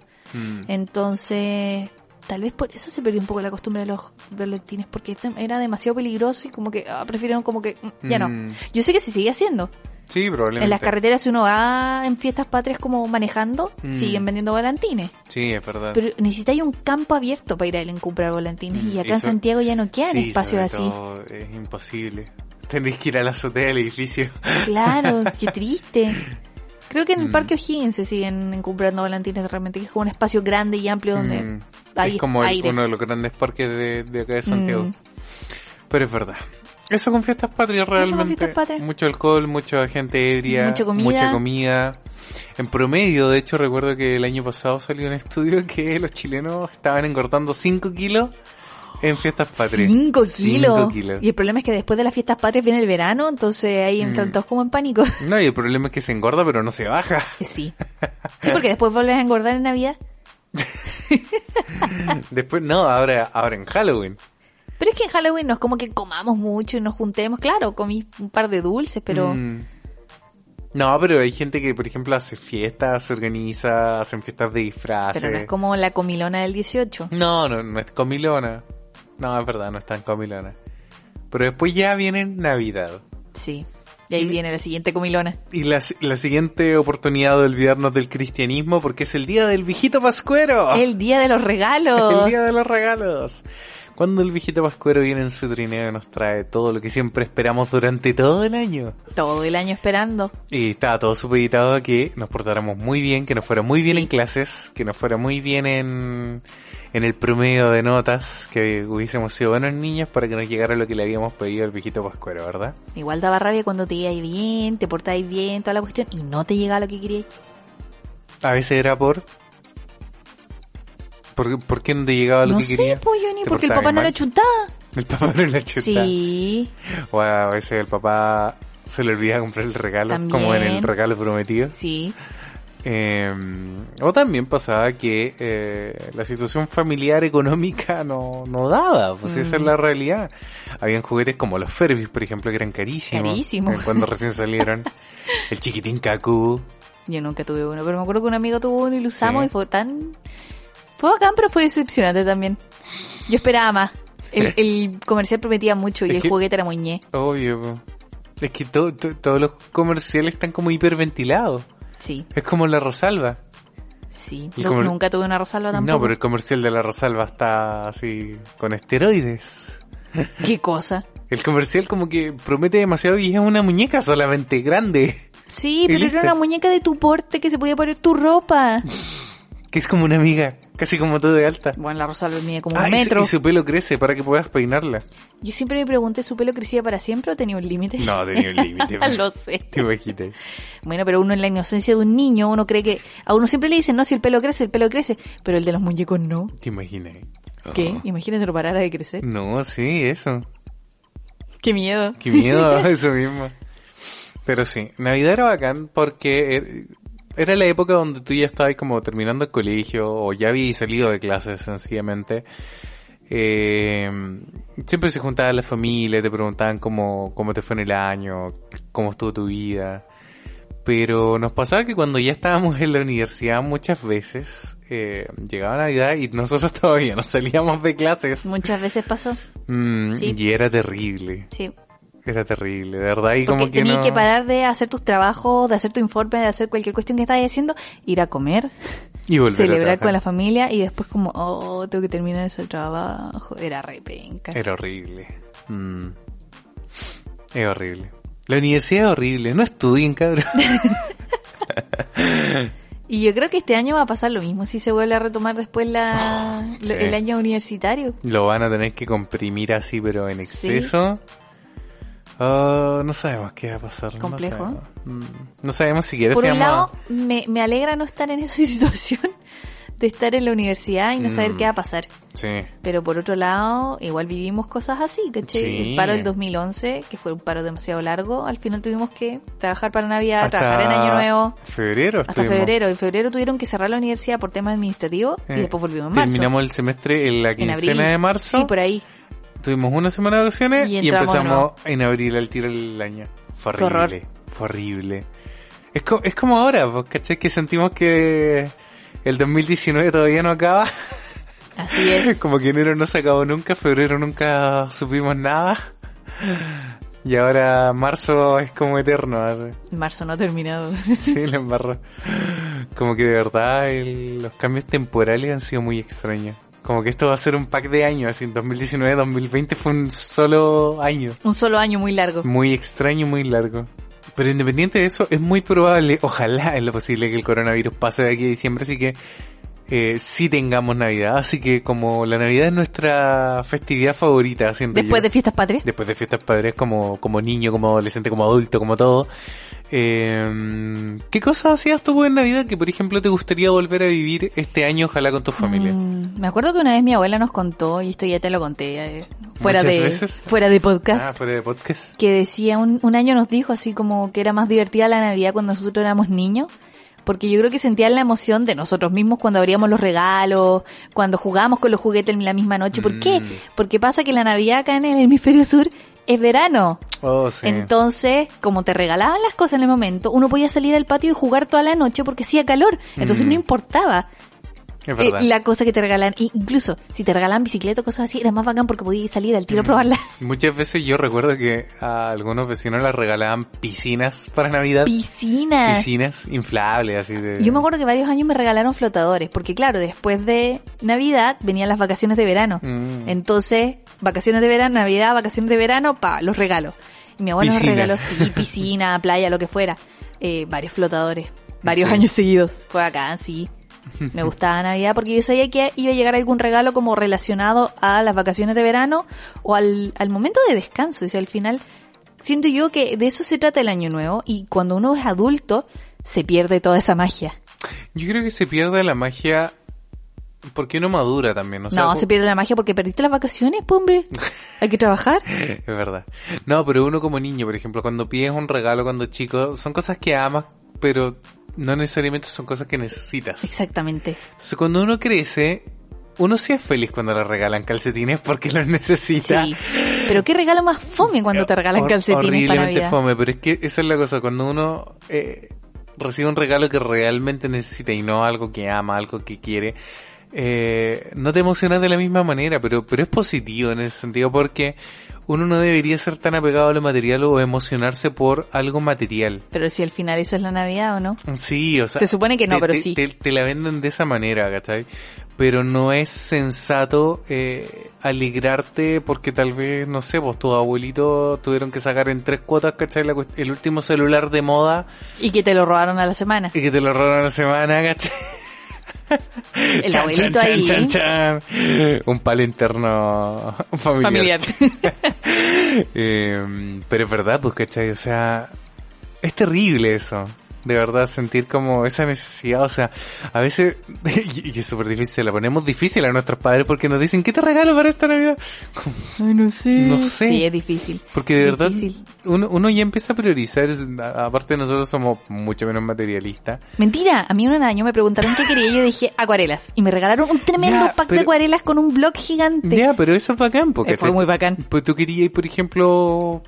Speaker 2: peligroso.
Speaker 3: Ah.
Speaker 2: Mm.
Speaker 3: Eh, Entonces, tal vez por eso se perdió un poco la costumbre de los volantines porque este- era demasiado peligroso y como que ah, prefirieron como que mm, ya
Speaker 2: Mm.
Speaker 3: no. Yo sé que se sigue haciendo.
Speaker 2: Sí, probablemente.
Speaker 3: En las carreteras si uno va en fiestas patrias como manejando,
Speaker 2: Mm.
Speaker 3: siguen vendiendo volantines,
Speaker 2: Sí, es verdad.
Speaker 3: pero necesitáis un campo abierto para ir a encumbrar volantines
Speaker 2: Mm,
Speaker 3: y acá
Speaker 2: y
Speaker 3: en
Speaker 2: so-
Speaker 3: Santiago ya no quedan
Speaker 2: sí,
Speaker 3: espacios
Speaker 2: sobre
Speaker 3: así.
Speaker 2: todo es imposible. Tendréis que ir a la azotea del edificio.
Speaker 3: Claro, qué triste. Creo que en el
Speaker 2: Mm.
Speaker 3: Parque O'Higgins se siguen encumbrando volantines realmente, que es como un espacio grande y amplio donde
Speaker 2: Mm.
Speaker 3: hay
Speaker 2: es como el-
Speaker 3: aire.
Speaker 2: uno de los grandes parques de, de acá de
Speaker 3: Mm.
Speaker 2: Santiago. Pero es verdad. Eso con fiestas patrias
Speaker 3: con
Speaker 2: realmente.
Speaker 3: fiestas patrias.
Speaker 2: Mucho alcohol, mucha gente ebria,
Speaker 3: Mucha comida.
Speaker 2: mucha comida. En promedio, de hecho, recuerdo que el año pasado salió un estudio que los chilenos estaban engordando 5 kilos en fiestas patrias.
Speaker 3: Cinco kilos.
Speaker 2: Cinco kilos.
Speaker 3: Y el problema es que después de las fiestas patrias viene el verano, entonces ahí
Speaker 2: Mm.
Speaker 3: entran todos como en pánico.
Speaker 2: No, y el problema es que se engorda pero no se baja.
Speaker 3: Sí. Sí, porque después vuelves a engordar en Navidad.
Speaker 2: Después, no, ahora, ahora en Halloween.
Speaker 3: Pero es que en Halloween no es como que comamos mucho y nos juntemos. Claro, comí un par de dulces, pero
Speaker 2: Mm. No, pero hay gente que, por ejemplo, hace fiestas, se organiza, hacen fiestas de disfraces.
Speaker 3: pero no es como la comilona del 18.
Speaker 2: No, no, no es comilona. No, es verdad, no es tan comilona. Pero después ya viene Navidad.
Speaker 3: Sí. Y ahí viene la siguiente comilona.
Speaker 2: Y la, la siguiente oportunidad de olvidarnos del cristianismo porque es el día del viejito pascuero.
Speaker 3: El día de los regalos.
Speaker 2: Ah. El día de los regalos. Cuando el viejito pascuero viene en su trineo y nos trae todo lo que siempre esperamos durante todo el año.
Speaker 3: Todo el año esperando.
Speaker 2: Y estaba todo supeditado a que nos portáramos muy bien, que nos fuera muy bien en clases, que nos fuera muy bien en, en el promedio de notas, que hubiésemos sido buenos niños para que nos llegara lo que le habíamos pedido al viejito Pascuero, ¿verdad?
Speaker 3: Igual daba rabia cuando te ibais bien, te portáis bien, toda la cuestión, y no te llegaba lo que queríais.
Speaker 2: A veces era por... ¿Por, por qué no te llegaba lo
Speaker 3: No
Speaker 2: que
Speaker 3: sé,
Speaker 2: quería?
Speaker 3: pues, Johnny,
Speaker 2: Te
Speaker 3: porque el
Speaker 2: portabas
Speaker 3: papá no
Speaker 2: mal.
Speaker 3: lo chutaba.
Speaker 2: El papá no la chutaba.
Speaker 3: Sí,
Speaker 2: O a veces el papá se le olvidaba comprar el regalo, como en el
Speaker 3: También.
Speaker 2: regalo prometido.
Speaker 3: sí.
Speaker 2: Eh, o también pasaba que eh, la situación familiar económica no, no daba, pues esa es
Speaker 3: Mm.
Speaker 2: la realidad. Habían juguetes como los Furbies, por ejemplo, que eran carísimos.
Speaker 3: Carísimos.
Speaker 2: eh, Cuando recién salieron. El chiquitín Kaku.
Speaker 3: Yo nunca tuve uno, pero me acuerdo que un amigo tuvo uno y lo usamos
Speaker 2: Sí.
Speaker 3: y fue tan... Fue bacán, pero fue decepcionante también. Yo esperaba más. El, el comercial prometía mucho y
Speaker 2: Es
Speaker 3: el
Speaker 2: que-
Speaker 3: juguete era muñe.
Speaker 2: Obvio. po. Es que to- to- todos los comerciales están como hiperventilados.
Speaker 3: Sí,
Speaker 2: Es como la Rosalba.
Speaker 3: sí.
Speaker 2: El
Speaker 3: No-
Speaker 2: comer-
Speaker 3: Nunca tuve una Rosalba tampoco.
Speaker 2: No, pero el comercial de la Rosalba está así con esteroides.
Speaker 3: Qué cosa.
Speaker 2: El comercial como que promete demasiado y es una muñeca solamente grande.
Speaker 3: Sí,
Speaker 2: Y
Speaker 3: pero
Speaker 2: listo.
Speaker 3: era una muñeca de tu porte que se podía poner tu ropa.
Speaker 2: Que es como una amiga, casi como tú de alta.
Speaker 3: Bueno, la Rosa lo mide como
Speaker 2: Ah,
Speaker 3: un
Speaker 2: y su-
Speaker 3: metro.
Speaker 2: Y su pelo crece para que puedas peinarla.
Speaker 3: Yo siempre me pregunté, ¿su pelo crecía para siempre o tenía un límite?
Speaker 2: No, tenía un límite.
Speaker 3: lo sé.
Speaker 2: Te imaginas.
Speaker 3: Bueno, pero uno en la inocencia de un niño, uno cree que... A uno siempre le dicen, no, si el pelo crece, el pelo crece. Pero el de los muñecos no.
Speaker 2: Te imaginas.
Speaker 3: ¿Qué?
Speaker 2: Oh.
Speaker 3: Imagínate lo parara de crecer.
Speaker 2: No, sí, eso. Mm.
Speaker 3: Qué miedo.
Speaker 2: Qué miedo, eso mismo. Pero sí, Navidad era bacán porque er- era la época donde tú ya estabas como terminando el colegio o ya habías salido de clases sencillamente. Eh, siempre se juntaba la familia, te preguntaban cómo, cómo te fue en el año, cómo estuvo tu vida. Pero nos pasaba que cuando ya estábamos en la universidad muchas veces eh, llegaba Navidad y nosotros todavía no salíamos de clases.
Speaker 3: Muchas veces pasó.
Speaker 2: Mm,
Speaker 3: Sí.
Speaker 2: Y era terrible.
Speaker 3: Sí.
Speaker 2: Era terrible, de verdad. Y
Speaker 3: Porque
Speaker 2: como que
Speaker 3: tenías
Speaker 2: no...
Speaker 3: que parar de hacer tus trabajos, de hacer tu informe, de hacer cualquier cuestión que estabas haciendo, ir a comer,
Speaker 2: y volver a
Speaker 3: celebrar
Speaker 2: trabajar.
Speaker 3: con la familia y después como, oh, tengo que terminar ese trabajo. Era re penca.
Speaker 2: Era horrible. Mm. Es horrible. La universidad es horrible. No estudien, cabrón.
Speaker 3: Y yo creo que este año va a pasar lo mismo si se vuelve a retomar después la,
Speaker 2: Oh,
Speaker 3: lo-
Speaker 2: sí.
Speaker 3: el año universitario.
Speaker 2: Lo van a tener que comprimir así, pero en
Speaker 3: Sí.
Speaker 2: exceso. Ah, no sabemos qué va a pasar. no
Speaker 3: Complejo.
Speaker 2: sabemos. Mm. No sabemos, si quieres
Speaker 3: Por
Speaker 2: se
Speaker 3: un
Speaker 2: llama-
Speaker 3: lado, me, me alegra no estar en esa situación de estar en la universidad y no saber
Speaker 2: Mm.
Speaker 3: qué va a pasar.
Speaker 2: Sí.
Speaker 3: Pero por otro lado, igual vivimos cosas así, ¿cachai?
Speaker 2: Sí.
Speaker 3: El paro del 2011, que fue un paro demasiado largo, al final tuvimos que trabajar para Navidad,
Speaker 2: Hasta
Speaker 3: trabajar en Año Nuevo,
Speaker 2: Febrero.
Speaker 3: hasta
Speaker 2: estuvimos.
Speaker 3: febrero. En febrero tuvieron que cerrar la universidad por temas administrativos y
Speaker 2: Eh,
Speaker 3: después volvimos en marzo.
Speaker 2: Terminamos el semestre en la
Speaker 3: en
Speaker 2: quincena de marzo.
Speaker 3: Sí, por ahí.
Speaker 2: Tuvimos una semana de vacaciones
Speaker 3: Y
Speaker 2: y,
Speaker 3: entramos de
Speaker 2: empezamos
Speaker 3: nuevo.
Speaker 2: en abril al tiro del año. Fue
Speaker 3: Qué horror.
Speaker 2: horrible. Fue horrible. Es, co- es como ahora, pues, ¿cachai? Que sentimos que el 2019 todavía no acaba.
Speaker 3: Así es.
Speaker 2: como que enero no se acabó nunca, febrero nunca supimos nada. Y ahora marzo es como eterno. así.
Speaker 3: Marzo no ha terminado.
Speaker 2: Sí, la embarró. Como que de verdad el- los cambios temporales han sido muy extraños. Como que esto va a ser un pack de años, así 2019-2020 fue un solo año.
Speaker 3: un solo año muy largo.
Speaker 2: Muy extraño, muy largo. Pero independiente de eso, es muy probable, ojalá es lo posible que el coronavirus pase de aquí a diciembre, así que eh, sí tengamos Navidad. Así que como la Navidad es nuestra festividad favorita, siento
Speaker 3: Después
Speaker 2: yo.
Speaker 3: de Fiestas Patrias.
Speaker 2: después de fiestas padres como, como niño, como adolescente, como adulto, como todo. Eh, ¿Qué cosas hacías tú en Navidad que, por ejemplo, te gustaría volver a vivir este año, ojalá con tu familia?
Speaker 3: Mm, me acuerdo que una vez mi abuela nos contó, y esto ya te lo conté, eh, fuera,
Speaker 2: Muchas
Speaker 3: de,
Speaker 2: veces.
Speaker 3: fuera de podcast.
Speaker 2: Ah, fuera de podcast.
Speaker 3: que decía, un, un año nos dijo así como que era más divertida la Navidad cuando nosotros éramos niños, porque yo creo que sentían la emoción de nosotros mismos cuando abríamos los regalos, cuando jugábamos con los juguetes en la misma noche. ¿Por qué?
Speaker 2: Mm.
Speaker 3: Porque pasa que la Navidad acá en el hemisferio sur es verano.
Speaker 2: Oh, sí.
Speaker 3: Entonces, como te regalaban las cosas en el momento, uno podía salir al patio y jugar toda la noche porque hacía calor. Entonces
Speaker 2: Mm.
Speaker 3: no importaba
Speaker 2: es
Speaker 3: eh,
Speaker 2: verdad.
Speaker 3: la cosa que te regalan. E incluso si te regalaban bicicleta o cosas así, era más bacán porque podías salir al
Speaker 2: Mm.
Speaker 3: tiro a probarla.
Speaker 2: Muchas veces yo recuerdo que a algunos vecinos les regalaban piscinas para Navidad.
Speaker 3: Piscina.
Speaker 2: Piscinas inflables, así de...
Speaker 3: Yo me acuerdo que varios años me regalaron flotadores, porque claro, después de Navidad venían las vacaciones de verano.
Speaker 2: Mm.
Speaker 3: Entonces, vacaciones de verano, Navidad, vacaciones de verano, pa, los regalos. Y mi abuelo nos
Speaker 2: Piscina.
Speaker 3: regaló, sí, piscina, playa, lo que fuera. Eh, varios flotadores, varios
Speaker 2: Sí.
Speaker 3: años seguidos. Fue acá, sí. Me gustaba Navidad porque yo sabía que iba a llegar algún regalo como relacionado a las vacaciones de verano o al, al momento de descanso. Y al final siento yo que de eso se trata el año nuevo y cuando uno es adulto se pierde toda esa magia.
Speaker 2: Yo creo que se pierde la magia porque uno madura también. O sea,
Speaker 3: no,
Speaker 2: po-
Speaker 3: se pierde la magia porque perdiste las vacaciones, pues hombre. Hay que trabajar.
Speaker 2: Es verdad. No, pero uno como niño, por ejemplo, cuando pides un regalo cuando chico, son cosas que amas, pero no necesariamente son cosas que necesitas.
Speaker 3: Exactamente.
Speaker 2: Entonces, cuando uno crece, uno sí es feliz cuando le regalan calcetines porque los necesita.
Speaker 3: Sí. Pero qué regalo más fome cuando te regalan
Speaker 2: Hor-
Speaker 3: calcetines para
Speaker 2: Horriblemente
Speaker 3: Navidad.
Speaker 2: fome, pero es que esa es la cosa, cuando uno eh, recibe un regalo que realmente necesita y no algo que ama, algo que quiere, eh, no te emocionas de la misma manera, pero, pero es positivo en ese sentido porque uno no debería ser tan apegado a lo material o emocionarse por algo material.
Speaker 3: Pero si al final eso es la Navidad o no.
Speaker 2: Sí, o sea...
Speaker 3: Se supone que no,
Speaker 2: te-
Speaker 3: pero
Speaker 2: te-
Speaker 3: sí.
Speaker 2: Te, te la venden de esa manera, ¿cachai? pero no es sensato eh, alegrarte porque tal vez, no sé, pues tus abuelitos tuvieron que sacar en tres cuotas, ¿cachai? La cuest- el último celular de moda
Speaker 3: Y que te lo robaron a la semana.
Speaker 2: y que te lo robaron a la semana, ¿cachai?
Speaker 3: El
Speaker 2: Chan,
Speaker 3: abuelito
Speaker 2: chan,
Speaker 3: ahí.
Speaker 2: chan, chan, chan. Un palo interno familiar.
Speaker 3: Familiar.
Speaker 2: Eh, pero es verdad, pues, ¿cachai? O sea, es terrible eso. De verdad, sentir como esa necesidad. O sea, a veces, y y es súper difícil, se la ponemos difícil a nuestros padres porque nos dicen, ¿qué te regalo para esta Navidad?
Speaker 3: Ay, no sé.
Speaker 2: No sé.
Speaker 3: Sí, es difícil.
Speaker 2: Porque de verdad,
Speaker 3: Difícil.
Speaker 2: uno, uno ya empieza a priorizar. es- a- Aparte, nosotros somos mucho menos materialistas.
Speaker 3: Mentira, a mí un año me preguntaron qué quería y yo dije acuarelas. Y me regalaron un tremendo
Speaker 2: Ya,
Speaker 3: pack
Speaker 2: pero-
Speaker 3: de acuarelas con un blog gigante.
Speaker 2: Ya, pero eso es bacán, porque
Speaker 3: Eh, Fue muy bacán.
Speaker 2: pues tú querías, por ejemplo,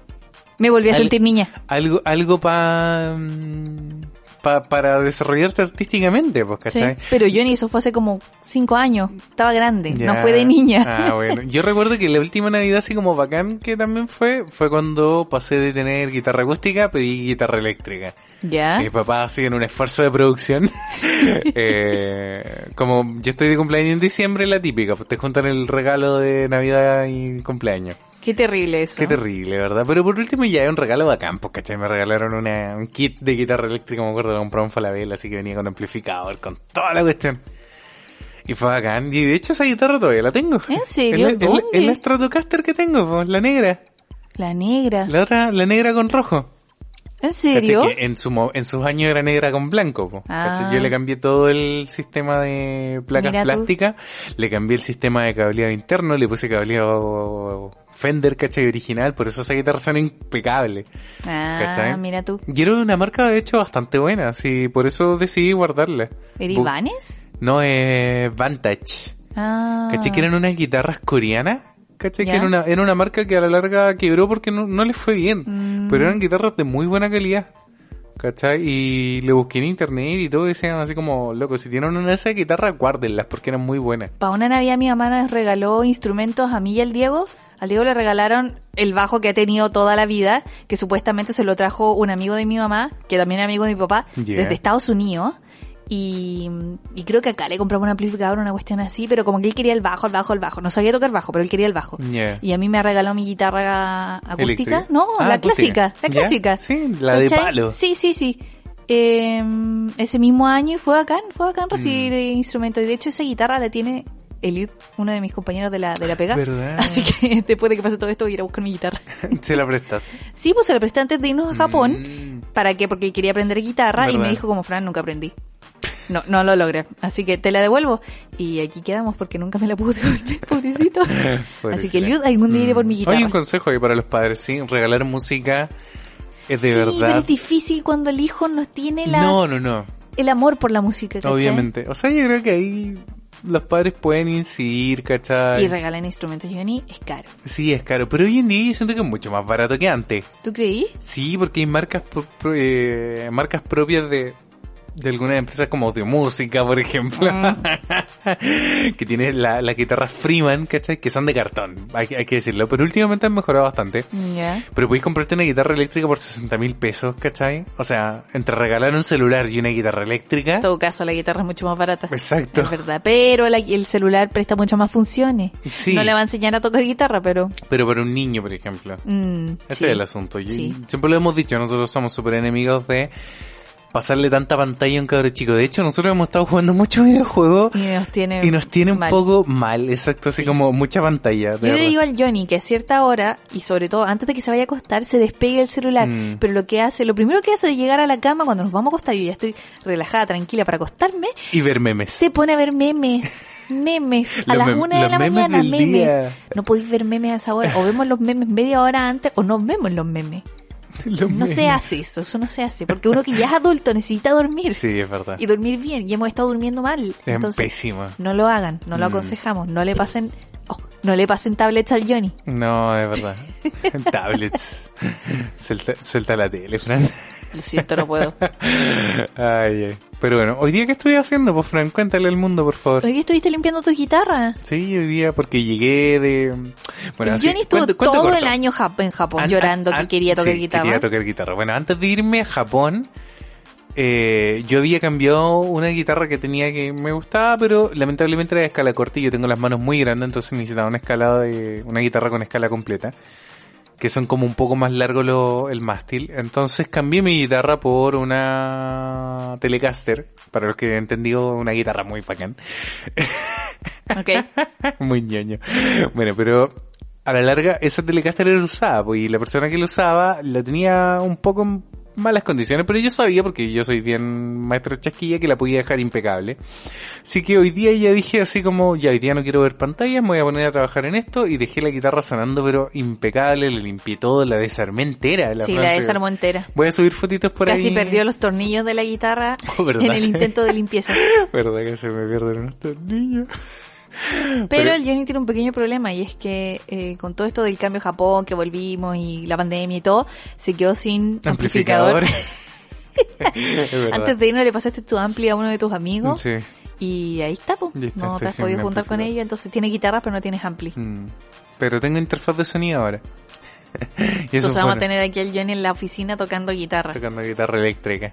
Speaker 3: Me volví a
Speaker 2: Al-
Speaker 3: sentir niña.
Speaker 2: algo algo pa, mm, pa- para desarrollarte artísticamente, pues,
Speaker 3: Sí.
Speaker 2: ¿cachai?
Speaker 3: Pero yo ni eso fue hace como cinco años. Estaba grande, no
Speaker 2: Ya.
Speaker 3: fue de niña.
Speaker 2: Ah, bueno. Yo recuerdo que la última Navidad así como bacán que también fue, fue cuando pasé de tener guitarra acústica a pedir guitarra eléctrica.
Speaker 3: ya.
Speaker 2: Mi papá sigue en un esfuerzo de producción. Eh, como yo estoy de cumpleaños en diciembre, la típica, pues te juntan el regalo de Navidad y cumpleaños.
Speaker 3: Qué terrible eso.
Speaker 2: Qué terrible, ¿verdad? Pero por último ya es un regalo bacán, pues, ¿cachai? Me regalaron una, un kit de guitarra eléctrica, me acuerdo, lo compré en Falabella, así que venía con amplificador, con toda la cuestión. Y fue bacán. Y de hecho esa guitarra todavía la tengo.
Speaker 3: ¿En serio?
Speaker 2: Es la, es la-
Speaker 3: ¿Dónde?
Speaker 2: es la Stratocaster que tengo, pues, la negra.
Speaker 3: La negra.
Speaker 2: La otra, la negra con rojo.
Speaker 3: ¿En
Speaker 2: ¿Cachai?
Speaker 3: serio?
Speaker 2: Que en, su, mo- en sus años era negra con blanco. po,
Speaker 3: Ah.
Speaker 2: ¿cachai? Yo le cambié todo el sistema de placas
Speaker 3: Mira tú.
Speaker 2: plásticas, le cambié el sistema de cableado interno, le puse cableado Fender, ¿cachai? Original, por eso esa guitarra suena impecable.
Speaker 3: Ah,
Speaker 2: ¿Cachai?
Speaker 3: mira tú.
Speaker 2: Y era una marca, de hecho, bastante buena, así, por eso decidí guardarla.
Speaker 3: ¿Eri
Speaker 2: Bu-
Speaker 3: Vanes?
Speaker 2: No, es Vantage.
Speaker 3: Ah.
Speaker 2: ¿Cachai? Que eran unas guitarras coreanas. ¿Cachai? Que
Speaker 3: Ya.
Speaker 2: era una, era una marca que a la larga quebró porque no, no les fue bien.
Speaker 3: Mm.
Speaker 2: Pero eran guitarras de muy buena calidad. ¿Cachai? Y le busqué en internet y todo decían así como, loco, si tienen una de esas guitarras, guárdenlas porque eran muy buenas.
Speaker 3: Para una Navidad mi mamá nos regaló instrumentos a mí y al Diego. Al Diego le regalaron el bajo que ha tenido toda la vida, que supuestamente se lo trajo un amigo de mi mamá, que también era amigo de mi papá,
Speaker 2: Yeah.
Speaker 3: desde Estados Unidos. Y, y creo que acá le compramos un amplificador, una cuestión así, pero como que él quería el bajo, el bajo, el bajo. No sabía tocar bajo, pero él quería el bajo.
Speaker 2: Yeah.
Speaker 3: Y a mí me ha regalado mi guitarra acústica.
Speaker 2: Eléctrica.
Speaker 3: No,
Speaker 2: Ah,
Speaker 3: la
Speaker 2: acústica.
Speaker 3: clásica, la
Speaker 2: ¿Ya?
Speaker 3: clásica.
Speaker 2: Sí, la de
Speaker 3: ¿Cachai?
Speaker 2: palo.
Speaker 3: Sí, sí, sí. Eh, ese mismo año y fue bacán, fue bacán
Speaker 2: Mm.
Speaker 3: recibir instrumentos. Y de hecho esa guitarra la tiene Elid, uno de mis compañeros de la, de la pega.
Speaker 2: ¿Verdad?
Speaker 3: Así que después de que pase todo esto voy a ir a buscar mi guitarra.
Speaker 2: Se la prestaste.
Speaker 3: Sí, pues se la presté antes de irnos a Japón.
Speaker 2: Mm.
Speaker 3: ¿Para qué? Porque quería aprender guitarra y
Speaker 2: ¿Verdad?
Speaker 3: me dijo como Fran, nunca aprendí. No, no lo logré. Así que te la devuelvo. Y aquí quedamos porque nunca me la pude devolver, pobrecito. Así que Eliud, algún día iré por mi guitarra.
Speaker 2: Hay Mm. un consejo ahí para los padres, ¿sí? Regalar música es de
Speaker 3: sí, pero
Speaker 2: verdad.
Speaker 3: es difícil cuando el hijo no tiene la,
Speaker 2: No, no, no.
Speaker 3: el amor por la música, ¿cachai?
Speaker 2: Obviamente. O sea, yo creo que ahí los padres pueden incidir, ¿cachai?
Speaker 3: Y regalan instrumentos, Johnny, es caro.
Speaker 2: Sí, es caro, pero hoy en día yo siento que es mucho más barato que antes.
Speaker 3: ¿Tú creí?
Speaker 2: Sí, porque hay marcas pro- pro- eh, marcas propias de, de algunas empresas como de música, por ejemplo,
Speaker 3: Mm.
Speaker 2: que tiene la, las guitarras Freeman, ¿cachai? Que son de cartón, hay, que- hay que decirlo, pero últimamente han mejorado bastante.
Speaker 3: Ya.
Speaker 2: Pero podéis comprarte una guitarra eléctrica por 60 mil pesos, ¿cachai? O sea, entre regalar un celular y una guitarra eléctrica.
Speaker 3: En todo caso, la guitarra es mucho más barata.
Speaker 2: Exacto.
Speaker 3: Es verdad, pero la- el celular presta muchas más funciones.
Speaker 2: Sí.
Speaker 3: No le va a enseñar a tocar guitarra, pero...
Speaker 2: Pero para un niño, por ejemplo.
Speaker 3: mm,
Speaker 2: Ese
Speaker 3: sí.
Speaker 2: es el asunto. Y
Speaker 3: Sí.
Speaker 2: Siempre lo hemos dicho, nosotros somos súper enemigos de pasarle tanta pantalla a un cabro chico. De hecho, nosotros hemos estado jugando mucho videojuego
Speaker 3: Y nos tiene...
Speaker 2: y nos tiene un
Speaker 3: Eh, mal.
Speaker 2: poco mal, exacto, así como mucha pantalla. de
Speaker 3: Yo le
Speaker 2: verdad.
Speaker 3: digo al Johnny que a cierta hora, y sobre todo antes de que se vaya a acostar, se despegue el celular.
Speaker 2: Mm.
Speaker 3: Pero lo que hace, lo primero que hace de llegar a la cama cuando nos vamos a acostar, yo ya estoy relajada, tranquila para acostarme,
Speaker 2: Y ver memes.
Speaker 3: se pone a ver memes. Memes. A
Speaker 2: Los
Speaker 3: las
Speaker 2: mem-
Speaker 3: una de
Speaker 2: los
Speaker 3: la
Speaker 2: memes
Speaker 3: mañana,
Speaker 2: del
Speaker 3: memes.
Speaker 2: día.
Speaker 3: No podéis ver memes a esa hora. O vemos los memes media hora antes o no vemos los memes.
Speaker 2: Los
Speaker 3: no se
Speaker 2: memes.
Speaker 3: hace eso, eso no se hace. Porque uno que ya es adulto necesita dormir.
Speaker 2: Sí, es verdad.
Speaker 3: Y dormir bien. Y hemos estado durmiendo mal.
Speaker 2: es
Speaker 3: Entonces,
Speaker 2: pésimo.
Speaker 3: no lo hagan, no lo
Speaker 2: Mm.
Speaker 3: aconsejamos. No le pasen, oh, no le pasen tablets al Johnny.
Speaker 2: No, es verdad. Tablets. suelta, suelta la tele, Fran.
Speaker 3: Lo siento, no puedo.
Speaker 2: Ay, ay. Pero bueno, hoy día, ¿qué estoy haciendo? Pues, Fran, cuéntale al mundo, por favor.
Speaker 3: Hoy estuviste limpiando tus guitarras.
Speaker 2: Sí, hoy día porque llegué de...
Speaker 3: el
Speaker 2: así-
Speaker 3: Johnny estuvo
Speaker 2: cuento- cuento
Speaker 3: todo
Speaker 2: corto.
Speaker 3: el año Jap- en Japón
Speaker 2: An-
Speaker 3: llorando
Speaker 2: an-
Speaker 3: que quería tocar
Speaker 2: sí,
Speaker 3: guitarra.
Speaker 2: Quería tocar guitarra. Bueno, antes de irme a Japón, eh, yo había cambiado una guitarra que tenía que me gustaba, pero lamentablemente era de escala corta y yo tengo las manos muy grandes, entonces necesitaba una escala de una guitarra con escala completa, que son como un poco más largo lo- el mástil. Entonces cambié mi guitarra por una Telecaster, para los que he entendido, una guitarra muy bacán.
Speaker 3: Ok.
Speaker 2: Muy ñoño. Bueno, pero a la larga esa Telecaster era usada, pues, y la persona que la usaba la tenía un poco en malas condiciones, pero yo sabía, porque yo soy bien maestro chasquilla, que la podía dejar impecable. Así que hoy día ya dije así como, ya hoy día no quiero ver pantallas, me voy a poner a trabajar en esto, y dejé la guitarra sonando, pero impecable, la limpié todo, la desarmé entera. La
Speaker 3: sí, la
Speaker 2: Francia.
Speaker 3: desarmó entera.
Speaker 2: Voy a subir fotitos por
Speaker 3: Casi
Speaker 2: ahí.
Speaker 3: perdió los tornillos de la guitarra
Speaker 2: Oh, ¿verdad?
Speaker 3: en el intento de limpieza.
Speaker 2: Verdad que se me pierden unos tornillos.
Speaker 3: Pero el Johnny tiene un pequeño problema y es que eh, con todo esto del cambio a Japón, que volvimos y la pandemia y todo, se quedó sin amplificador.
Speaker 2: Amplificador. Es verdad.
Speaker 3: Antes de irnos le pasaste tu ampli a uno de tus amigos
Speaker 2: Sí. este
Speaker 3: y ahí está, po.
Speaker 2: Y está,
Speaker 3: no
Speaker 2: está
Speaker 3: te has
Speaker 2: sin
Speaker 3: podido juntar con
Speaker 2: amplificador.
Speaker 3: ella, entonces tiene guitarras pero no tienes ampli.
Speaker 2: Mm. Pero tengo interfaz de sonido ahora. y eso
Speaker 3: Entonces vamos
Speaker 2: bueno,
Speaker 3: a tener aquí al Johnny en la oficina tocando guitarra.
Speaker 2: tocando guitarra eléctrica.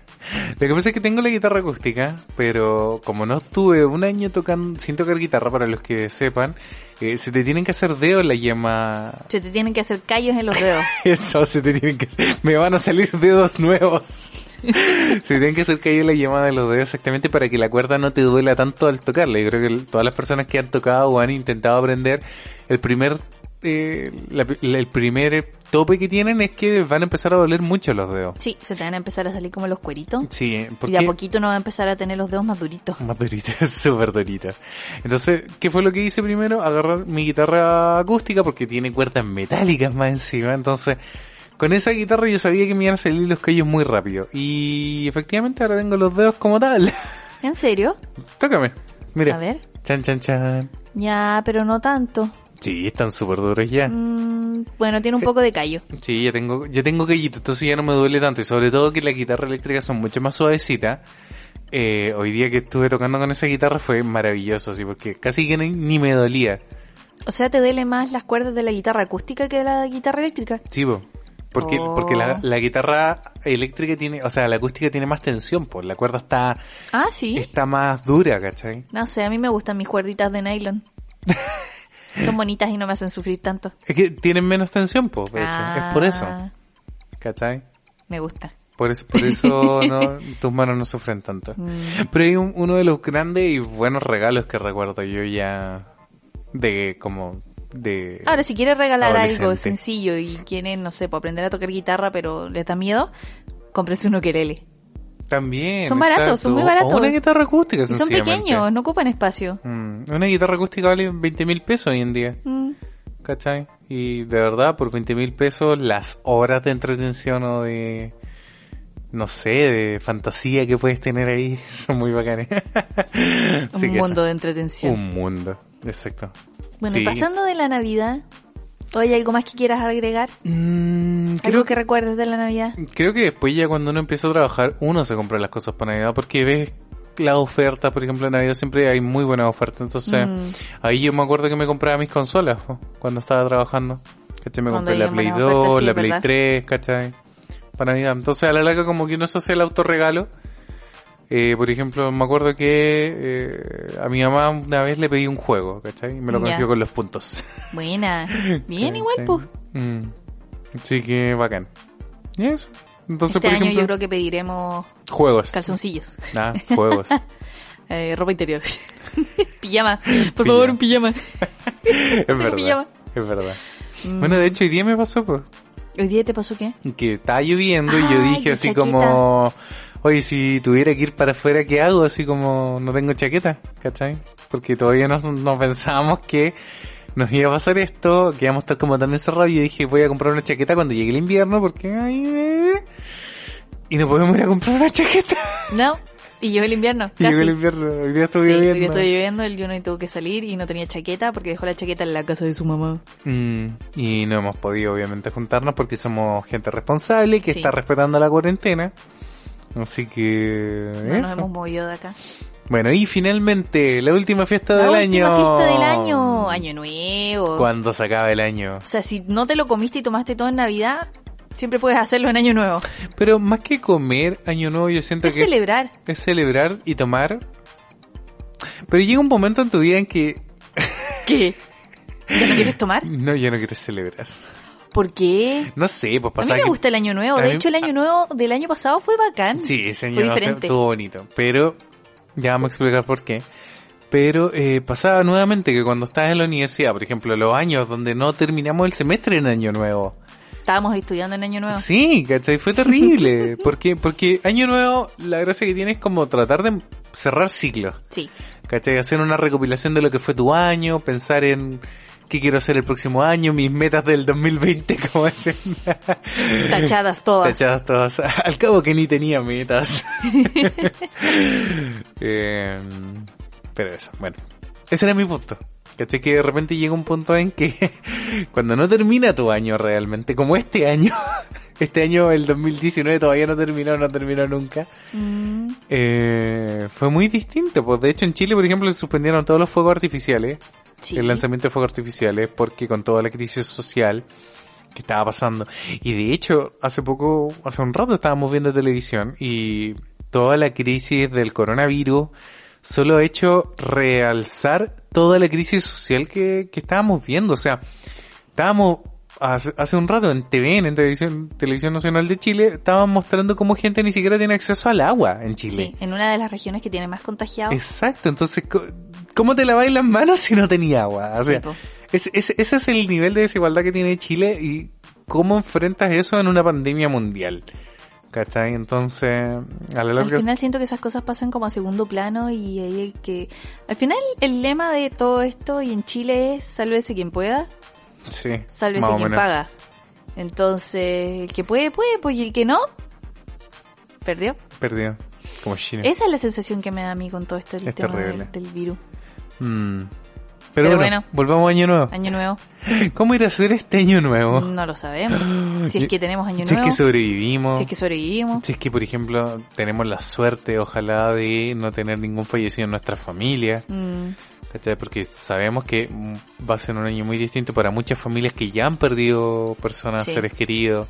Speaker 2: Lo que pasa es que tengo la guitarra acústica, pero como no estuve un año tocando sin tocar guitarra, para los que sepan, eh, se te tienen que hacer dedos la llama.
Speaker 3: Se te tienen que hacer callos en los dedos.
Speaker 2: Eso, se te tienen que... Me van a salir dedos nuevos. se tienen que hacer caer la llamada de los dedos exactamente para que la cuerda no te duela tanto al tocarla. Yo creo que el- todas las personas que han tocado o han intentado aprender, el primer, eh, la- la- el primer tope que tienen es que van a empezar a doler mucho los dedos.
Speaker 3: Sí, se te van a empezar a salir como los cueritos.
Speaker 2: Sí, eh,
Speaker 3: Y de a poquito uno va a empezar a tener los dedos más duritos.
Speaker 2: Más durita, súper durita. Entonces, ¿qué fue lo que hice primero? Agarrar mi guitarra acústica porque tiene cuerdas metálicas más encima. Entonces, con esa guitarra yo sabía que me iban a salir los callos muy rápido. Y efectivamente ahora tengo los dedos como tal.
Speaker 3: ¿En serio?
Speaker 2: Tócame. Mm. Mira.
Speaker 3: A ver.
Speaker 2: Chan, chan, chan.
Speaker 3: Ya, pero no tanto.
Speaker 2: Sí, están súper duros ya.
Speaker 3: Mm, bueno, tiene un poco de callo.
Speaker 2: Sí, ya tengo, ya tengo callito, entonces ya no me duele tanto. Y sobre todo que las guitarras eléctricas son mucho más suavecitas. Eh, hoy día que estuve tocando con esa guitarra fue maravilloso, así, porque casi que ni- ni me dolía.
Speaker 3: O sea, te duele más las cuerdas de la guitarra acústica que de la guitarra eléctrica.
Speaker 2: Sí, po. Porque,
Speaker 3: Oh.
Speaker 2: porque la, la guitarra eléctrica tiene, o sea, la acústica tiene más tensión, pues la cuerda está,
Speaker 3: Ah, sí.
Speaker 2: está más dura, ¿cachai?
Speaker 3: No sé, a mí me gustan mis cuerditas de nylon. Son bonitas y no me hacen sufrir tanto.
Speaker 2: Es que tienen menos tensión, pues, de hecho.
Speaker 3: Ah,
Speaker 2: Es por eso, ¿cachai?
Speaker 3: Me gusta.
Speaker 2: Por eso, por eso no, tus manos no sufren tanto.
Speaker 3: Mm.
Speaker 2: Pero hay un- uno de los grandes y buenos regalos que recuerdo yo ya de como de...
Speaker 3: Ahora, si quieres regalar algo
Speaker 2: Adolescente.
Speaker 3: sencillo y quieren, no sé, pues, aprender a tocar guitarra, pero les da miedo, cómprense un ukelele.
Speaker 2: También.
Speaker 3: Son baratos, son muy
Speaker 2: exacto.
Speaker 3: baratos.
Speaker 2: O una guitarra acústica,
Speaker 3: Y son
Speaker 2: sencillamente.
Speaker 3: pequeños, no ocupan espacio.
Speaker 2: Mm, una guitarra acústica vale 20 mil pesos hoy en día.
Speaker 3: Mm.
Speaker 2: ¿Cachai? Y de verdad, por 20 mil pesos, las horas de entretención o de. No sé, de fantasía que puedes tener ahí son muy bacanes. Así
Speaker 3: un
Speaker 2: que eso.
Speaker 3: mundo de entretención.
Speaker 2: Un mundo, exacto.
Speaker 3: Bueno,
Speaker 2: Sí.
Speaker 3: y pasando de la Navidad, ¿hay algo más que quieras agregar?
Speaker 2: Mm,
Speaker 3: ¿Algo
Speaker 2: creo,
Speaker 3: que recuerdes de la Navidad?
Speaker 2: creo que después, ya cuando uno empieza a trabajar, uno se compra las cosas para Navidad porque ves las ofertas, por ejemplo, en Navidad siempre hay muy buenas ofertas. Entonces,
Speaker 3: Mm.
Speaker 2: ahí yo me acuerdo que me compraba mis consolas po, cuando estaba trabajando. ¿Cachai? Me
Speaker 3: Cuando
Speaker 2: compré la
Speaker 3: había
Speaker 2: Play
Speaker 3: buenas ofertas,
Speaker 2: 2,
Speaker 3: sí,
Speaker 2: la
Speaker 3: es
Speaker 2: Play
Speaker 3: verdad.
Speaker 2: 3, ¿cachai? Para Navidad. Entonces, a la larga, como que uno se hace el autorregalo. Eh, por ejemplo, me acuerdo que eh, a mi mamá una vez le pedí un juego, ¿cachai? Y me lo
Speaker 3: Ya.
Speaker 2: cogió con los puntos.
Speaker 3: Buena. Bien,
Speaker 2: ¿Cachai?
Speaker 3: igual, pues.
Speaker 2: Mm. Así que bacán. Y eso. Entonces,
Speaker 3: Este
Speaker 2: por
Speaker 3: año
Speaker 2: ejemplo,
Speaker 3: yo creo que pediremos
Speaker 2: juegos.
Speaker 3: calzoncillos,
Speaker 2: Ah, juegos.
Speaker 3: eh, ropa interior, pijama, por favor, un pijama.
Speaker 2: es verdad.
Speaker 3: pijama.
Speaker 2: Es verdad.
Speaker 3: Mm.
Speaker 2: Bueno, de hecho, hoy día me pasó, pues.
Speaker 3: ¿Hoy día te pasó qué?
Speaker 2: que estaba lloviendo y yo
Speaker 3: Ay,
Speaker 2: dije
Speaker 3: qué
Speaker 2: así
Speaker 3: chaqueta.
Speaker 2: como, oye, si tuviera que ir para afuera, ¿qué hago? Así como, no tengo chaqueta, ¿cachai? Porque todavía no, no pensábamos que nos iba a pasar esto, que íbamos a estar como tan encerrados y yo dije, voy a comprar una chaqueta cuando llegue el invierno porque, ay, eh, y no podemos ir a comprar una chaqueta.
Speaker 3: No, y llegó el invierno,
Speaker 2: Y
Speaker 3: casi.
Speaker 2: llegó el invierno, hoy día estuvo
Speaker 3: Sí, hoy día
Speaker 2: lloviendo.
Speaker 3: estuvo lloviendo, el Juno tuvo que salir y no tenía chaqueta porque dejó la chaqueta en la casa de su mamá.
Speaker 2: Mm, y no hemos podido obviamente juntarnos porque somos gente responsable que
Speaker 3: Sí.
Speaker 2: está respetando la cuarentena. Así que...
Speaker 3: No nos
Speaker 2: eso.
Speaker 3: hemos movido de acá.
Speaker 2: Bueno, y finalmente, la última fiesta
Speaker 3: la
Speaker 2: del año.
Speaker 3: última fiesta del año, año nuevo.
Speaker 2: Cuando se acaba el año.
Speaker 3: O sea, si no te lo comiste y tomaste todo en Navidad, Siempre puedes hacerlo en Año Nuevo.
Speaker 2: Pero más que comer Año Nuevo, yo siento
Speaker 3: Es
Speaker 2: que
Speaker 3: celebrar.
Speaker 2: es celebrar y tomar. Pero llega un momento en tu vida en que
Speaker 3: ¿Qué? ¿Ya no quieres tomar?
Speaker 2: no, ya no quieres celebrar.
Speaker 3: ¿Por qué?
Speaker 2: No sé, pues
Speaker 3: A mí
Speaker 2: pasa
Speaker 3: me
Speaker 2: que-
Speaker 3: gusta el Año Nuevo.
Speaker 2: a
Speaker 3: De
Speaker 2: mí-
Speaker 3: hecho, el Año Nuevo del año pasado fue bacán.
Speaker 2: Sí, ese año
Speaker 3: Fue
Speaker 2: no,
Speaker 3: diferente.
Speaker 2: estuvo bonito, pero ya vamos a explicar por qué. Pero eh, pasaba nuevamente que cuando estás en la universidad, por ejemplo, los años donde no terminamos el semestre en año nuevo.
Speaker 3: Estábamos estudiando en Año Nuevo.
Speaker 2: Sí, ¿cachai? Fue terrible. porque, porque año nuevo, la gracia que tiene es como tratar de cerrar ciclos.
Speaker 3: Sí.
Speaker 2: ¿Cachai? Hacer una recopilación de lo que fue tu año, pensar en qué quiero hacer el próximo año, mis metas del 2020, como dicen.
Speaker 3: Tachadas todas.
Speaker 2: Tachadas todas. Al cabo que ni tenía metas. Eh, pero eso, bueno. Ese era mi punto. ¿Cachai? Que de repente llega un punto en que cuando no termina tu año realmente, como este año, este año, el 2019, todavía no terminó, no terminó nunca,
Speaker 3: Mm,
Speaker 2: eh, fue muy distinto. Pues de hecho en Chile, por ejemplo, se suspendieron todos los fuegos artificiales
Speaker 3: sí.
Speaker 2: el lanzamiento de fuegos artificiales porque con toda la crisis social que estaba pasando. Y de hecho, hace poco, hace un rato estábamos viendo televisión y toda la crisis del coronavirus solo ha hecho realzar toda la crisis social que, que estábamos viendo. O sea, estábamos hace, hace un rato en TVN, en Televisión, Televisión Nacional de Chile, estaban mostrando cómo gente ni siquiera tiene acceso al agua en Chile.
Speaker 3: Sí, en una de las regiones que tiene más contagiados.
Speaker 2: Exacto, entonces, co- ¿cómo te laváis las manos si no tenía agua? O sea,
Speaker 3: Sí, po.
Speaker 2: es- es- ese es el nivel de desigualdad que tiene Chile y cómo enfrentas eso en una pandemia mundial. ¿Cachai? Entonces, a la
Speaker 3: Al
Speaker 2: larga...
Speaker 3: final siento que esas cosas pasan como a segundo plano y ahí el que... Al final el lema de todo esto y en Chile es sálvese quien pueda,
Speaker 2: sí,
Speaker 3: sálvese
Speaker 2: más o
Speaker 3: quien
Speaker 2: menos.
Speaker 3: paga. Entonces, el que puede, puede, pues y el que no, perdió.
Speaker 2: Perdido. Como Chile.
Speaker 3: Esa es la sensación que me da a mí con todo esto el
Speaker 2: Es
Speaker 3: tema
Speaker 2: terrible.
Speaker 3: del, del virus.
Speaker 2: Mm. Pero,
Speaker 3: Pero
Speaker 2: bueno,
Speaker 3: bueno.
Speaker 2: volvamos a Año Nuevo.
Speaker 3: Año nuevo,
Speaker 2: ¿Cómo ir a hacer este Año Nuevo?
Speaker 3: no lo sabemos. Mm, Si es
Speaker 2: Yo-
Speaker 3: que tenemos año
Speaker 2: Mm. si es
Speaker 3: nuevo,
Speaker 2: que sobrevivimos.
Speaker 3: si es que sobrevivimos.
Speaker 2: Si es que, por ejemplo, tenemos la suerte, ojalá, de no tener ningún fallecido en nuestra familia.
Speaker 3: Mm,
Speaker 2: ¿Cachai? Porque sabemos que mm, va a ser un año muy distinto para muchas familias que ya han perdido personas,
Speaker 3: Sí.
Speaker 2: seres queridos.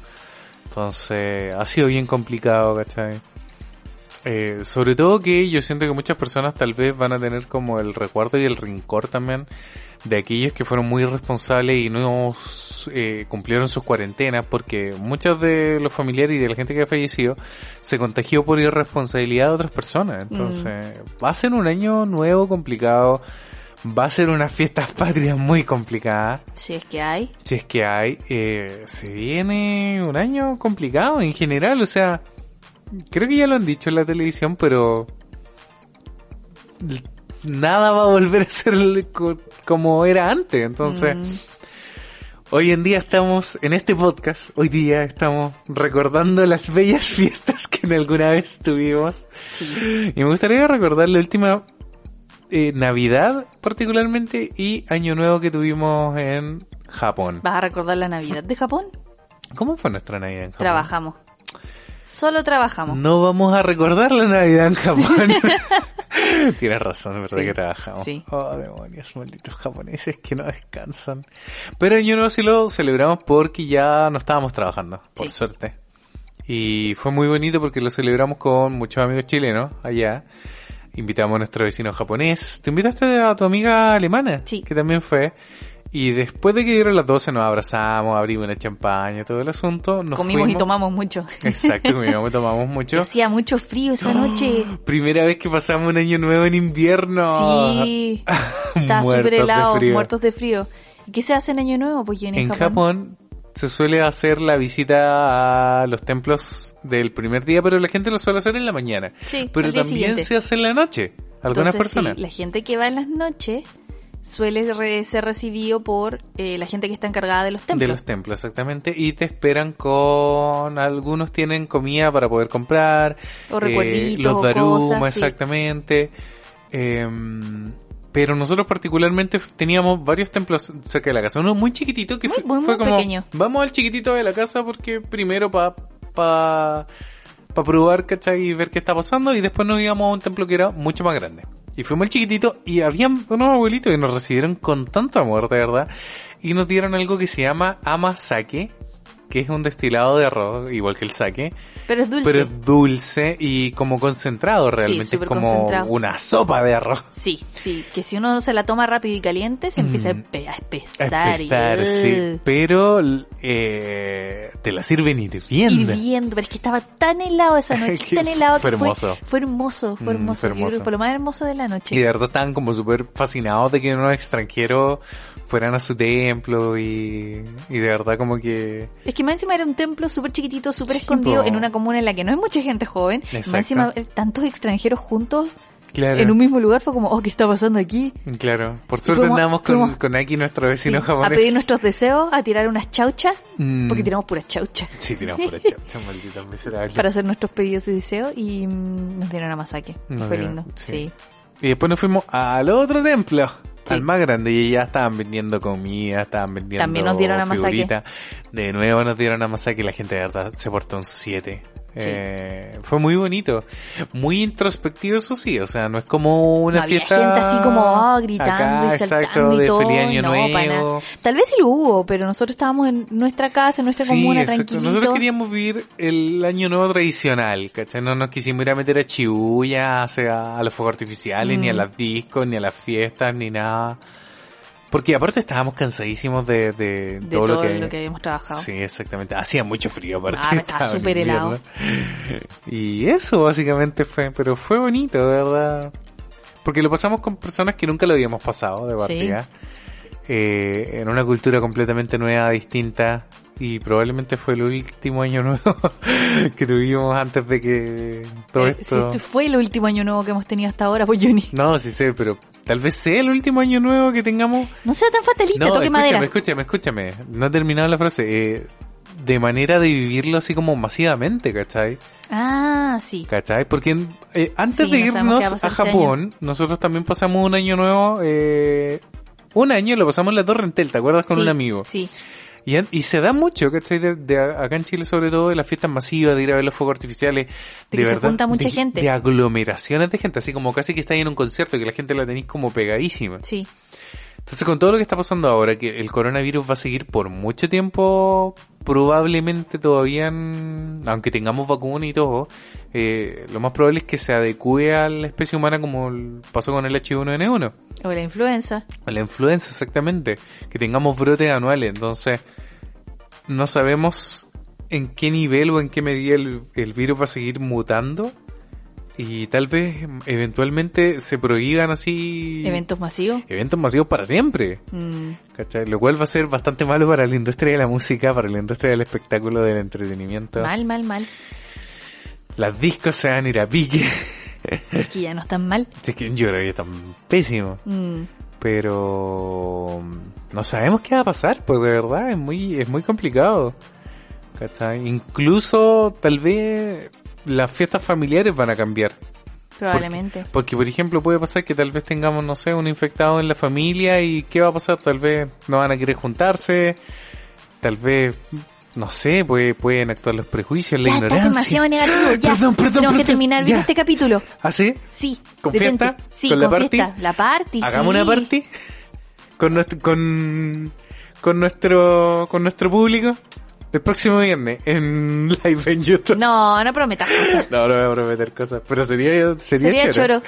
Speaker 2: Entonces, ha sido bien complicado, ¿cachai? Eh, sobre todo que yo siento que muchas personas tal vez van a tener como el recuerdo y el rincor también de aquellos que fueron muy responsables y no eh, cumplieron sus cuarentenas porque muchos de los familiares y de la gente que ha fallecido se contagió por irresponsabilidad de otras personas. Entonces, va a ser un año nuevo complicado, va a ser unas fiestas patrias muy complicadas.
Speaker 3: si es que hay.
Speaker 2: Si es que hay, eh, se viene un año complicado en general, o sea, creo que ya lo han dicho en la televisión, pero l- nada va a volver a ser el co- como era antes, entonces
Speaker 3: Mm,
Speaker 2: hoy en día estamos, en este podcast, hoy día estamos recordando las bellas fiestas que en alguna vez tuvimos
Speaker 3: sí.
Speaker 2: y me gustaría recordar la última eh, Navidad particularmente y Año Nuevo que tuvimos en Japón.
Speaker 3: ¿Vas a recordar la Navidad de Japón?
Speaker 2: ¿Cómo fue nuestra Navidad en Japón?
Speaker 3: Trabajamos. Solo trabajamos.
Speaker 2: No vamos a recordar la Navidad en Japón. Tienes razón, es verdad
Speaker 3: Sí,
Speaker 2: que trabajamos.
Speaker 3: sí.
Speaker 2: Oh, demonios, malditos japoneses que no descansan. Pero Año Nuevo sí lo celebramos porque ya no estábamos trabajando, por
Speaker 3: Sí.
Speaker 2: suerte. Y fue muy bonito porque lo celebramos con muchos amigos chilenos allá. Invitamos a nuestro vecino japonés. Te invitaste a tu amiga alemana,
Speaker 3: Sí.
Speaker 2: que también fue. Y después de que dieron las 12 nos abrazamos, abrimos una champaña, todo el asunto. Nos
Speaker 3: Comimos y
Speaker 2: fuimos.
Speaker 3: tomamos mucho.
Speaker 2: Exacto, con mi mamá tomamos mucho.
Speaker 3: Hacía mucho frío esa noche.
Speaker 2: Primera vez que pasamos un año nuevo en invierno.
Speaker 3: Sí. Estaba súper
Speaker 2: Muertos de
Speaker 3: helado,
Speaker 2: frío.
Speaker 3: muertos de frío. ¿Y qué se hace en Año Nuevo? Pues yo en,
Speaker 2: En
Speaker 3: Japón.
Speaker 2: Japón se suele hacer la visita a los templos del primer día, pero la gente lo suele hacer en la mañana.
Speaker 3: Sí,
Speaker 2: Pero
Speaker 3: al día
Speaker 2: también
Speaker 3: siguiente.
Speaker 2: se hace en la noche. Algunas
Speaker 3: Entonces,
Speaker 2: personas.
Speaker 3: sí, la gente que va en las noches suele re- ser recibido por eh, la gente que está encargada de los templos.
Speaker 2: De los templos, exactamente. Y te esperan con... Algunos tienen comida para poder comprar. eh,
Speaker 3: O recuerditos o
Speaker 2: Los
Speaker 3: cosas, sí.
Speaker 2: exactamente. Em, pero nosotros particularmente f- teníamos varios templos cerca de la casa. Uno muy chiquitito que
Speaker 3: Muy,
Speaker 2: fue,
Speaker 3: muy, muy
Speaker 2: fue como...
Speaker 3: pequeño.
Speaker 2: Vamos al chiquitito de la casa porque primero para... Pa, para probar, ¿cachai? Y ver qué está pasando. Y después nos íbamos a un templo que era mucho más grande. Y fuimos al chiquitito y habían unos abuelitos que nos recibieron con tanto amor, de verdad. Y nos dieron algo que se llama amasake, que es un destilado de arroz, igual que el saque,
Speaker 3: Pero es dulce.
Speaker 2: pero es dulce y como concentrado realmente, es
Speaker 3: súper
Speaker 2: como
Speaker 3: concentrado.
Speaker 2: una sopa de arroz.
Speaker 3: Sí, sí, que si uno se la toma rápido y caliente, se empieza a,
Speaker 2: Mm.
Speaker 3: espe- a espesar.
Speaker 2: A
Speaker 3: y-
Speaker 2: espestar, sí. Pero eh, te la sirven hirviendo.
Speaker 3: hirviendo, pero es que estaba tan helado esa noche,
Speaker 2: Qué-
Speaker 3: tan helado.
Speaker 2: fue
Speaker 3: que
Speaker 2: hermoso.
Speaker 3: Fue, hermoso, fue
Speaker 2: Mm,
Speaker 3: hermoso.
Speaker 2: fue
Speaker 3: Yo creo que
Speaker 2: hermoso.
Speaker 3: fue lo más hermoso de la noche.
Speaker 2: Y de verdad estaban como súper fascinados de que unos extranjeros fueran a su templo y, y de verdad como que...
Speaker 3: Es que más encima era un templo súper chiquitito, súper
Speaker 2: Sí,
Speaker 3: escondido
Speaker 2: po.
Speaker 3: en una comuna en la que no hay mucha gente joven. Y Más
Speaker 2: Exacto.
Speaker 3: encima ver tantos extranjeros juntos
Speaker 2: Claro,
Speaker 3: en un mismo lugar fue como, oh, ¿qué está pasando aquí?
Speaker 2: claro. Por suerte
Speaker 3: fuimos-
Speaker 2: andamos con,
Speaker 3: fuimos-
Speaker 2: con Aki, nuestro
Speaker 3: Sí,
Speaker 2: vecino
Speaker 3: a
Speaker 2: japonés.
Speaker 3: pedir nuestros deseos, a tirar unas chauchas,
Speaker 2: Mm.
Speaker 3: porque tiramos puras chauchas
Speaker 2: Sí, tiramos por el chapcha, maldita miserable.
Speaker 3: para hacer nuestros pedidos de deseo y mm, nos dieron a masaque.
Speaker 2: Nos
Speaker 3: fue
Speaker 2: dieron,
Speaker 3: lindo.
Speaker 2: sí.
Speaker 3: Sí.
Speaker 2: Y después nos fuimos al otro templo.
Speaker 3: Sí.
Speaker 2: Al más grande, y ya estaban vendiendo comida, estaban vendiendo
Speaker 3: También nos dieron a Masaki.
Speaker 2: figuritas. De nuevo nos dieron a Masaki, la gente de verdad se portó un 7. Eh, fue muy bonito, muy introspectivo eso sí, o sea, no es como una
Speaker 3: No había
Speaker 2: fiesta.
Speaker 3: gente así como oh, gritando
Speaker 2: acá,
Speaker 3: y saltando
Speaker 2: exacto,
Speaker 3: y
Speaker 2: de
Speaker 3: todo.
Speaker 2: feliz año
Speaker 3: no,
Speaker 2: nuevo.
Speaker 3: para nada. Tal vez sí lo hubo, pero nosotros estábamos en nuestra casa, en nuestra comuna,
Speaker 2: exacto.
Speaker 3: tranquilito.
Speaker 2: Nosotros queríamos vivir el año nuevo tradicional, ¿cachai? No nos quisimos ir a meter a Chibuya, a los fuegos artificiales,
Speaker 3: Mm.
Speaker 2: ni a las discos, ni a las fiestas, ni nada. Porque aparte estábamos cansadísimos de, de
Speaker 3: de
Speaker 2: todo, lo que...
Speaker 3: habíamos trabajado.
Speaker 2: Sí, exactamente. Hacía mucho frío aparte.
Speaker 3: Ah, estaba
Speaker 2: en
Speaker 3: súper helado.
Speaker 2: invierno. Y eso básicamente fue, pero fue bonito, de verdad. Porque lo pasamos con personas que nunca lo habíamos pasado de partida. Eh, en una cultura completamente nueva, distinta. Y probablemente fue el último año nuevo que tuvimos antes de que todo
Speaker 3: Eh, si
Speaker 2: esto...
Speaker 3: este fue el último año nuevo que hemos tenido hasta ahora, pues Johnny.
Speaker 2: No, sí sé, pero tal vez sea el último año nuevo que tengamos.
Speaker 3: No sea tan fatalista,
Speaker 2: No,
Speaker 3: toque madera.
Speaker 2: escúchame, escúchame, escúchame. No he terminado la frase. Eh, de manera de vivirlo así como masivamente, ¿cachai?
Speaker 3: Ah, sí.
Speaker 2: ¿Cachai? Porque eh, antes
Speaker 3: Sí,
Speaker 2: de
Speaker 3: no
Speaker 2: irnos
Speaker 3: sabemos qué va a
Speaker 2: a,
Speaker 3: pasar este
Speaker 2: Japón, nosotros también pasamos un año nuevo. Eh, un año lo pasamos en la Torre Entel, ¿te acuerdas? Con
Speaker 3: Sí,
Speaker 2: un amigo.
Speaker 3: Sí.
Speaker 2: Y, an- y se da mucho, ¿cachai? De, de a- acá en Chile, sobre todo, de las fiestas masivas, de ir a ver los fuegos artificiales.
Speaker 3: De que se junta mucha
Speaker 2: de-
Speaker 3: gente.
Speaker 2: De aglomeraciones de gente, así como casi que estáis en un concierto, que la gente la tenéis como pegadísima.
Speaker 3: Sí.
Speaker 2: Entonces, con todo lo que está pasando ahora, que el coronavirus va a seguir por mucho tiempo, probablemente todavía, en- aunque tengamos vacuna y todo, eh, lo más probable es que se adecue a la especie humana como el- pasó con el H1N1,
Speaker 3: O la influenza.
Speaker 2: o la influenza exactamente, que tengamos brotes anuales. Entonces, no sabemos en qué nivel o en qué medida el, el virus va a seguir mutando. Y tal vez eventualmente se prohíban así
Speaker 3: Eventos masivos.
Speaker 2: eventos masivos para siempre.
Speaker 3: Mm,
Speaker 2: ¿Cachai? Lo cual va a ser bastante malo para la industria de la música, para la industria del espectáculo, del entretenimiento.
Speaker 3: mal, mal, mal.
Speaker 2: Las discos se van a ir a pique.
Speaker 3: Es que ya no están mal.
Speaker 2: Así que yo creo que están pésimos.
Speaker 3: Mm,
Speaker 2: Pero mm, no sabemos qué va a pasar, pues de verdad es muy, es muy complicado. ¿Cachai? Incluso tal vez las fiestas familiares van a cambiar.
Speaker 3: probablemente.
Speaker 2: Porque, por ejemplo, puede pasar que tal vez tengamos, no sé, un infectado en la familia y ¿qué va a pasar? Tal vez no van a querer juntarse, tal vez, no sé, puede, pueden actuar los prejuicios, la
Speaker 3: ya está
Speaker 2: ignorancia.
Speaker 3: demasiado negativo. Ya.
Speaker 2: Perdón, perdón,
Speaker 3: Tenemos que
Speaker 2: perdón,
Speaker 3: terminar bien
Speaker 2: ya.
Speaker 3: este capítulo.
Speaker 2: ¿Ah, sí?
Speaker 3: Sí.
Speaker 2: ¿Con
Speaker 3: detente.
Speaker 2: fiesta?
Speaker 3: Sí,
Speaker 2: ¿Con la party?
Speaker 3: fiesta. La party.
Speaker 2: Hagamos
Speaker 3: sí.
Speaker 2: una party con nuestro, con, con nuestro, con nuestro público el próximo viernes en live en YouTube.
Speaker 3: No, no prometas cosas.
Speaker 2: No, no voy a prometer cosas, pero sería, sería,
Speaker 3: Sería choro.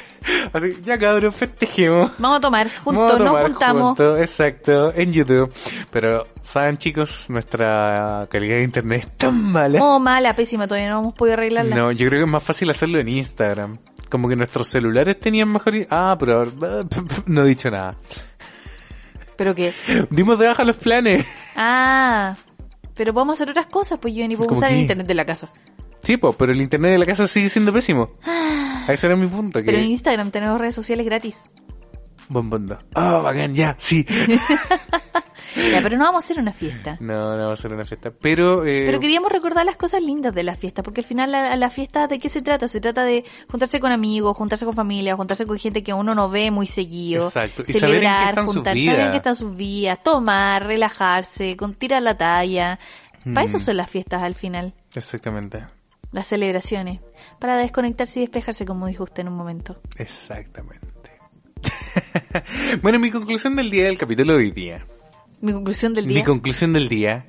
Speaker 2: Así, ya cabrón, festejemos.
Speaker 3: Vamos a tomar
Speaker 2: Vamos
Speaker 3: juntos,
Speaker 2: a
Speaker 3: nos
Speaker 2: tomar
Speaker 3: juntamos.
Speaker 2: juntos, exacto, en YouTube. Pero, ¿saben chicos? Nuestra calidad de internet es tan mala.
Speaker 3: Oh, mala, pésima, todavía no hemos podido arreglarla.
Speaker 2: No, yo creo que es más fácil hacerlo en Instagram. Como que nuestros celulares tenían mejor... i- Ah, pero ahora- no he dicho nada.
Speaker 3: Pero que,
Speaker 2: Dimos de baja los planes.
Speaker 3: ah, pero podemos hacer otras cosas, pues yo ni puedo
Speaker 2: ¿Cómo
Speaker 3: usar el
Speaker 2: qué?
Speaker 3: internet de la casa.
Speaker 2: Sí, po, pero el internet de la casa sigue siendo pésimo. A Ese era mi punto. Que...
Speaker 3: Ah. Pero en Instagram tenemos redes sociales gratis.
Speaker 2: Buen punto. Ah, bacán, ya, sí.
Speaker 3: Ya, pero no vamos a hacer una fiesta.
Speaker 2: No, no va a ser una fiesta. Pero... eh,
Speaker 3: Pero queríamos recordar las cosas lindas de las fiestas, porque al final la, la fiesta, ¿de qué se trata? Se trata de juntarse con amigos, juntarse con familia, juntarse con gente que uno no ve muy seguido.
Speaker 2: Exacto. Y saber en qué
Speaker 3: Celebrar,
Speaker 2: están sus
Speaker 3: juntar,
Speaker 2: vidas.
Speaker 3: saber en qué están sus vidas, tomar, relajarse, con tirar la talla. Para eso
Speaker 2: Mm.
Speaker 3: son las fiestas al final.
Speaker 2: Exactamente.
Speaker 3: Las celebraciones. Para desconectarse y despejarse, como dijo usted en un momento.
Speaker 2: Exactamente. bueno, mi conclusión del día del capítulo de hoy día.
Speaker 3: Mi conclusión del día.
Speaker 2: Mi conclusión del día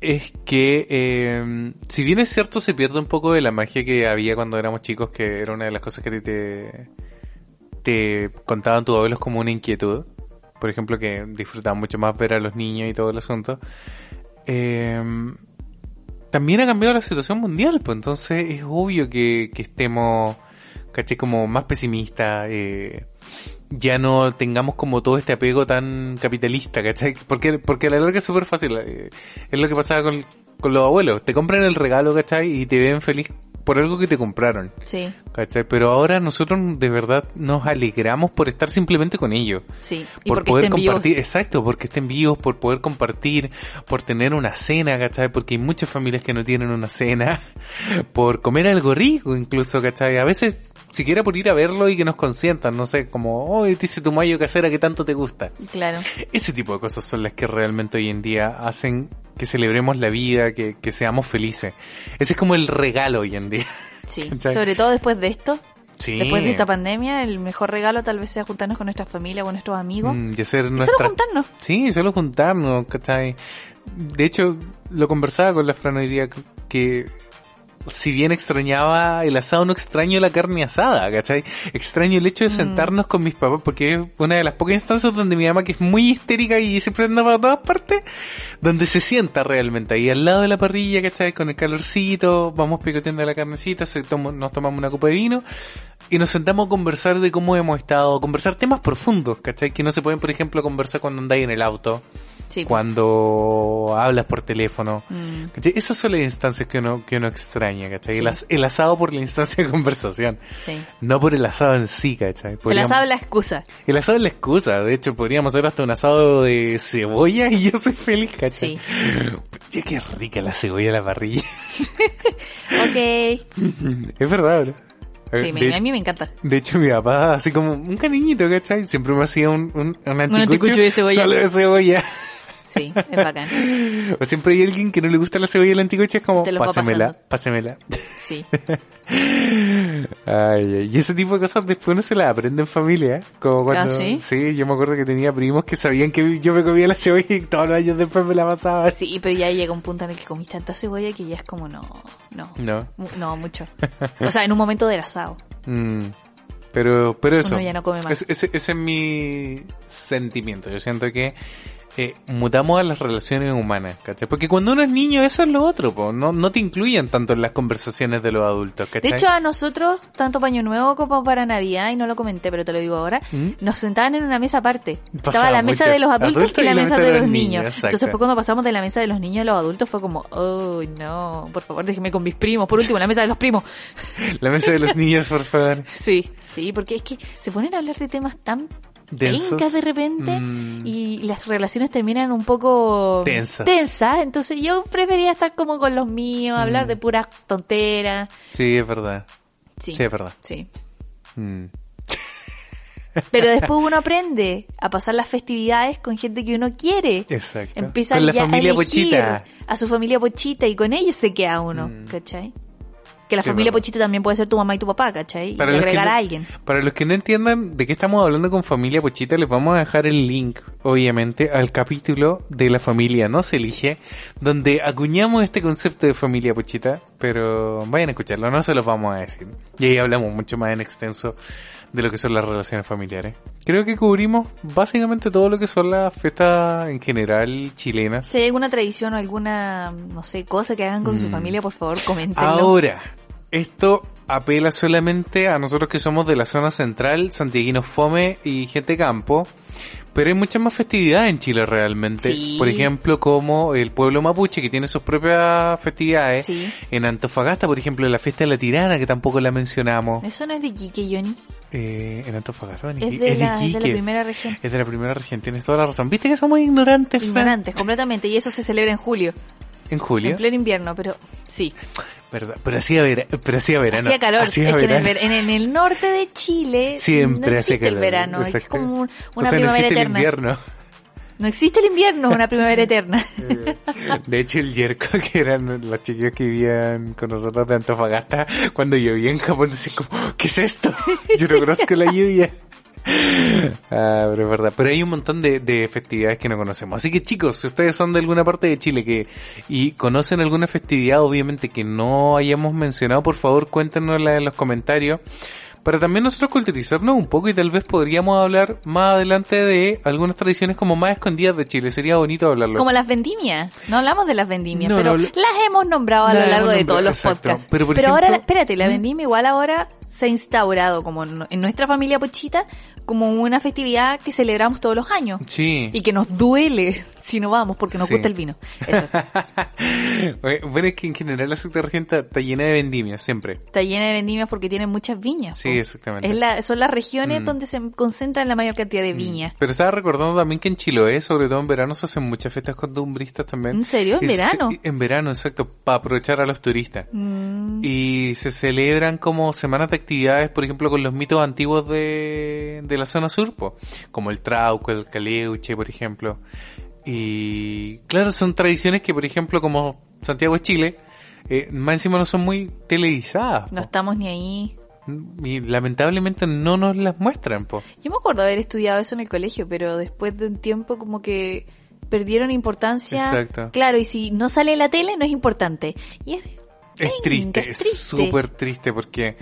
Speaker 2: es que, eh, si bien es cierto, se pierde un poco de la magia que había cuando éramos chicos, que era una de las cosas que te, te, te contaban tus abuelos como una inquietud. Por ejemplo, que disfrutaban mucho más ver a los niños y todo el asunto. Eh, también ha cambiado la situación mundial, pues entonces es obvio que, que estemos, caché, como más pesimistas. Eh, ya no tengamos como todo este apego tan capitalista, ¿cachai? Porque, porque a la larga es súper fácil. eh, Es lo que pasaba con, con los abuelos. Te compran el regalo, ¿cachai? Y te ven feliz por algo que te compraron,
Speaker 3: Sí,
Speaker 2: ¿cachai? Pero ahora nosotros de verdad nos alegramos por estar simplemente con ellos.
Speaker 3: sí. Y
Speaker 2: Por
Speaker 3: porque
Speaker 2: poder
Speaker 3: estén vivos.
Speaker 2: compartir, exacto, porque estén vivos, por poder compartir, por tener una cena, ¿cachai? Porque hay muchas familias que no tienen una cena, por comer algo rico incluso, ¿cachai? A veces siquiera por ir a verlo y que nos consientan, no sé, como, oh, te hice tu mayo casera que tanto te gusta.
Speaker 3: Claro.
Speaker 2: Ese tipo de cosas son las que realmente hoy en día hacen que celebremos la vida, que, que seamos felices. Ese es como el regalo hoy en día.
Speaker 3: Sí,
Speaker 2: ¿Cachai?
Speaker 3: sobre todo después de esto,
Speaker 2: Sí.
Speaker 3: después de esta pandemia, el mejor regalo tal vez sea juntarnos con nuestra familia o nuestros amigos.
Speaker 2: Mm, y hacer
Speaker 3: Y solo
Speaker 2: nuestra
Speaker 3: juntarnos.
Speaker 2: Sí, solo juntarnos, ¿cachai? De hecho, lo conversaba con la Fran hoy día que si bien extrañaba el asado, no extraño la carne asada, ¿cachai? Extraño el hecho de
Speaker 3: Mm.
Speaker 2: sentarnos con mis papás, porque es una de las pocas instancias donde mi mamá, que es muy histérica y siempre anda para todas partes, donde se sienta realmente ahí al lado de la parrilla, ¿cachai? Con el calorcito, vamos picoteando la carnecita, se tomo- nos tomamos una copa de vino y nos sentamos a conversar de cómo hemos estado, conversar temas profundos, ¿cachai? Que no se pueden, por ejemplo, conversar cuando andáis en el auto,
Speaker 3: Sí.
Speaker 2: cuando hablas por teléfono.
Speaker 3: Mm,
Speaker 2: ¿cachai? Esas son las instancias que uno, que uno extraña, ¿cachai?
Speaker 3: Sí.
Speaker 2: El, as- el asado por la instancia de conversación,
Speaker 3: sí.
Speaker 2: no por el asado en sí, ¿cachai?
Speaker 3: Se las
Speaker 2: Podríamos-
Speaker 3: habla excusa.
Speaker 2: el asado es la excusa, de hecho podríamos hacer hasta un asado de cebolla y yo soy feliz, ¿cachai?
Speaker 3: Sí.
Speaker 2: Pucha, qué rica la cebolla a la parrilla.
Speaker 3: Ok.
Speaker 2: Eh, es verdad, ¿no?
Speaker 3: Sí,
Speaker 2: Eh,
Speaker 3: me-
Speaker 2: de-
Speaker 3: a mí me encanta.
Speaker 2: De hecho, mi papá, así como un cariñito, ¿cachai? Siempre me hacía un, un, un anticucho,
Speaker 3: anticucho de cebolla.
Speaker 2: Solo de cebolla.
Speaker 3: Sí, es bacán.
Speaker 2: O siempre hay alguien que no le gusta la cebolla y el anticucho, es como,
Speaker 3: Te los va
Speaker 2: pásemela,
Speaker 3: pasando.
Speaker 2: pásemela.
Speaker 3: Sí.
Speaker 2: Ay, ay, y ese tipo de cosas después uno se las aprende en familia. ¿eh? Como cuando,
Speaker 3: ¿Ah, sí?
Speaker 2: yo me acuerdo que tenía primos que sabían que yo me comía la cebolla y todos los años después me la pasaba.
Speaker 3: Sí, pero ya llega un punto en el que comís tanta cebolla que ya es como no, no.
Speaker 2: No.
Speaker 3: Mu- No, mucho. O sea, en un momento del asado.
Speaker 2: Mm. Pero, pero eso.
Speaker 3: Uno ya no come más.
Speaker 2: Es- Ese, ese es mi sentimiento. Yo siento que eh, mutamos a las relaciones humanas, ¿cachai? Porque cuando uno es niño, eso es lo otro, po. No, no te incluyen tanto en las conversaciones de los adultos, ¿cachai?
Speaker 3: De hecho, a nosotros, tanto paño nuevo como para Navidad, y no lo comenté, pero te lo digo ahora,
Speaker 2: ¿Mm?
Speaker 3: nos sentaban en una mesa aparte.
Speaker 2: Pasaba
Speaker 3: Estaba la mesa
Speaker 2: mucho.
Speaker 3: de los adultos
Speaker 2: Adultos
Speaker 3: y la mesa de los niños.
Speaker 2: exacto.
Speaker 3: Entonces fue cuando pasamos de la mesa de los niños a los adultos, fue como, oh, no, por favor, déjeme con mis primos. Por último, la mesa de los primos.
Speaker 2: La mesa de los niños, por favor.
Speaker 3: Sí, sí, porque es que se ponen a hablar de temas tan
Speaker 2: Densos.
Speaker 3: pencas de repente
Speaker 2: Mm.
Speaker 3: y las relaciones terminan un poco
Speaker 2: Tensas.
Speaker 3: tensas, entonces yo prefería estar como con los míos, hablar
Speaker 2: Mm.
Speaker 3: de puras tonteras.
Speaker 2: Sí, es verdad.
Speaker 3: Sí.
Speaker 2: Sí, es verdad.
Speaker 3: Sí.
Speaker 2: Mm.
Speaker 3: Pero después uno aprende a pasar las festividades con gente que uno quiere.
Speaker 2: Exacto.
Speaker 3: Empieza
Speaker 2: Con la
Speaker 3: ya
Speaker 2: familia
Speaker 3: a elegir
Speaker 2: Pochita.
Speaker 3: a su familia pochita y con ellos se queda uno,
Speaker 2: Mm.
Speaker 3: ¿cachai? Que la
Speaker 2: Sí,
Speaker 3: familia
Speaker 2: verdad.
Speaker 3: pochita también puede ser tu mamá y tu papá, ¿cachai? Y
Speaker 2: los que
Speaker 3: agregar
Speaker 2: no-
Speaker 3: a alguien.
Speaker 2: Para los que no entiendan de qué estamos hablando con familia Pochita, les vamos a dejar el link, obviamente, al capítulo de la familia no se elige, donde acuñamos este concepto de familia Pochita, pero vayan a escucharlo, no se los vamos a decir. Y ahí hablamos mucho más en extenso de lo que son las relaciones familiares. Creo que cubrimos básicamente todo lo que son las fiestas en general chilenas.
Speaker 3: Si hay alguna tradición o alguna, no sé, cosa que hagan con su
Speaker 2: Mm.
Speaker 3: familia, por favor, coméntenlo.
Speaker 2: Ahora, esto apela solamente a nosotros que somos de la zona central, santiaguinos fome y gente campo, pero hay mucha más festividad en Chile realmente.
Speaker 3: Sí.
Speaker 2: Por ejemplo, como el pueblo mapuche que tiene sus propias festividades.
Speaker 3: Sí.
Speaker 2: En Antofagasta, por ejemplo, la fiesta de la tirana, que tampoco la mencionamos.
Speaker 3: Eso no es de Quique, Johnny.
Speaker 2: Eh, en Antofagasta, en
Speaker 3: Es
Speaker 2: Iquique-
Speaker 3: de, la, es de la
Speaker 2: Iquique.
Speaker 3: primera región.
Speaker 2: Es de la primera región, tienes toda la razón. ¿Viste que somos ignorantes, Fran?
Speaker 3: Ignorantes, completamente. Y eso se celebra en julio,
Speaker 2: En julio.
Speaker 3: en pleno invierno, pero sí.
Speaker 2: ¿Verdad? Pero hacía vera- pero hacía verano.
Speaker 3: Hacía calor.
Speaker 2: Hacía
Speaker 3: es que en el,
Speaker 2: verano.
Speaker 3: ver- en, en el norte de Chile
Speaker 2: Siempre
Speaker 3: no
Speaker 2: hace
Speaker 3: existe el
Speaker 2: calor,
Speaker 3: verano. Es
Speaker 2: exacto.
Speaker 3: como un-
Speaker 2: O
Speaker 3: una
Speaker 2: sea, no
Speaker 3: primavera
Speaker 2: existe el
Speaker 3: eterna.
Speaker 2: invierno.
Speaker 3: No existe el invierno, una primavera eterna.
Speaker 2: De hecho, el Yerko, que eran los chiquillos que vivían con nosotros de Antofagasta, cuando llovía en Japón, decían como, ¿qué es esto? Yo no conozco la lluvia. Ah, pero es verdad. Pero hay un montón de, de festividades que no conocemos. Así que chicos, si ustedes son de alguna parte de Chile que y conocen alguna festividad, obviamente que no hayamos mencionado, por favor cuéntenosla en los comentarios. Para también nosotros culturizarnos un poco y tal vez podríamos hablar más adelante de algunas tradiciones como más escondidas de Chile. Sería bonito hablarlo.
Speaker 3: Como las vendimias. No hablamos de las vendimias,
Speaker 2: No,
Speaker 3: pero
Speaker 2: no, lo-
Speaker 3: las hemos nombrado a
Speaker 2: Las
Speaker 3: lo largo
Speaker 2: hemos
Speaker 3: de
Speaker 2: nombrado,
Speaker 3: todos los
Speaker 2: exacto.
Speaker 3: podcasts.
Speaker 2: Pero,
Speaker 3: Pero,
Speaker 2: por
Speaker 3: ahora,
Speaker 2: ejemplo- ¿Mm?
Speaker 3: espérate, la vendimia igual ahora se ha instaurado como en en nuestra familia pochita como una festividad que celebramos todos los años
Speaker 2: Sí.
Speaker 3: y que nos duele si no vamos porque nos
Speaker 2: Sí.
Speaker 3: gusta el vino. Eso.
Speaker 2: Oye, bueno, es que en general la secta regenta está llena de vendimias, siempre.
Speaker 3: Está llena de vendimias porque tienen muchas viñas.
Speaker 2: Sí,
Speaker 3: po.
Speaker 2: exactamente.
Speaker 3: Es la- son las regiones
Speaker 2: Mm.
Speaker 3: donde se concentran la mayor cantidad de viñas.
Speaker 2: Pero estaba recordando también que en Chiloé, sobre todo en verano, se hacen muchas fiestas costumbristas también.
Speaker 3: ¿En serio? ¿En
Speaker 2: Y se-
Speaker 3: verano?
Speaker 2: en verano, exacto, para aprovechar a los turistas.
Speaker 3: Mm.
Speaker 2: Y se celebran como semanas de actividades, por ejemplo, con los mitos antiguos de, de la zona sur, po. como el trauco, el caleuche, por ejemplo. Y claro, son tradiciones que, por ejemplo, como Santiago es Chile, eh, más encima no son muy televisadas.
Speaker 3: No
Speaker 2: po.
Speaker 3: estamos ni ahí.
Speaker 2: Y lamentablemente no nos las muestran, po.
Speaker 3: Yo me acuerdo haber estudiado eso en el colegio, pero después de un tiempo como que perdieron importancia.
Speaker 2: Exacto.
Speaker 3: Claro, y si no sale en la tele no es importante. Y es,
Speaker 2: Es
Speaker 3: venga,
Speaker 2: triste,
Speaker 3: es
Speaker 2: es
Speaker 3: triste.
Speaker 2: súper triste porque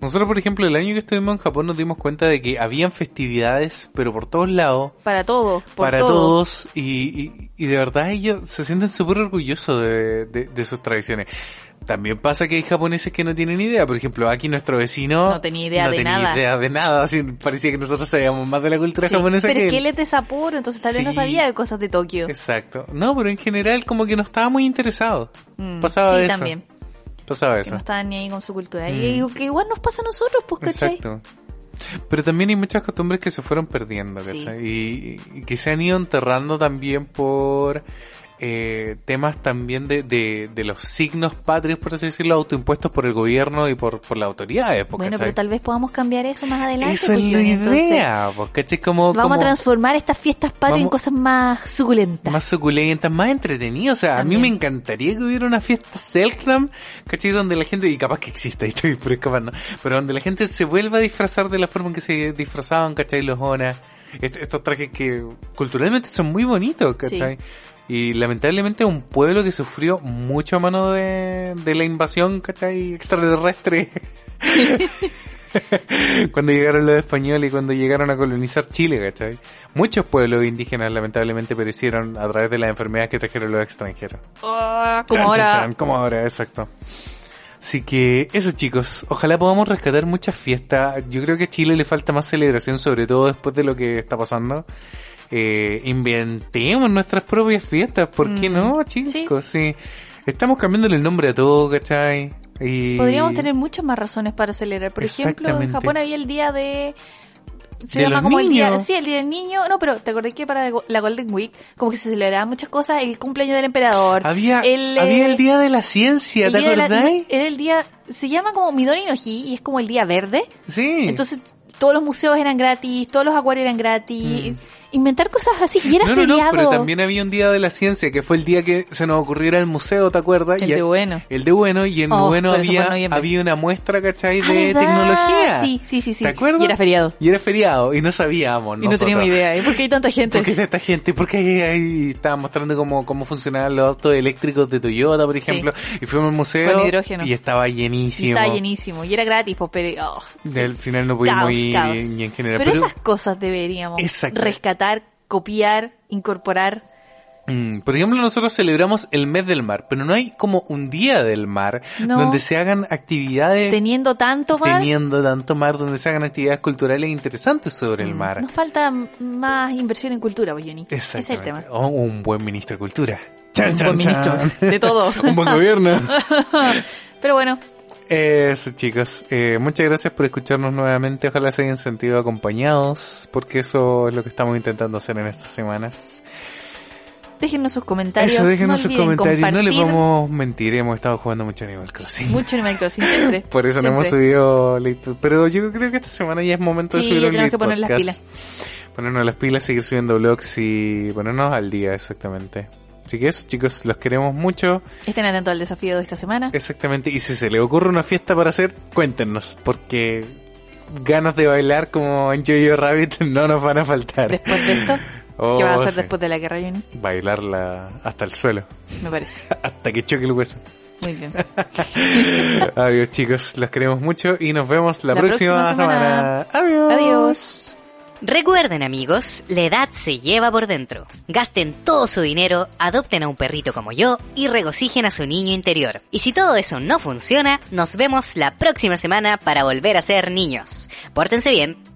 Speaker 2: nosotros, por ejemplo, el año que estuvimos en Japón nos dimos cuenta de que habían festividades, pero por todos lados,
Speaker 3: para todo, por
Speaker 2: para
Speaker 3: todo.
Speaker 2: todos, y, y- y de verdad ellos se sienten súper orgullosos de, de- de sus tradiciones. También pasa que hay japoneses que no tienen idea, por ejemplo, aquí nuestro vecino
Speaker 3: No tenía idea
Speaker 2: no
Speaker 3: de
Speaker 2: tenía
Speaker 3: nada.
Speaker 2: idea de nada, así parecía que nosotros sabíamos más de la cultura
Speaker 3: Sí,
Speaker 2: japonesa
Speaker 3: Pero
Speaker 2: que
Speaker 3: es que
Speaker 2: él.
Speaker 3: él es de Sapporo, entonces tal vez no
Speaker 2: Sí.
Speaker 3: sabía de cosas de Tokio.
Speaker 2: Exacto. No, pero en general como que no estaba muy interesado.
Speaker 3: Mm,
Speaker 2: pasaba
Speaker 3: sí,
Speaker 2: eso.
Speaker 3: también.
Speaker 2: Pasaba
Speaker 3: Que
Speaker 2: eso.
Speaker 3: no estaban ni ahí con su cultura.
Speaker 2: Mm.
Speaker 3: Y digo que igual nos pasa a nosotros, pues, ¿cachai?
Speaker 2: Exacto. Pero también hay muchas costumbres que se fueron perdiendo,
Speaker 3: Sí.
Speaker 2: ¿cachai? Y, y que se han ido enterrando también por eh, temas también de, de, de los signos patrios, por así decirlo, autoimpuestos por el gobierno y por, por las autoridades, po, pues,
Speaker 3: Bueno,
Speaker 2: ¿cachai?
Speaker 3: pero tal vez podamos cambiar eso más adelante.
Speaker 2: Eso es
Speaker 3: pues,
Speaker 2: la
Speaker 3: Johnny, entonces.
Speaker 2: idea, po, ¿cachai? Como,
Speaker 3: Vamos a
Speaker 2: como
Speaker 3: transformar estas fiestas patrias en
Speaker 2: Vamos-
Speaker 3: cosas más suculentas.
Speaker 2: más suculentas, más entretenidas. O sea, a
Speaker 3: También.
Speaker 2: mí me encantaría que hubiera una fiesta Selknam, ¿cachai? Donde la gente, y capaz que exista, y estoy por escapando, pero donde la gente se vuelva a disfrazar de la forma en que se disfrazaban, ¿cachai? Los Onas. Est- estos trajes que culturalmente son muy bonitos, ¿cachai? Y lamentablemente un pueblo que sufrió mucho a mano de, de la invasión, ¿cachai? Extraterrestre. cuando llegaron los españoles y cuando llegaron a colonizar Chile, ¿cachai? Muchos pueblos indígenas lamentablemente perecieron a través de las enfermedades que trajeron los extranjeros.
Speaker 3: Ah, como
Speaker 2: Chan, chan,
Speaker 3: ahora
Speaker 2: chan, como ahora, exacto. Así que eso chicos, ojalá podamos rescatar muchas fiestas. Yo creo que a Chile le falta más celebración, sobre todo después de lo que está pasando. Eh, inventemos nuestras propias fiestas, ¿por qué
Speaker 3: Mm,
Speaker 2: no,
Speaker 3: sí.
Speaker 2: chicos? Sí. Estamos cambiándole el nombre a todo, ¿cachai? Y...
Speaker 3: Podríamos tener muchas más razones para celebrar. Por ejemplo, en
Speaker 2: Exactamente.
Speaker 3: Japón había el día de... Se
Speaker 2: De
Speaker 3: llama
Speaker 2: los
Speaker 3: como el día...
Speaker 2: niños.
Speaker 3: Sí, el día del niño. No, pero te acordé que para la Golden Week como que se celebraban muchas cosas. El cumpleaños del emperador.
Speaker 2: Había,
Speaker 3: el, eh,
Speaker 2: había el Día de la Ciencia,
Speaker 3: el
Speaker 2: Ah, ¿te
Speaker 3: día de la-
Speaker 2: acordáis?
Speaker 3: Era el día... Se llama como Midori no Hi y es como el día verde.
Speaker 2: Sí.
Speaker 3: Entonces todos los museos eran gratis, todos los acuarios eran gratis. Inventar cosas así. Y era
Speaker 2: Mm. no, no,
Speaker 3: feriado.
Speaker 2: no, pero también había un día de la ciencia que fue el día que se nos ocurriera el museo, ¿te acuerdas?
Speaker 3: El
Speaker 2: Y-
Speaker 3: de bueno.
Speaker 2: El de bueno, y en
Speaker 3: Oh,
Speaker 2: bueno
Speaker 3: pero eso fue en
Speaker 2: había,
Speaker 3: noviembre.
Speaker 2: había una muestra, ¿cachai?
Speaker 3: Ah,
Speaker 2: De
Speaker 3: ¿verdad?
Speaker 2: tecnología.
Speaker 3: Sí, sí, sí, sí.
Speaker 2: ¿Te acuerdas?
Speaker 3: Y era feriado.
Speaker 2: Y era feriado, y no sabíamos.
Speaker 3: Y no teníamos idea. ¿eh? ¿Por qué hay tanta gente?
Speaker 2: Porque esta gente, porque ahí, ahí estaba mostrando cómo, cómo funcionaban los autos eléctricos de Toyota, por ejemplo, y fuimos al museo
Speaker 3: Con hidrógeno.
Speaker 2: y estaba
Speaker 3: Y
Speaker 2: llenísimo.
Speaker 3: estaba llenísimo. Y era gratis, pues, pero... oh,
Speaker 2: Y
Speaker 3: sí.
Speaker 2: Al final no pudimos
Speaker 3: Caos,
Speaker 2: ir
Speaker 3: caos.
Speaker 2: ni en general.
Speaker 3: Pero, esas cosas deberíamos
Speaker 2: Exacto.
Speaker 3: rescatar, copiar, incorporar.
Speaker 2: Mm, Por ejemplo, nosotros celebramos el mes del mar, pero no hay como un día del mar
Speaker 3: No.
Speaker 2: donde se hagan actividades
Speaker 3: Teniendo tanto más,
Speaker 2: Eh, teniendo tanto mar, donde se hagan actividades culturales interesantes sobre el mar.
Speaker 3: mm, nos falta m- más inversión en cultura, pues, Johnny. Ese es
Speaker 2: Exactamente.
Speaker 3: el tema.
Speaker 2: O un buen ministro de cultura. Chan,
Speaker 3: Un
Speaker 2: chan,
Speaker 3: buen ministro,
Speaker 2: chan.
Speaker 3: de todo.
Speaker 2: un buen gobierno.
Speaker 3: Pero bueno,
Speaker 2: Eso chicos, Eh, muchas gracias por escucharnos nuevamente, ojalá se hayan sentido acompañados, porque eso es lo que estamos intentando hacer en estas semanas.
Speaker 3: déjennos sus comentarios.
Speaker 2: eso, déjenos
Speaker 3: no
Speaker 2: sus
Speaker 3: olviden
Speaker 2: comentarios, no les
Speaker 3: compartir.
Speaker 2: vamos a mentir, hemos estado jugando mucho Animal Crossing.
Speaker 3: Mucho en Crossing siempre.
Speaker 2: Por eso no
Speaker 3: Siempre.
Speaker 2: hemos subido late- Pero yo creo que esta semana ya es momento de
Speaker 3: Sí,
Speaker 2: subir
Speaker 3: ya
Speaker 2: un
Speaker 3: tenemos
Speaker 2: late
Speaker 3: que poner las
Speaker 2: podcast. Ponernos las pilas, seguir subiendo vlogs y ponernos al día, exactamente. Así que eso, chicos, los queremos mucho.
Speaker 3: Estén atentos al desafío de esta semana.
Speaker 2: Exactamente. Y si se les ocurre una fiesta para hacer, cuéntenos. Porque ganas de bailar como en Jojo Rabbit no nos van a faltar.
Speaker 3: Después de esto,
Speaker 2: Oh,
Speaker 3: ¿qué vas a hacer
Speaker 2: sí.
Speaker 3: después de la guerra, Johnny?
Speaker 2: Bailarla hasta el suelo,
Speaker 3: Me parece.
Speaker 2: hasta que choque el hueso.
Speaker 3: Muy bien.
Speaker 2: Adiós chicos, los queremos mucho y nos vemos la,
Speaker 3: La próxima semana.
Speaker 2: Adiós.
Speaker 3: Adiós.
Speaker 1: Recuerden amigos, la edad se lleva por dentro. Gasten todo su dinero, adopten a un perrito como yo y regocijen a su niño interior. Y si todo eso no funciona, nos vemos la próxima semana para volver a ser niños. Pórtense bien.